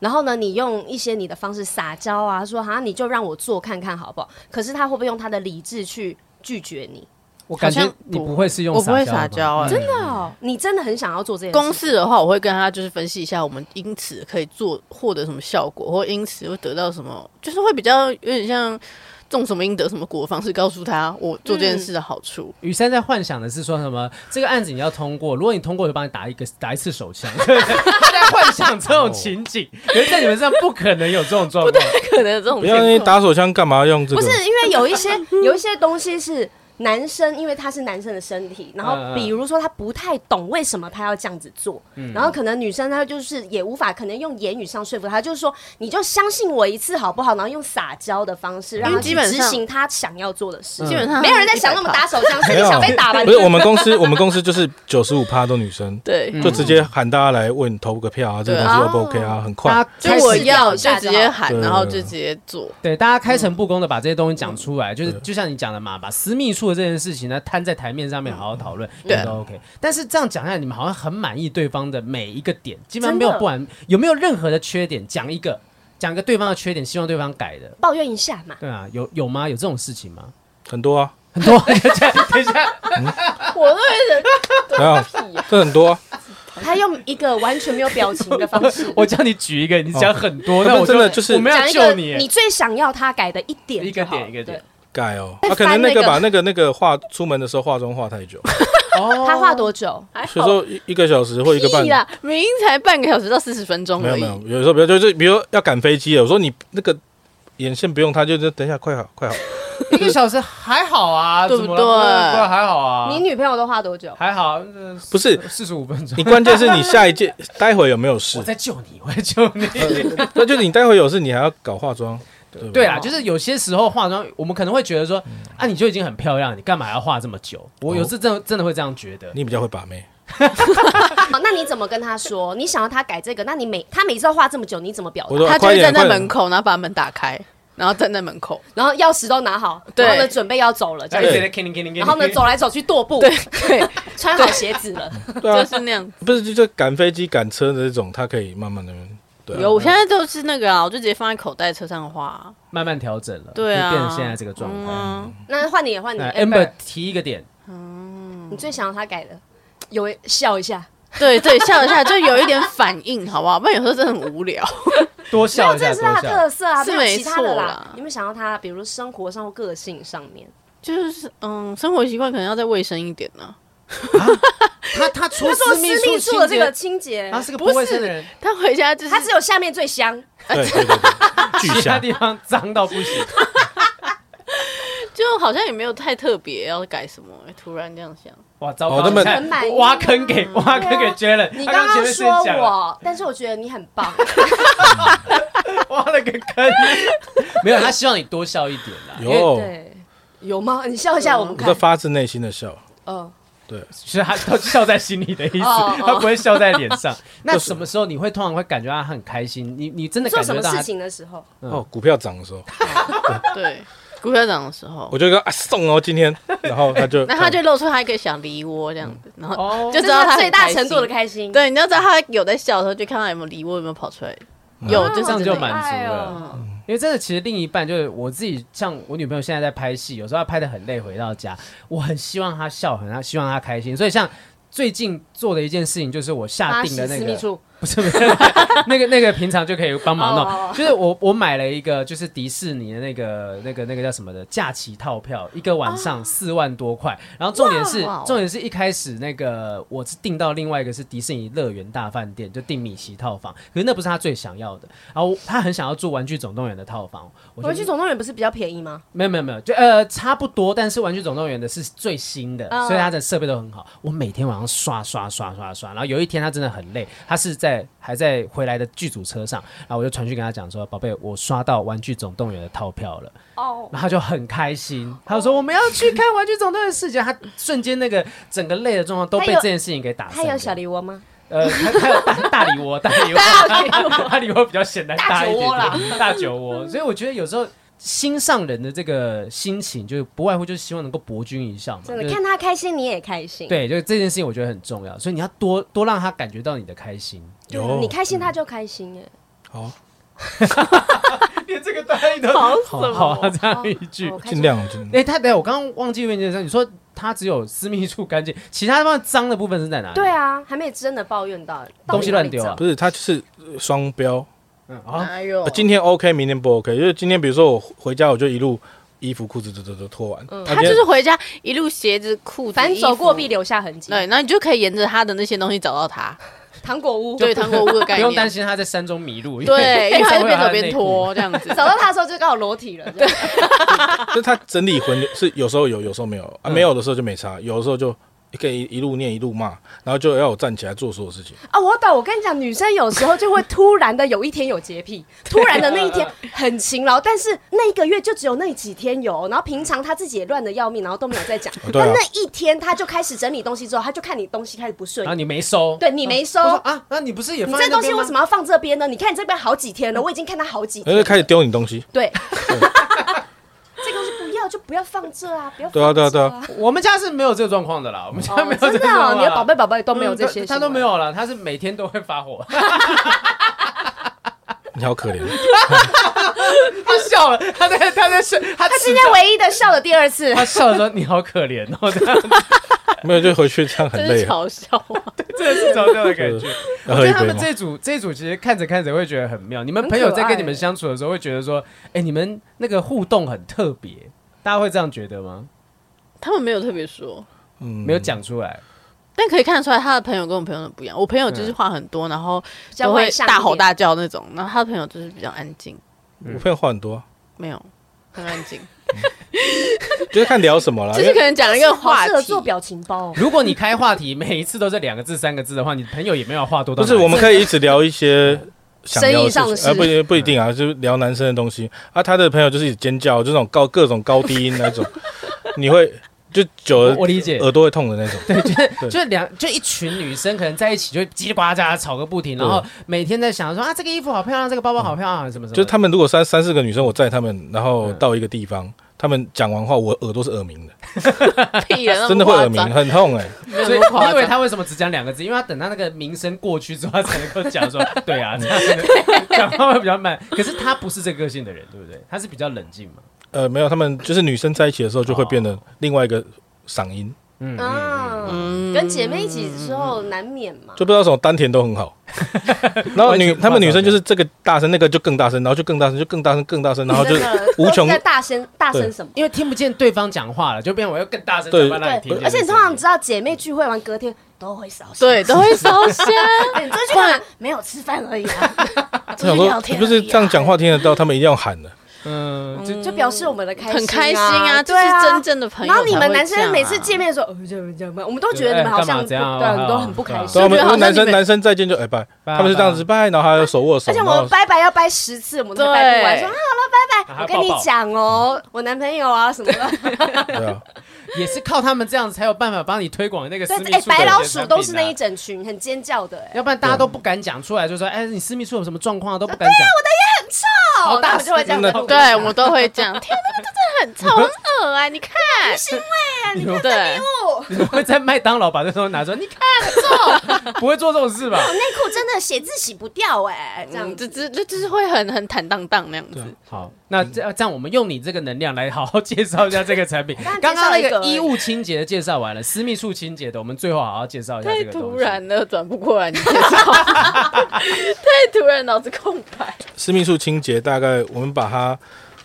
Speaker 4: 然后呢，你用一些你的方式撒娇啊，说啊，你就让我做看看好不好？可是他会不会用他的理智去拒绝你？
Speaker 3: 我感
Speaker 1: 好
Speaker 3: 觉
Speaker 1: 像
Speaker 3: 你不会是用
Speaker 1: 我不会
Speaker 3: 的
Speaker 1: 撒
Speaker 3: 吗
Speaker 1: 娇啊，
Speaker 4: 真的哦，你真的很想要做这件事
Speaker 1: 公式的话，我会跟他就是分析一下，我们因此可以做获得什么效果，或因此会得到什么，就是会比较有点像种什么因得什么果的方式告诉他我做这件事的好处。
Speaker 3: 雨珊在幻想的是说什么？这个案子你要通过，如果你通过，我就帮你打一个打一次 手枪。他在幻想这种情景，
Speaker 1: 哦
Speaker 3: 可是在你们身上不可能有这种状况。
Speaker 1: 可能有这种
Speaker 2: 不
Speaker 1: 情
Speaker 2: 要那
Speaker 1: 况。
Speaker 2: 打手枪干嘛用这
Speaker 4: 不
Speaker 2: 个？
Speaker 4: 是因为有 一些有一些东西是男生，因为他是男生的身体，然
Speaker 3: 嗯嗯
Speaker 4: 后比如说他不太懂为什么他要这样子做，然后可能女生她就是也无法可能用言语上说服他，就是说你就相信我一次好不好？然后用撒娇的方式让
Speaker 1: 因
Speaker 4: 他
Speaker 1: 为基
Speaker 4: 去
Speaker 1: 本
Speaker 4: 执
Speaker 1: 上
Speaker 4: 行他想要做的
Speaker 3: 嗯
Speaker 4: 事。
Speaker 1: 基本
Speaker 2: 嗯
Speaker 1: 上
Speaker 4: 没有人在想那么打
Speaker 1: 大。
Speaker 4: 手枪，谁
Speaker 2: 没有
Speaker 4: 想被打吧？
Speaker 2: 不是我们公司，我们公司就是九十五趴都女生，
Speaker 1: 对，
Speaker 3: 嗯
Speaker 2: 就直接喊大家来问投个票啊，这个东西 O 不 OK 啊，很快。
Speaker 3: 大家
Speaker 1: 就
Speaker 3: 开
Speaker 1: 我
Speaker 3: 始
Speaker 1: 要
Speaker 4: 开始
Speaker 1: 就直接喊，
Speaker 2: 对
Speaker 1: 然后就直接做。
Speaker 3: 对大家开诚布公的把这些东西讲出来，
Speaker 1: 嗯
Speaker 3: 就是就像你讲的嘛，把私密处的这件事情呢摊在台面上面好好讨论，
Speaker 1: 嗯对
Speaker 3: 也都 OK。但是这样讲下来，你们好像很满意对方的每一个点，基本上
Speaker 4: 真
Speaker 3: 没
Speaker 4: 的
Speaker 3: 有
Speaker 1: 嗯
Speaker 3: 不完，有没有任何的缺点？讲一个，讲一个对方的缺点，希望对方改的。
Speaker 4: 抱怨一下 嘛，
Speaker 3: 对啊，有有吗？有这种事情吗？
Speaker 2: 很多啊，
Speaker 3: 很多， 等一下，，
Speaker 1: 我都会
Speaker 2: 没有，这很多啊，
Speaker 4: 他用一个完全没有表情的方式
Speaker 3: 我叫你举一个，你讲很多，
Speaker 2: 哦
Speaker 3: 那我
Speaker 2: 真的就是
Speaker 3: 我没有
Speaker 4: 讲
Speaker 3: 要
Speaker 4: 一
Speaker 3: 救
Speaker 4: 个
Speaker 3: 你耶，
Speaker 4: 你最想要他改的一点
Speaker 3: 一个
Speaker 4: 就好
Speaker 3: 点一个点。
Speaker 2: 改哦。
Speaker 4: 哎
Speaker 2: 他可能那
Speaker 4: 翻那
Speaker 2: 个
Speaker 4: 个
Speaker 2: 把那个那个化出门的时候化妆化太 久，
Speaker 3: 哦
Speaker 4: 对他画多久？
Speaker 2: 所以说一一个小时或一个半
Speaker 1: 屁。啦，明明才半个小时到四十分钟
Speaker 2: 没有
Speaker 1: 而已
Speaker 2: 没。有，有时候比如就是比如说要赶飞机了，我说你那个眼线不用，他就是等一下快好快好，
Speaker 3: 一个小时还好啊，
Speaker 1: 对不
Speaker 3: 怎么
Speaker 1: 对
Speaker 3: 了不然还好啊，
Speaker 4: 你女朋友都画多久？
Speaker 3: 还好，呃
Speaker 2: 不 是
Speaker 3: 四十五分钟
Speaker 2: 你。关键是你下一届待会有没有事
Speaker 3: 我？在救你，我在救 你。
Speaker 2: 那就是你待会有事，你还要搞化妆。吧
Speaker 3: 对啊，就是有些时候化妆，我们可能会觉得说，啊，你就已经很漂亮，你干嘛要化这么久？我有时真的真的会这样觉得。
Speaker 2: 你比较会把妹，
Speaker 4: 好，那你怎么跟他说？你想要他改这个，那你每他每次要画这么久，你怎么表
Speaker 2: 我
Speaker 4: 达？
Speaker 2: 说
Speaker 1: 他就
Speaker 2: 快
Speaker 1: 会
Speaker 2: 点
Speaker 1: 站在
Speaker 2: 快
Speaker 1: 门
Speaker 2: 点，
Speaker 1: 口，然后把门打开，然后站在门口。
Speaker 4: 然后钥匙都拿好，
Speaker 1: 对
Speaker 4: 然后呢准备要走了，这
Speaker 3: 哎
Speaker 4: 样
Speaker 2: 对
Speaker 4: 子。
Speaker 3: 对对叮铃叮铃叮铃
Speaker 4: 然后呢，走来走去踱步，
Speaker 1: 对对，
Speaker 4: 穿好鞋子了。
Speaker 2: 对
Speaker 1: 就
Speaker 2: 啊，
Speaker 1: 是那样。
Speaker 2: 不是就就赶飞机赶车的这种，他可以慢慢的对啊。
Speaker 1: 有，我现在都是那个啊，我就直接放在口袋车上花。啊
Speaker 3: 慢慢调整了，
Speaker 1: 对啊，
Speaker 3: 就变成现在这个状态。
Speaker 1: 嗯
Speaker 4: 那换你，换你
Speaker 3: 那
Speaker 4: 哎，amber，
Speaker 3: Amber 提一个点，
Speaker 4: 你最想要他改的，有笑一下。
Speaker 1: 对对，笑一下就有一点反应，好不好？不然有时候真的很无聊。
Speaker 3: 多
Speaker 4: 没
Speaker 3: 笑
Speaker 4: 有，
Speaker 3: 一下，多
Speaker 4: 这是他
Speaker 3: 笑。
Speaker 4: 的特色啊，
Speaker 1: 是
Speaker 4: 没有其他的
Speaker 1: 没错啦
Speaker 4: 啦。你们想要他，比如生活上或个性上面，
Speaker 1: 就是嗯，生活习惯可能要再卫生一点呢、
Speaker 3: 他他除
Speaker 4: 他说
Speaker 3: 私
Speaker 4: 私
Speaker 3: 密
Speaker 4: 密
Speaker 3: 处
Speaker 4: 处的这
Speaker 3: 清洁，
Speaker 4: 个清洁
Speaker 3: 他，是个不
Speaker 1: 不是
Speaker 3: 卫生的人，
Speaker 1: 他回家就是
Speaker 4: 他只有下面最香。
Speaker 2: 对对对对，巨
Speaker 3: 其他
Speaker 2: 响。
Speaker 3: 地方脏到不 行。
Speaker 1: 就好像也没有太特别要改什么、突然这样 想，
Speaker 3: 哇，糟
Speaker 2: 哦那
Speaker 3: 糕！你
Speaker 2: 么
Speaker 3: 看
Speaker 4: 很满意啊
Speaker 3: 挖坑给挖坑给 Jalen，
Speaker 4: 你
Speaker 3: 他
Speaker 4: 刚
Speaker 3: 前
Speaker 4: 刚
Speaker 3: 面先
Speaker 4: 说
Speaker 3: 讲了
Speaker 4: 我，但是我觉得你很棒。
Speaker 3: 挖了个坑， 没有，他希望你多笑一点 啦，因为
Speaker 2: 有，
Speaker 4: 对，有吗？你笑一
Speaker 3: 嗯
Speaker 4: 下，我们
Speaker 2: 我在
Speaker 4: 看。
Speaker 2: 发自内心的笑。
Speaker 4: 嗯，
Speaker 3: 其实他他笑在心里的意思，
Speaker 4: 哦哦
Speaker 3: 他不会笑在脸 上。那什么时候你会通常会感觉到他很开心？你你真的
Speaker 4: 做
Speaker 3: 感
Speaker 4: 什
Speaker 3: 觉
Speaker 4: 么
Speaker 3: 到
Speaker 4: 事
Speaker 3: 他
Speaker 4: 情的时候，
Speaker 3: 嗯
Speaker 2: 哦，股票涨的时候，
Speaker 1: 对，股票涨的时候
Speaker 2: 我，就跟他啊送哦，今天，然后他就，
Speaker 1: 那他就露出他一个小梨窝这样子，然后
Speaker 3: 哦
Speaker 1: 就
Speaker 4: 这
Speaker 1: 知
Speaker 4: 是
Speaker 1: 道
Speaker 4: 他
Speaker 1: 他
Speaker 4: 最
Speaker 1: 很
Speaker 4: 大
Speaker 1: 开心
Speaker 4: 程度的开心。
Speaker 1: 对，你要知道他有在笑的时候，就看他有没有梨窝有没有跑出来，有就是
Speaker 3: 啊这样
Speaker 1: 真的
Speaker 3: 就
Speaker 1: 有
Speaker 3: 满足了
Speaker 4: 了。
Speaker 3: 因为真的，其实另一半就是我自己，像我女朋友现在在拍戏，有时候她拍的很累，回到家，我很希望她笑，很希望她开心。所以像最近做的一件事情，就是我下定的那
Speaker 4: 私
Speaker 3: 个
Speaker 4: 密，处，
Speaker 3: 不是不是 那个那个平常就可以帮忙
Speaker 4: 哦哦
Speaker 3: 弄
Speaker 4: 哦，
Speaker 3: 就是我我买了一个就是迪士尼的那个那个那个叫什么的假期套票，一个晚上四万多块。然后重点是
Speaker 1: 哇哇哦
Speaker 3: 重点是一开始那个我是订到另外一个是迪士尼乐园大饭店，就订米奇套房，可是那不是他最想要的。然后他很想要住玩具总动员的套房，我就
Speaker 4: 回去总动员不是比较便宜吗？
Speaker 3: 没有没有没有，就呃差不多，但是《玩具总动员》的是最新的，
Speaker 4: 哦
Speaker 3: 所以它的设备都很好。我每天晚上刷刷刷刷刷，然后有一天他真的很累，他是在还在回来的剧组车上，然后我就传讯跟他讲说：“宝贝，我刷到《玩具总动员》的套票了。”
Speaker 4: 哦，
Speaker 3: 然后他就很开心，他就说：“我们要去看《玩具总动员》世界。”他瞬间那个整个累的状况都
Speaker 4: 他
Speaker 3: 被
Speaker 4: 有
Speaker 3: 这件事情给打散
Speaker 4: 他
Speaker 3: 了。
Speaker 4: 有小梨窝吗？
Speaker 3: 呃，他他有大大梨窝，大梨窝， 大梨窝比较显然
Speaker 4: 大
Speaker 3: 大
Speaker 4: 酒
Speaker 3: 一点
Speaker 4: 窝啦
Speaker 3: 点，大酒窝。所以我觉得有时候心上人的这个心情，就是不外乎就是希望能够博君一笑嘛。
Speaker 4: 真的，
Speaker 3: 就是
Speaker 4: 看他开心你也开心。
Speaker 3: 对，就是这件事情我觉得很重要，所以你要多多让他感觉到你的开心。
Speaker 4: 对啊，
Speaker 2: 有
Speaker 4: 你开心他就开心哎。
Speaker 2: 好，
Speaker 3: 连这个答应都
Speaker 1: 好
Speaker 3: 好好啊，这样一句
Speaker 4: 哦。哦开心
Speaker 2: 尽量尽量。
Speaker 3: 哎，他等下我刚刚忘记问你的时候，你说他只有私密处干净，其他地方脏的部分是在哪里？
Speaker 4: 对啊，还没真的抱怨到
Speaker 3: 东西乱丢啊
Speaker 4: 到底哪里
Speaker 2: 不是，他就是呃双标。哦
Speaker 3: 嗯，啊，
Speaker 1: 哎呦
Speaker 2: 呃今天 OK，明天不 OK。就是今天，比如说我回家，我就一路衣服、裤子都都都脱完，
Speaker 1: 嗯他
Speaker 2: 今
Speaker 1: 就
Speaker 2: 天
Speaker 1: 是回家一路鞋子、裤子，
Speaker 4: 反正
Speaker 1: 衣服
Speaker 4: 走过必。留下痕迹。
Speaker 1: 对，然后你就可以沿着他的那些东西找到他，
Speaker 4: 糖果屋，
Speaker 1: 对，糖果屋的概念。
Speaker 3: 不用担心他在山中迷路，
Speaker 1: 对，因为 他
Speaker 3: 他
Speaker 1: 就边走边脱这样子。
Speaker 4: 找到他的时候就刚好裸体了。对，
Speaker 2: 就他整 理混是有时候有，有时候没
Speaker 1: 嗯
Speaker 2: 有啊，没有的时候就没差，有的时候就可以一路念一路骂，然后就要我站起来做所有事情。
Speaker 4: 啊，我懂。我跟你讲，女生有时候就会突然的有一天有洁癖，突然的那一天很勤劳，但是那一个月就只有那几天有，然后平常她自己也乱的要命，然后都没有在讲。
Speaker 2: 对啊
Speaker 4: 但那一天她就开始整理东西之后，她就看你东西开始不顺
Speaker 3: 然后，你没收，
Speaker 4: 对你没收。
Speaker 3: 我说啊，那你不是也
Speaker 4: 你
Speaker 3: 放在
Speaker 4: 这
Speaker 3: 那
Speaker 4: 东西
Speaker 3: 边吗
Speaker 4: 为什么要放这边呢？你看你这边好几天了，我已经看它好几
Speaker 2: 然
Speaker 4: 天
Speaker 2: 后
Speaker 4: 了。
Speaker 2: 就开始丢你东西，
Speaker 4: 对，这个东西不要就不要放这啊，不要放
Speaker 2: 对啊对啊
Speaker 4: 这
Speaker 2: 对
Speaker 3: 我们家是没有这个状况的啦，我们家没
Speaker 4: 哦
Speaker 3: 有这个
Speaker 4: 真的
Speaker 3: 状况
Speaker 4: 哦，
Speaker 3: 啦。
Speaker 4: 你的宝贝宝贝都没有
Speaker 3: 嗯
Speaker 4: 这些，
Speaker 3: 他他都没。有了，他是每天都会发火。
Speaker 2: 你好可怜。
Speaker 3: 他笑了，他在他在笑，他
Speaker 4: 他
Speaker 3: 他
Speaker 4: 今天唯一的笑了第二次，
Speaker 3: 他笑了说：“你好可怜哦。” 这样
Speaker 2: 没有就回去这样很
Speaker 1: 真
Speaker 2: 累
Speaker 1: 是
Speaker 2: 啊，
Speaker 1: 嘲笑啊！
Speaker 3: 真的是找这样的 感觉。
Speaker 2: 要
Speaker 3: 我
Speaker 2: 喝
Speaker 3: 觉
Speaker 2: 一
Speaker 3: 得他
Speaker 2: 杯
Speaker 3: 们
Speaker 2: 吗？
Speaker 3: 这组这组其实看着看着会觉得很妙。你们
Speaker 4: 很
Speaker 3: 朋友
Speaker 4: 可
Speaker 3: 在
Speaker 4: 爱
Speaker 3: 跟你们相处的时候会觉得说：“哎，你们那个互动很特别。”大家会这样觉得吗？
Speaker 1: 他们没有特别说，
Speaker 2: 嗯
Speaker 3: 没有讲出来，
Speaker 1: 但可以看得出来他的朋友跟我朋友的不一样。我朋友就是话很多，然后
Speaker 4: 比较
Speaker 1: 都会
Speaker 4: 外向一点
Speaker 1: 大吼大叫那种，然后他的朋友就是比较安静，
Speaker 2: 我朋友话很多啊，
Speaker 1: 没有很安静，
Speaker 2: 就是看聊什么啦。
Speaker 1: 就
Speaker 2: 啊因
Speaker 1: 是可
Speaker 2: 为
Speaker 1: 能讲一个话
Speaker 4: 好
Speaker 1: 题
Speaker 4: 适合，做表情包哦。
Speaker 3: 如果你开话题， 每一次都是两个字、三个字的话，你朋友也没有话多到
Speaker 2: 不
Speaker 3: 哪里
Speaker 2: 是
Speaker 3: 去。
Speaker 2: 我们可以一直聊一些
Speaker 3: 嗯
Speaker 2: 想聊
Speaker 4: 生意上的
Speaker 2: 事
Speaker 4: 事
Speaker 2: 情，啊不一定不一定啊，就是聊男生的东西啊。他的朋友就是一直尖叫，就那种高各种高低音那种，你会就久
Speaker 3: 我
Speaker 2: 了
Speaker 3: 我理解，
Speaker 2: 耳朵会痛的那种。
Speaker 3: 对，就是
Speaker 2: 对
Speaker 3: 就是两就一群女生可能在一起就叽里呱啦吵个不停，然后每天在想说啊这个衣服好漂亮，这个包包好漂亮，什么什么的，
Speaker 2: 就是他们如果三三四个女生，我载他们，然后
Speaker 3: 嗯
Speaker 2: 到一个地方，他们讲完话，我耳朵是耳鸣的，
Speaker 1: 屁人
Speaker 2: 真的会耳鸣， 很痛哎。
Speaker 3: 所以
Speaker 1: 那么夸
Speaker 3: 你
Speaker 1: 张
Speaker 3: 以为他为什么只讲两个字？因为他等他那个名声过去之后，他才能够讲说 对啊，这样子讲话会比较慢。可是他不是这个个性的人，对不对？他是比较冷静嘛。
Speaker 2: 呃，没有，他们就是女生在一起的时候就会变得另外一个嗓音，
Speaker 3: 嗯，
Speaker 4: 嗯，跟姐妹一起之后难免嘛。
Speaker 2: 就不知道为什么丹田都很 好。然后
Speaker 3: 完全
Speaker 2: 女
Speaker 3: 不知道
Speaker 2: 他们女生
Speaker 3: 怎么样
Speaker 2: 就是这个大声，那个就更大声，然后就更大声，就更大声，更大声，然后就
Speaker 3: 嗯
Speaker 4: 真的
Speaker 2: 无穷
Speaker 4: 都是在大声大声什么？
Speaker 3: 因为听不见对方讲话了，就变成我又更大声
Speaker 2: 对
Speaker 3: 才把那里听
Speaker 4: 对，
Speaker 3: 见。
Speaker 4: 而且你通常知道姐妹聚会完隔天都会扫兴。
Speaker 1: 对，都会烧香。
Speaker 4: 哎，你这去干嘛？没有吃饭而已啊，
Speaker 2: 我想说，你不是这样讲话听得到，他们一定要喊的。
Speaker 3: 嗯，就
Speaker 4: 就就表示我们的开心，
Speaker 1: 很开心
Speaker 4: 啊，
Speaker 1: 啊，这
Speaker 4: 对
Speaker 1: 是
Speaker 4: 啊，
Speaker 1: 真。正的朋友。
Speaker 4: 然后你们男生每次见，面的时候，哦这样这样，我们都觉得你们好像不
Speaker 3: 对哎
Speaker 4: 对，
Speaker 3: 干嘛这样啊
Speaker 4: 很多很不开
Speaker 2: 所
Speaker 4: 心
Speaker 1: 对
Speaker 2: 以我。
Speaker 1: 就觉得好像
Speaker 2: 们男生
Speaker 1: 你们
Speaker 2: 男生再见就哎拜，
Speaker 3: 拜
Speaker 2: 他们是这样子拜，然后还要手握手，
Speaker 4: 而且
Speaker 2: 然
Speaker 4: 我
Speaker 2: 后
Speaker 4: 们拜拜要拜十次，我们才拜不完。
Speaker 1: 对
Speaker 4: 说
Speaker 3: 啊
Speaker 4: 啊，
Speaker 3: 还
Speaker 4: 我
Speaker 3: 要
Speaker 4: 跟你
Speaker 3: 抱抱
Speaker 4: 讲哦，我男朋友啊什么的，
Speaker 2: 对啊，
Speaker 3: 也是靠他们这样子才有办法帮你推广那个 私密
Speaker 4: 对，
Speaker 3: 处
Speaker 4: 哎，
Speaker 3: 的
Speaker 4: 白老
Speaker 3: 人才
Speaker 4: 鼠都是
Speaker 3: 品啊
Speaker 4: 那一整群，很尖叫的，哎，
Speaker 3: 要不然大家都不敢讲出来，就说：“哎，你私密处有什么状况啊？”都不敢讲。好
Speaker 4: 哦那
Speaker 3: 大
Speaker 4: 我就会这
Speaker 2: 声
Speaker 4: 样子嗯
Speaker 2: 的
Speaker 4: 录。
Speaker 1: 啊对我都会这样。天哪，那 个真的很臭，很恶啊！你看，
Speaker 4: 欣慰啊，你
Speaker 1: 对对，
Speaker 3: 你会在麦当劳把这东西拿出来，你看， 做不会做这种事
Speaker 1: 哦
Speaker 3: 吧？
Speaker 4: 内裤真的写字洗不掉哎、这样
Speaker 1: 嗯这
Speaker 4: 子。
Speaker 1: 这这就是会很很坦荡荡那样子。
Speaker 3: 好，那这呃这样我们用你这个能量来好好介绍一下这个 产品。
Speaker 4: 刚
Speaker 3: 刚
Speaker 4: 刚
Speaker 3: 刚
Speaker 4: 介绍一
Speaker 3: 那
Speaker 4: 个
Speaker 3: 个衣物清洁的介绍完了，私密处清洁的，我们最后好好介绍一下
Speaker 1: 太
Speaker 3: 啊这个东西。
Speaker 1: 突然了，转不过来，你介绍。 太突然，脑子空白。
Speaker 2: 私密处清洁大概我们把它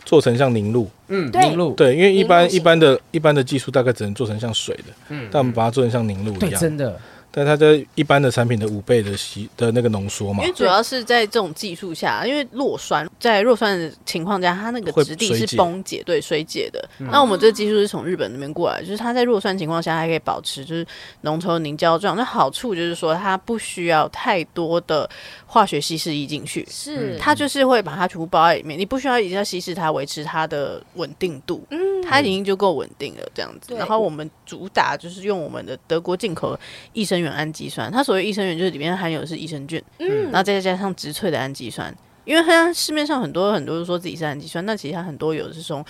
Speaker 2: 做成像凝露，
Speaker 3: 嗯，
Speaker 4: 对
Speaker 3: 凝露，
Speaker 2: 对，因为一
Speaker 4: 凝露
Speaker 2: 般
Speaker 4: 型
Speaker 2: 一般的一般的技术大概只能做成像水的，但我们把它做成像凝露
Speaker 3: 对
Speaker 2: 一样，
Speaker 3: 真的，
Speaker 2: 但它在一般的产品的五倍的吸的那个浓缩嘛
Speaker 1: 因为，主要是在这种技术下，因为弱酸在弱酸的情况下，它那个
Speaker 2: 会
Speaker 1: 质地
Speaker 2: 水
Speaker 1: 是
Speaker 2: 解
Speaker 1: 崩解，对水解的。
Speaker 3: 嗯
Speaker 1: 那我们这个技术是从日本那边过来，就是它在弱酸情况下还可以保持就是浓稠凝胶状。那好处就是说它不需要太多的化学稀释液进去，
Speaker 4: 是
Speaker 1: 它就是会把它全部包在里面，你不需要一定要稀释它维持它的稳定度，嗯，它已经就够稳定了这样子。
Speaker 4: 对
Speaker 1: 然后我们主打就是用我们的德国进口益生元氨基酸，它所谓益生元就是里面含有的是益生菌，嗯，然后再加上植萃的氨基酸，因为它市面上很多很多都说自己是氨基酸，那其实它很多有的是从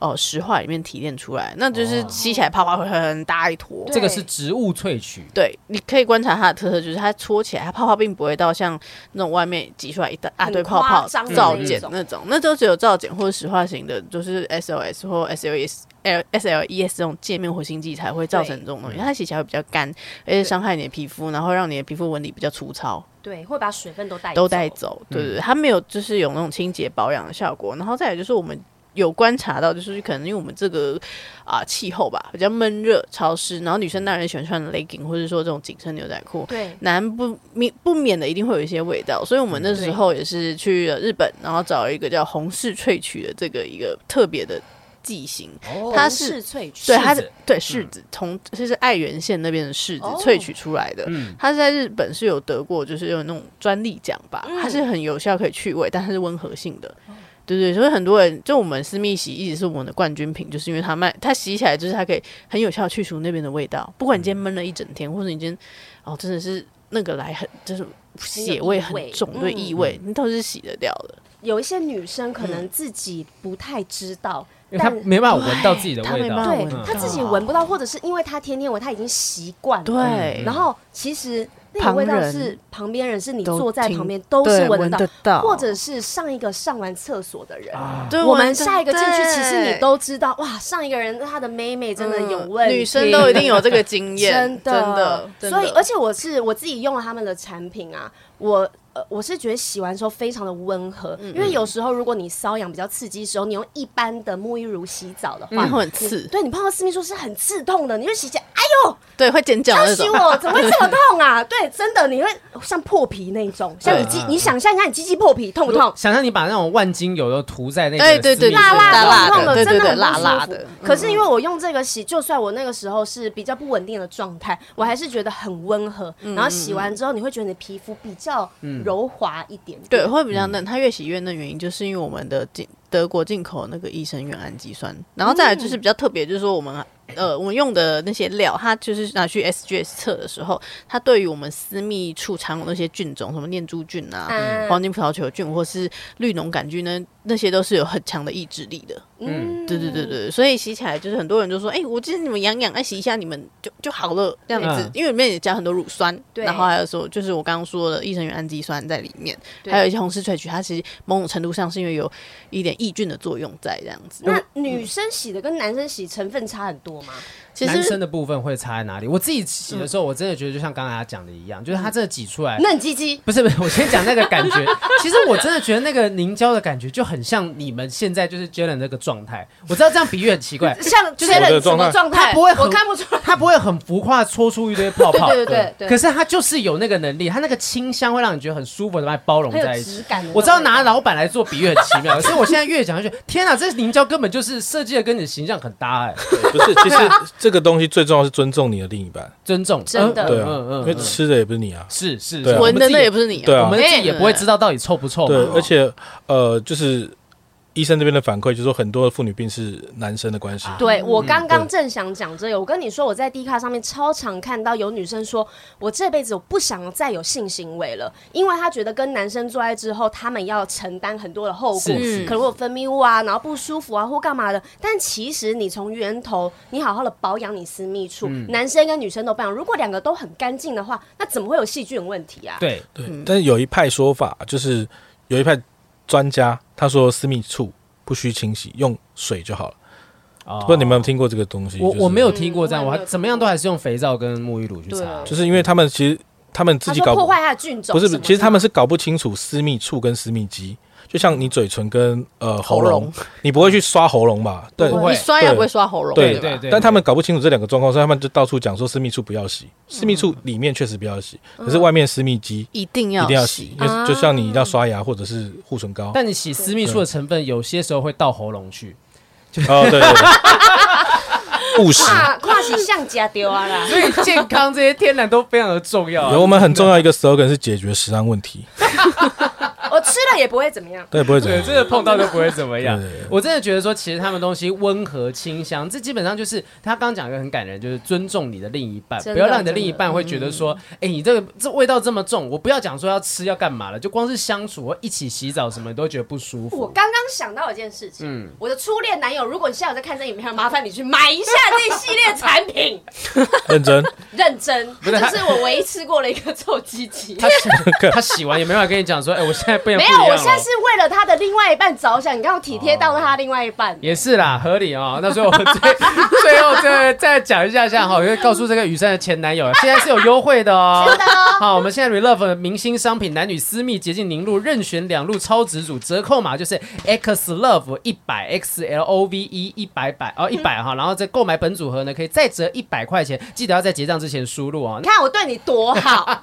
Speaker 1: 哦石化里面提炼出来，那就是吸起来泡泡会很大一坨，
Speaker 3: 这个是植物萃取，
Speaker 1: 对，你可以观察它的特色，就是它搓起来，它泡泡并不会到像那种外面挤出来一大大堆泡
Speaker 4: 很
Speaker 1: 泡
Speaker 4: 夸张的
Speaker 1: 造
Speaker 4: 那
Speaker 1: 碱
Speaker 4: 种
Speaker 1: 那种，那都只有造碱或者石化型的，就是 SLS 或 SLS。L E S L E S 这种界面活性剂才会造成这种东西，它洗起来会比较干，而且伤害你的皮肤，然后让你的皮肤纹理比较粗糙，
Speaker 4: 对，会把水分都带
Speaker 1: 都带。走。对对对，它没有就是有那种清洁保养的效果。然后再来就是我们有观察到，就是可能因为我们这个啊、气候吧比较闷热潮湿，然后女生当然喜欢穿 legging 或者说这种紧身牛仔裤，
Speaker 4: 对，
Speaker 1: 难不免不免的一定会有一些味道，所以我们那时候也是去了日本，然后找一个叫红氏萃取的这个一个特别的剂型，
Speaker 3: 哦
Speaker 1: 它
Speaker 4: 是
Speaker 1: 是
Speaker 4: 萃取，
Speaker 1: 对，它
Speaker 3: 柿
Speaker 1: 是
Speaker 3: 子
Speaker 1: 对柿子，从这是爱媛县那边的柿子
Speaker 4: 嗯哦
Speaker 1: 萃取出来的，
Speaker 3: 嗯，
Speaker 1: 它是在日本是有得过，就是有那种专利奖吧，
Speaker 4: 嗯哦
Speaker 1: 它是很有效可以去味，但它是温和性的。对对，所以很多人就我们私密洗一直是我们的冠军品，就是因为它卖，它洗起来就是它可以很有效去除那边的味道。不管你今天
Speaker 4: 嗯
Speaker 1: 闷了一整天，或者你今天哦真的是那个来很就是血味很重，
Speaker 4: 很有
Speaker 1: 对
Speaker 4: 异味嗯
Speaker 1: 异味，你都是洗得掉的。
Speaker 4: 有一些女生可
Speaker 1: 嗯
Speaker 4: 能自己不太知道，
Speaker 3: 因为他没办法闻到自己的
Speaker 1: 对
Speaker 3: 味
Speaker 1: 它没办
Speaker 3: 道
Speaker 1: 法，
Speaker 4: 对
Speaker 1: 闻到
Speaker 4: 她自己闻不到，或者是因为她天天闻，她已经习惯了。
Speaker 1: 对，
Speaker 4: 然后其实那个味道是旁边人是你
Speaker 1: 都
Speaker 4: 坐在
Speaker 1: 听
Speaker 4: 旁边都
Speaker 1: 对
Speaker 4: 是闻
Speaker 1: 得到，
Speaker 4: 或者是上一个上完厕所的人。
Speaker 3: 啊
Speaker 1: 对
Speaker 4: 我们下一个进去，其实你
Speaker 1: 对
Speaker 4: 都知道，哇，上一个人他的妹妹真的有问题，
Speaker 1: 嗯女生都一定有这个 经验，
Speaker 4: 真
Speaker 1: 真的，真的
Speaker 4: 所以，而且我是我自己用了他们的产品啊，我呃我是觉得洗完之后非常的温和，
Speaker 1: 嗯
Speaker 4: 因为有时候如果你瘙痒比较刺激的时候，你用一般的沐浴乳洗澡的话，
Speaker 1: 然后很嗯刺，
Speaker 4: 对你碰到私密处是很刺痛的，你就洗起来，哎呦，
Speaker 1: 对，会尖叫
Speaker 4: 要
Speaker 1: 那
Speaker 4: 洗
Speaker 1: 种。
Speaker 4: 我，怎么会这么痛啊？对，真的，你会像破皮那种，像你鸡
Speaker 3: 对，
Speaker 4: 你想象一下，你鸡鸡破皮痛不痛？
Speaker 3: 想象你把那种万金油都涂在那个
Speaker 1: 对对对
Speaker 3: 私密
Speaker 1: 辣
Speaker 4: 辣
Speaker 3: 处
Speaker 1: 辣辣
Speaker 3: 上
Speaker 4: 辣
Speaker 1: 的
Speaker 4: 痛痛
Speaker 1: 对对
Speaker 4: 的，真
Speaker 1: 对
Speaker 4: 的很
Speaker 1: 辣
Speaker 4: 不舒
Speaker 1: 辣
Speaker 4: 服
Speaker 1: 的嗯
Speaker 4: 可是因为我用这个洗，就算我那个时候是比较不稳定的状态，我还是觉得很温和。
Speaker 1: 嗯
Speaker 4: 然后洗完之后，你会觉得你的皮肤比较柔滑一点
Speaker 1: 对，
Speaker 4: 点。
Speaker 1: 会比较嫩。它越洗越嫩，原因就是因为我们的进德国进口那个益生元氨基酸，然后再
Speaker 4: 嗯
Speaker 1: 来就是比较特别，就是说我们。呃，我们用的那些料，它就是拿去 SGS 测的时候，它对于我们私密处常有那些菌种，什么念珠菌啊、
Speaker 4: 嗯
Speaker 1: 黄金葡萄球菌或是绿脓杆菌呢，那些都是有很强的抑制力的。
Speaker 4: 嗯，
Speaker 1: 对对对对，所以洗起来就是很多人就说，哎、我记得你们痒痒，哎，洗一下你们就就好了这样子，
Speaker 3: 嗯
Speaker 1: 因为里面也加很多乳酸，
Speaker 4: 对
Speaker 1: 然后还有说就是我刚刚说的益生元氨基酸在里面，
Speaker 4: 对
Speaker 1: 还有一些红柿萃取，它其实某种程度上是因为有一点抑菌的作用在这样子。
Speaker 4: 那女生洗的跟男生洗成分差很多吗？
Speaker 1: 其
Speaker 3: 男
Speaker 1: 实
Speaker 3: 生的部分会差在哪里？我自己洗的时候，我真的觉得就像刚才他讲的一样，就是
Speaker 1: 嗯
Speaker 3: 他真的挤
Speaker 2: 哎
Speaker 3: 出来，
Speaker 4: 嫩鸡鸡，
Speaker 3: 不是不是，我先讲那个感觉。 其实我真的觉得那个凝胶的感觉就很像你们现在就是 Jalen 那个状态。我知道这样比喻很奇 怪，
Speaker 4: 像
Speaker 3: 就是
Speaker 4: 缺
Speaker 2: 我的
Speaker 4: 了什
Speaker 2: 状态
Speaker 4: 么状
Speaker 3: 他
Speaker 4: 态？
Speaker 3: 不会很
Speaker 4: 我看不出来。
Speaker 3: 它不会很浮夸地搓出一堆泡泡，
Speaker 4: 对对对对
Speaker 3: 可是它就是有那个能力，它那个清香会让你觉得很舒服的把它包容
Speaker 4: 很有啊
Speaker 3: 在一
Speaker 4: 质
Speaker 3: 起。
Speaker 4: 感的那种味道
Speaker 3: 我知道拿老板来做比喻很奇妙，可 是我现在越讲越觉得，天哪，这凝胶根本就是设计的跟你的形象很搭哎、
Speaker 2: 不 是，其实这个东西最重要是尊重你的另一半，
Speaker 3: 尊重，嗯
Speaker 4: 真的
Speaker 2: 对啊，因为吃的也不是你啊，
Speaker 3: 是是，
Speaker 2: 对啊
Speaker 3: 我
Speaker 1: 闻
Speaker 3: 们
Speaker 1: 的
Speaker 3: 自己
Speaker 1: 那也不是你、啊，
Speaker 2: 对啊
Speaker 3: 我们自己
Speaker 4: 哎
Speaker 3: 也不会知
Speaker 1: 道。
Speaker 3: 道到底臭不臭嘛。
Speaker 2: 对，
Speaker 3: 哦
Speaker 2: 而且呃，就是医生这边的反馈，就是说很多的妇女病是男生的关
Speaker 3: 啊
Speaker 2: 系，
Speaker 4: 对我刚刚
Speaker 2: 嗯对
Speaker 4: 正想讲这个，我跟你说，我在 D 卡上面超常看到有女生说，我这辈子我不想再有性行为了，因为她觉得跟男生做爱之后，他们要承担很多的后果，
Speaker 3: 是是
Speaker 4: 可能会有分泌物啊，然后不舒服啊，或干嘛的。但其实你从源头，你好好的保养你私密处，
Speaker 2: 嗯
Speaker 4: 男生跟女生都保养，如果两个都很干净的话，那怎么会有细菌问题啊？
Speaker 3: 对，
Speaker 2: 对，但是有一派说法，就是有一派专家他说私密处不需清洗，用水就好了。
Speaker 3: 哦
Speaker 2: 不知道你们有没有听过这个东西？
Speaker 3: 我
Speaker 2: 就是
Speaker 3: 我没有听过这样，
Speaker 4: 嗯
Speaker 3: 我
Speaker 4: 我也没
Speaker 3: 还
Speaker 4: 有听过
Speaker 3: 怎么样都还是用肥皂跟沐浴乳去
Speaker 1: 对
Speaker 3: 擦
Speaker 1: 啊。
Speaker 2: 就是因为他们其实他们自
Speaker 4: 他
Speaker 2: 己
Speaker 4: 说
Speaker 2: 搞
Speaker 4: 破坏他的菌种
Speaker 2: 不
Speaker 4: 什么
Speaker 2: 是，
Speaker 4: 的，
Speaker 2: 其实他们是搞不清楚私密处跟私密肌，就像你嘴唇跟呃
Speaker 1: 喉
Speaker 2: 喉
Speaker 1: 咙
Speaker 2: 咙，你不会去刷喉咙吧？对
Speaker 3: 不会
Speaker 1: 你刷牙不会刷喉咙，
Speaker 2: 对
Speaker 1: 吧
Speaker 3: 对对
Speaker 2: 但他们搞不清楚这两个状况，所以他们就到处讲说私密处不要洗，私密处里面确实不要洗，可是外面私密肌
Speaker 1: 一定
Speaker 2: 一
Speaker 1: 要
Speaker 2: 定要洗，因为
Speaker 4: 啊
Speaker 2: 就像你一定要刷牙或者是护唇膏。
Speaker 3: 但你洗私密处的成分，有些时候会到喉咙 去，
Speaker 2: 哦，对对对，务实。
Speaker 4: 跨跨啊起象夹丢啊啦。
Speaker 3: 所以健康这些天然都非常的重要啊。
Speaker 2: 有我们很重要一个 slogan 是解决食安问题，
Speaker 4: 我吃了也不会怎么样。
Speaker 2: 对，不会怎么
Speaker 3: 对，
Speaker 2: 样。
Speaker 3: 真的碰到就不会怎么 样
Speaker 2: 对对对。
Speaker 3: 我真的觉得说，其实他们东西温和清香，这基本上就是他刚刚讲一个很感人，就是尊重你的另一半，
Speaker 4: 真
Speaker 3: 不
Speaker 4: 的
Speaker 3: 要让你的另一半会觉得说，哎，你这个这味道这么重，我不要讲说要吃要干嘛了，就光是相处或一起洗澡什么，你都会觉得不舒
Speaker 4: 我
Speaker 3: 服。
Speaker 4: 刚刚想到一件事情，
Speaker 3: 嗯
Speaker 4: 我的 初恋男友，如果你现在有在看这影片，麻烦你去买一下这一系列产品，
Speaker 2: 认真，
Speaker 4: 认真，
Speaker 3: 不
Speaker 4: 这
Speaker 3: 是他
Speaker 4: 就是我唯一吃过的一个臭鸡鸡。
Speaker 3: 他洗 他洗完也没办法跟你讲说，哎、我现在变
Speaker 4: 没
Speaker 3: 不一
Speaker 4: 有，
Speaker 3: 样
Speaker 4: 我
Speaker 3: 了
Speaker 4: 现在是为了他的另外一半着想，你看我体贴到了他另外一半。
Speaker 3: 也是啦，合理哦。那所以我最 最后再再讲一下下哈，我就告诉这个雨珊的前男友，啊现在是有优惠的哦。
Speaker 4: 真的哦
Speaker 3: 好，我们现在 Relove 的明星商品男女私密洁净凝露任选两路超值组，折扣码就是 X Love 一百 X L O V E 一百百哦一百哈，然后再购买本组合呢，可以再折一百块钱，记得要在结账之前输入哦
Speaker 4: 你。看我对你多
Speaker 3: 哎
Speaker 4: 好，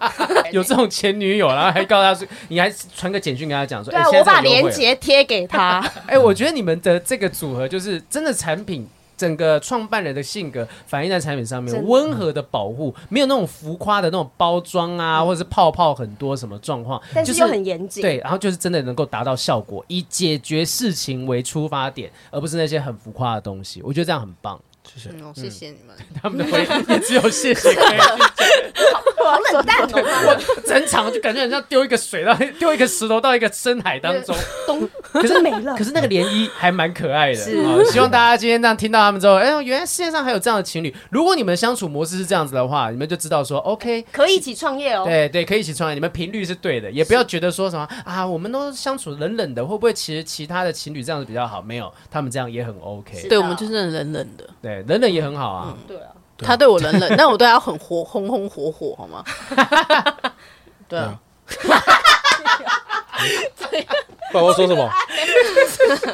Speaker 3: 有这种前女友，然后还告诉他说，你还传个简讯跟他讲说，
Speaker 4: 对
Speaker 3: 哎、
Speaker 4: 啊，
Speaker 3: 现在
Speaker 4: 我
Speaker 3: 这
Speaker 4: 把
Speaker 3: 个优惠
Speaker 4: 链
Speaker 3: 了
Speaker 4: 接贴给 他。
Speaker 3: 哎、我觉得你们的这个组合就是真的产品。整个创办人的性格反映在产品上面
Speaker 4: 真，的
Speaker 3: 温和的保护，没有那种浮夸的那种包装啊，或者是泡泡很多什么状况，
Speaker 4: 嗯但
Speaker 3: 就是
Speaker 4: 又很严谨。
Speaker 3: 对，然后就是真的能够达到效果，以解决事情为出发点，而不是那些很浮夸的东西。我觉得这样很棒。
Speaker 2: 谢谢。
Speaker 1: 嗯，谢谢你们。
Speaker 3: 他们的回应也只有谢谢可以，
Speaker 4: 好 冷淡哦，
Speaker 3: 我整场就感觉很像丢一个水到丢一个石头到一个深海当 中，
Speaker 4: 咚，
Speaker 3: 可是
Speaker 4: 没了
Speaker 3: 可是那个涟漪还蛮可爱的，
Speaker 4: 是
Speaker 3: 啊希望大家今天这样听到他们之后，哎呦，原来世界上还有这样的情侣。如果你们相处模式是这样子的话，你们就知道说，OK，
Speaker 4: 可以一起创业哦。
Speaker 3: 对对，可以一起创业，你们频率是对的，也不要觉得说什么啊，我们都相处冷冷的，会不会其实其他的情侣这样子比较好？没有，他们这样也很 OK，
Speaker 4: 是
Speaker 1: 对我们就是冷冷的，
Speaker 3: 对，冷冷也很好啊。
Speaker 4: 对啊，
Speaker 1: 他对我冷冷，但我对他很活，红红火火，好吗？对
Speaker 2: 对
Speaker 1: 啊
Speaker 2: 啊，爸爸说什么？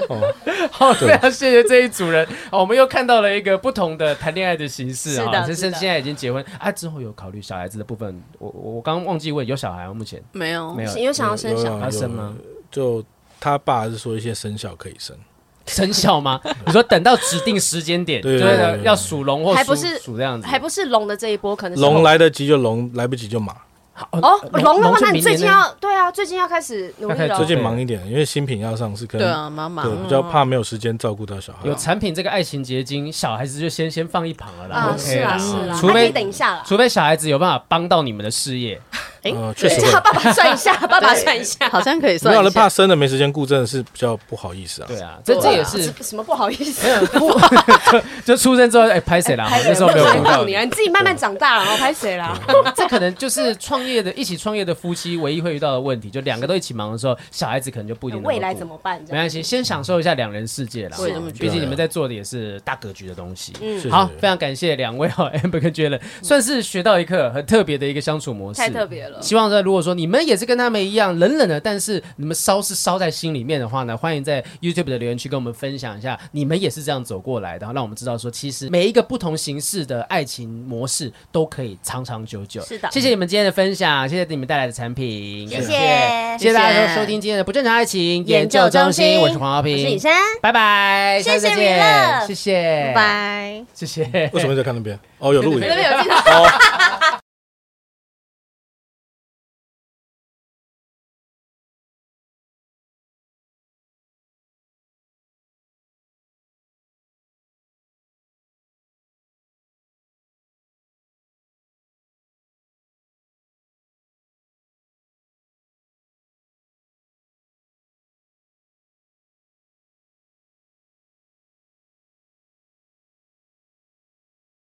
Speaker 2: 哦，
Speaker 3: 好，
Speaker 2: 对
Speaker 3: 非常啊谢谢这一组人。好，我们又看到了一个不同的谈恋爱的形式
Speaker 4: 是
Speaker 3: 啊
Speaker 4: 的，
Speaker 3: 就是
Speaker 4: 的
Speaker 3: 现在已经结婚啊，之后有考虑小孩子的部分。我我我刚刚忘记问，有小孩吗？啊目前
Speaker 1: 没有
Speaker 4: 哦
Speaker 3: 没，有。啊
Speaker 4: 有想要生小
Speaker 2: 有
Speaker 4: 孩，
Speaker 3: 要生吗？
Speaker 2: 就他爸是说一些生肖可以生，
Speaker 3: 生效吗？ 你说等到指定时间点，
Speaker 2: 对
Speaker 3: 就
Speaker 2: 对对
Speaker 3: 是
Speaker 2: 对
Speaker 3: 要属龙或属
Speaker 4: 还不是
Speaker 3: 属这样子，
Speaker 4: 还不是龙的这一波，可能是
Speaker 2: 龙来得及就龙，来不及就马。
Speaker 3: 好
Speaker 4: 哦，龙的话，
Speaker 3: 就
Speaker 4: 那你
Speaker 3: 明
Speaker 4: 最
Speaker 3: 年
Speaker 4: 近
Speaker 3: 呢
Speaker 4: 要对啊，最近要开始努力
Speaker 3: 要开始
Speaker 4: 了哦
Speaker 2: 最
Speaker 3: 最。
Speaker 2: 近忙一点，因为新品要上市，可
Speaker 1: 对
Speaker 2: 能
Speaker 1: 啊，哦妈妈
Speaker 2: 对比较怕没有时间照顾到小孩
Speaker 3: 有。产品这个爱情结晶，小孩子就先先放一旁了啦。
Speaker 4: 啊，
Speaker 3: OK
Speaker 4: 是
Speaker 3: 啦
Speaker 4: 啦是啦，
Speaker 3: 除
Speaker 4: 还可以
Speaker 3: 非
Speaker 4: 等一下啦。
Speaker 3: 除非小孩子有办法帮到你们的事业，
Speaker 1: 诶
Speaker 2: 呃，确实
Speaker 4: 对，叫
Speaker 2: 会。
Speaker 4: 爸爸算一 下，爸爸算一下。
Speaker 1: 好像可以
Speaker 2: 没
Speaker 1: 算
Speaker 2: 有
Speaker 1: 一
Speaker 2: 人怕
Speaker 1: 下。
Speaker 2: 生了没时间顾，真的是比较不好意思啊。
Speaker 3: 对啊，这 这也 是
Speaker 4: 什什么不好意
Speaker 3: 没
Speaker 4: 思。
Speaker 3: 有不 就出生之后哎拍谁啦？
Speaker 4: 拍
Speaker 3: 那时候没有
Speaker 4: 谁
Speaker 3: 看到
Speaker 4: 你啊？你自己慢慢长大了，然后拍谁啦？
Speaker 3: 这可能就是创业的一起创业的夫妻唯一会遇到的问题，就两个都一起忙的时候，小孩子可能就不一定能够
Speaker 4: 未来
Speaker 3: 顾
Speaker 4: 怎么办？这
Speaker 3: 没
Speaker 4: 样
Speaker 3: 关系，先享受一下两人世界啦。
Speaker 1: 我也这么觉得
Speaker 3: 毕竟你们在做的也是大格局的东西。
Speaker 4: 嗯
Speaker 2: 是
Speaker 3: 好
Speaker 2: 是，
Speaker 3: 非常感谢两位哦，Amber 跟 Jalen，算是学到一课，很特别的一个相处模式。
Speaker 4: 太特别了。
Speaker 3: 希望在如果说你们也是跟他们一样冷冷的，但是你们烧是烧在心里面的话呢，欢迎在 YouTube 的留言区跟我们分享一下，你们也是这样走过来的，让我们知道说，其实每一个不同形式的爱情模式都可以长长久久。
Speaker 4: 是的
Speaker 3: 谢谢你们今天的分享，谢谢你们带来的产品，
Speaker 4: 谢
Speaker 3: 谢
Speaker 4: 谢
Speaker 3: 谢谢大家
Speaker 1: 谢谢
Speaker 3: 收听今天的不正常爱情研究中心，我是黄浩平，
Speaker 4: 我是雨珊，
Speaker 3: 拜拜，下次再
Speaker 4: 谢谢
Speaker 3: 见
Speaker 4: Relove
Speaker 3: 谢谢，
Speaker 1: 拜，
Speaker 3: 谢谢
Speaker 2: 为。什么一直在看那边？哦，有录影
Speaker 4: 那。边有镜头。
Speaker 2: 哦，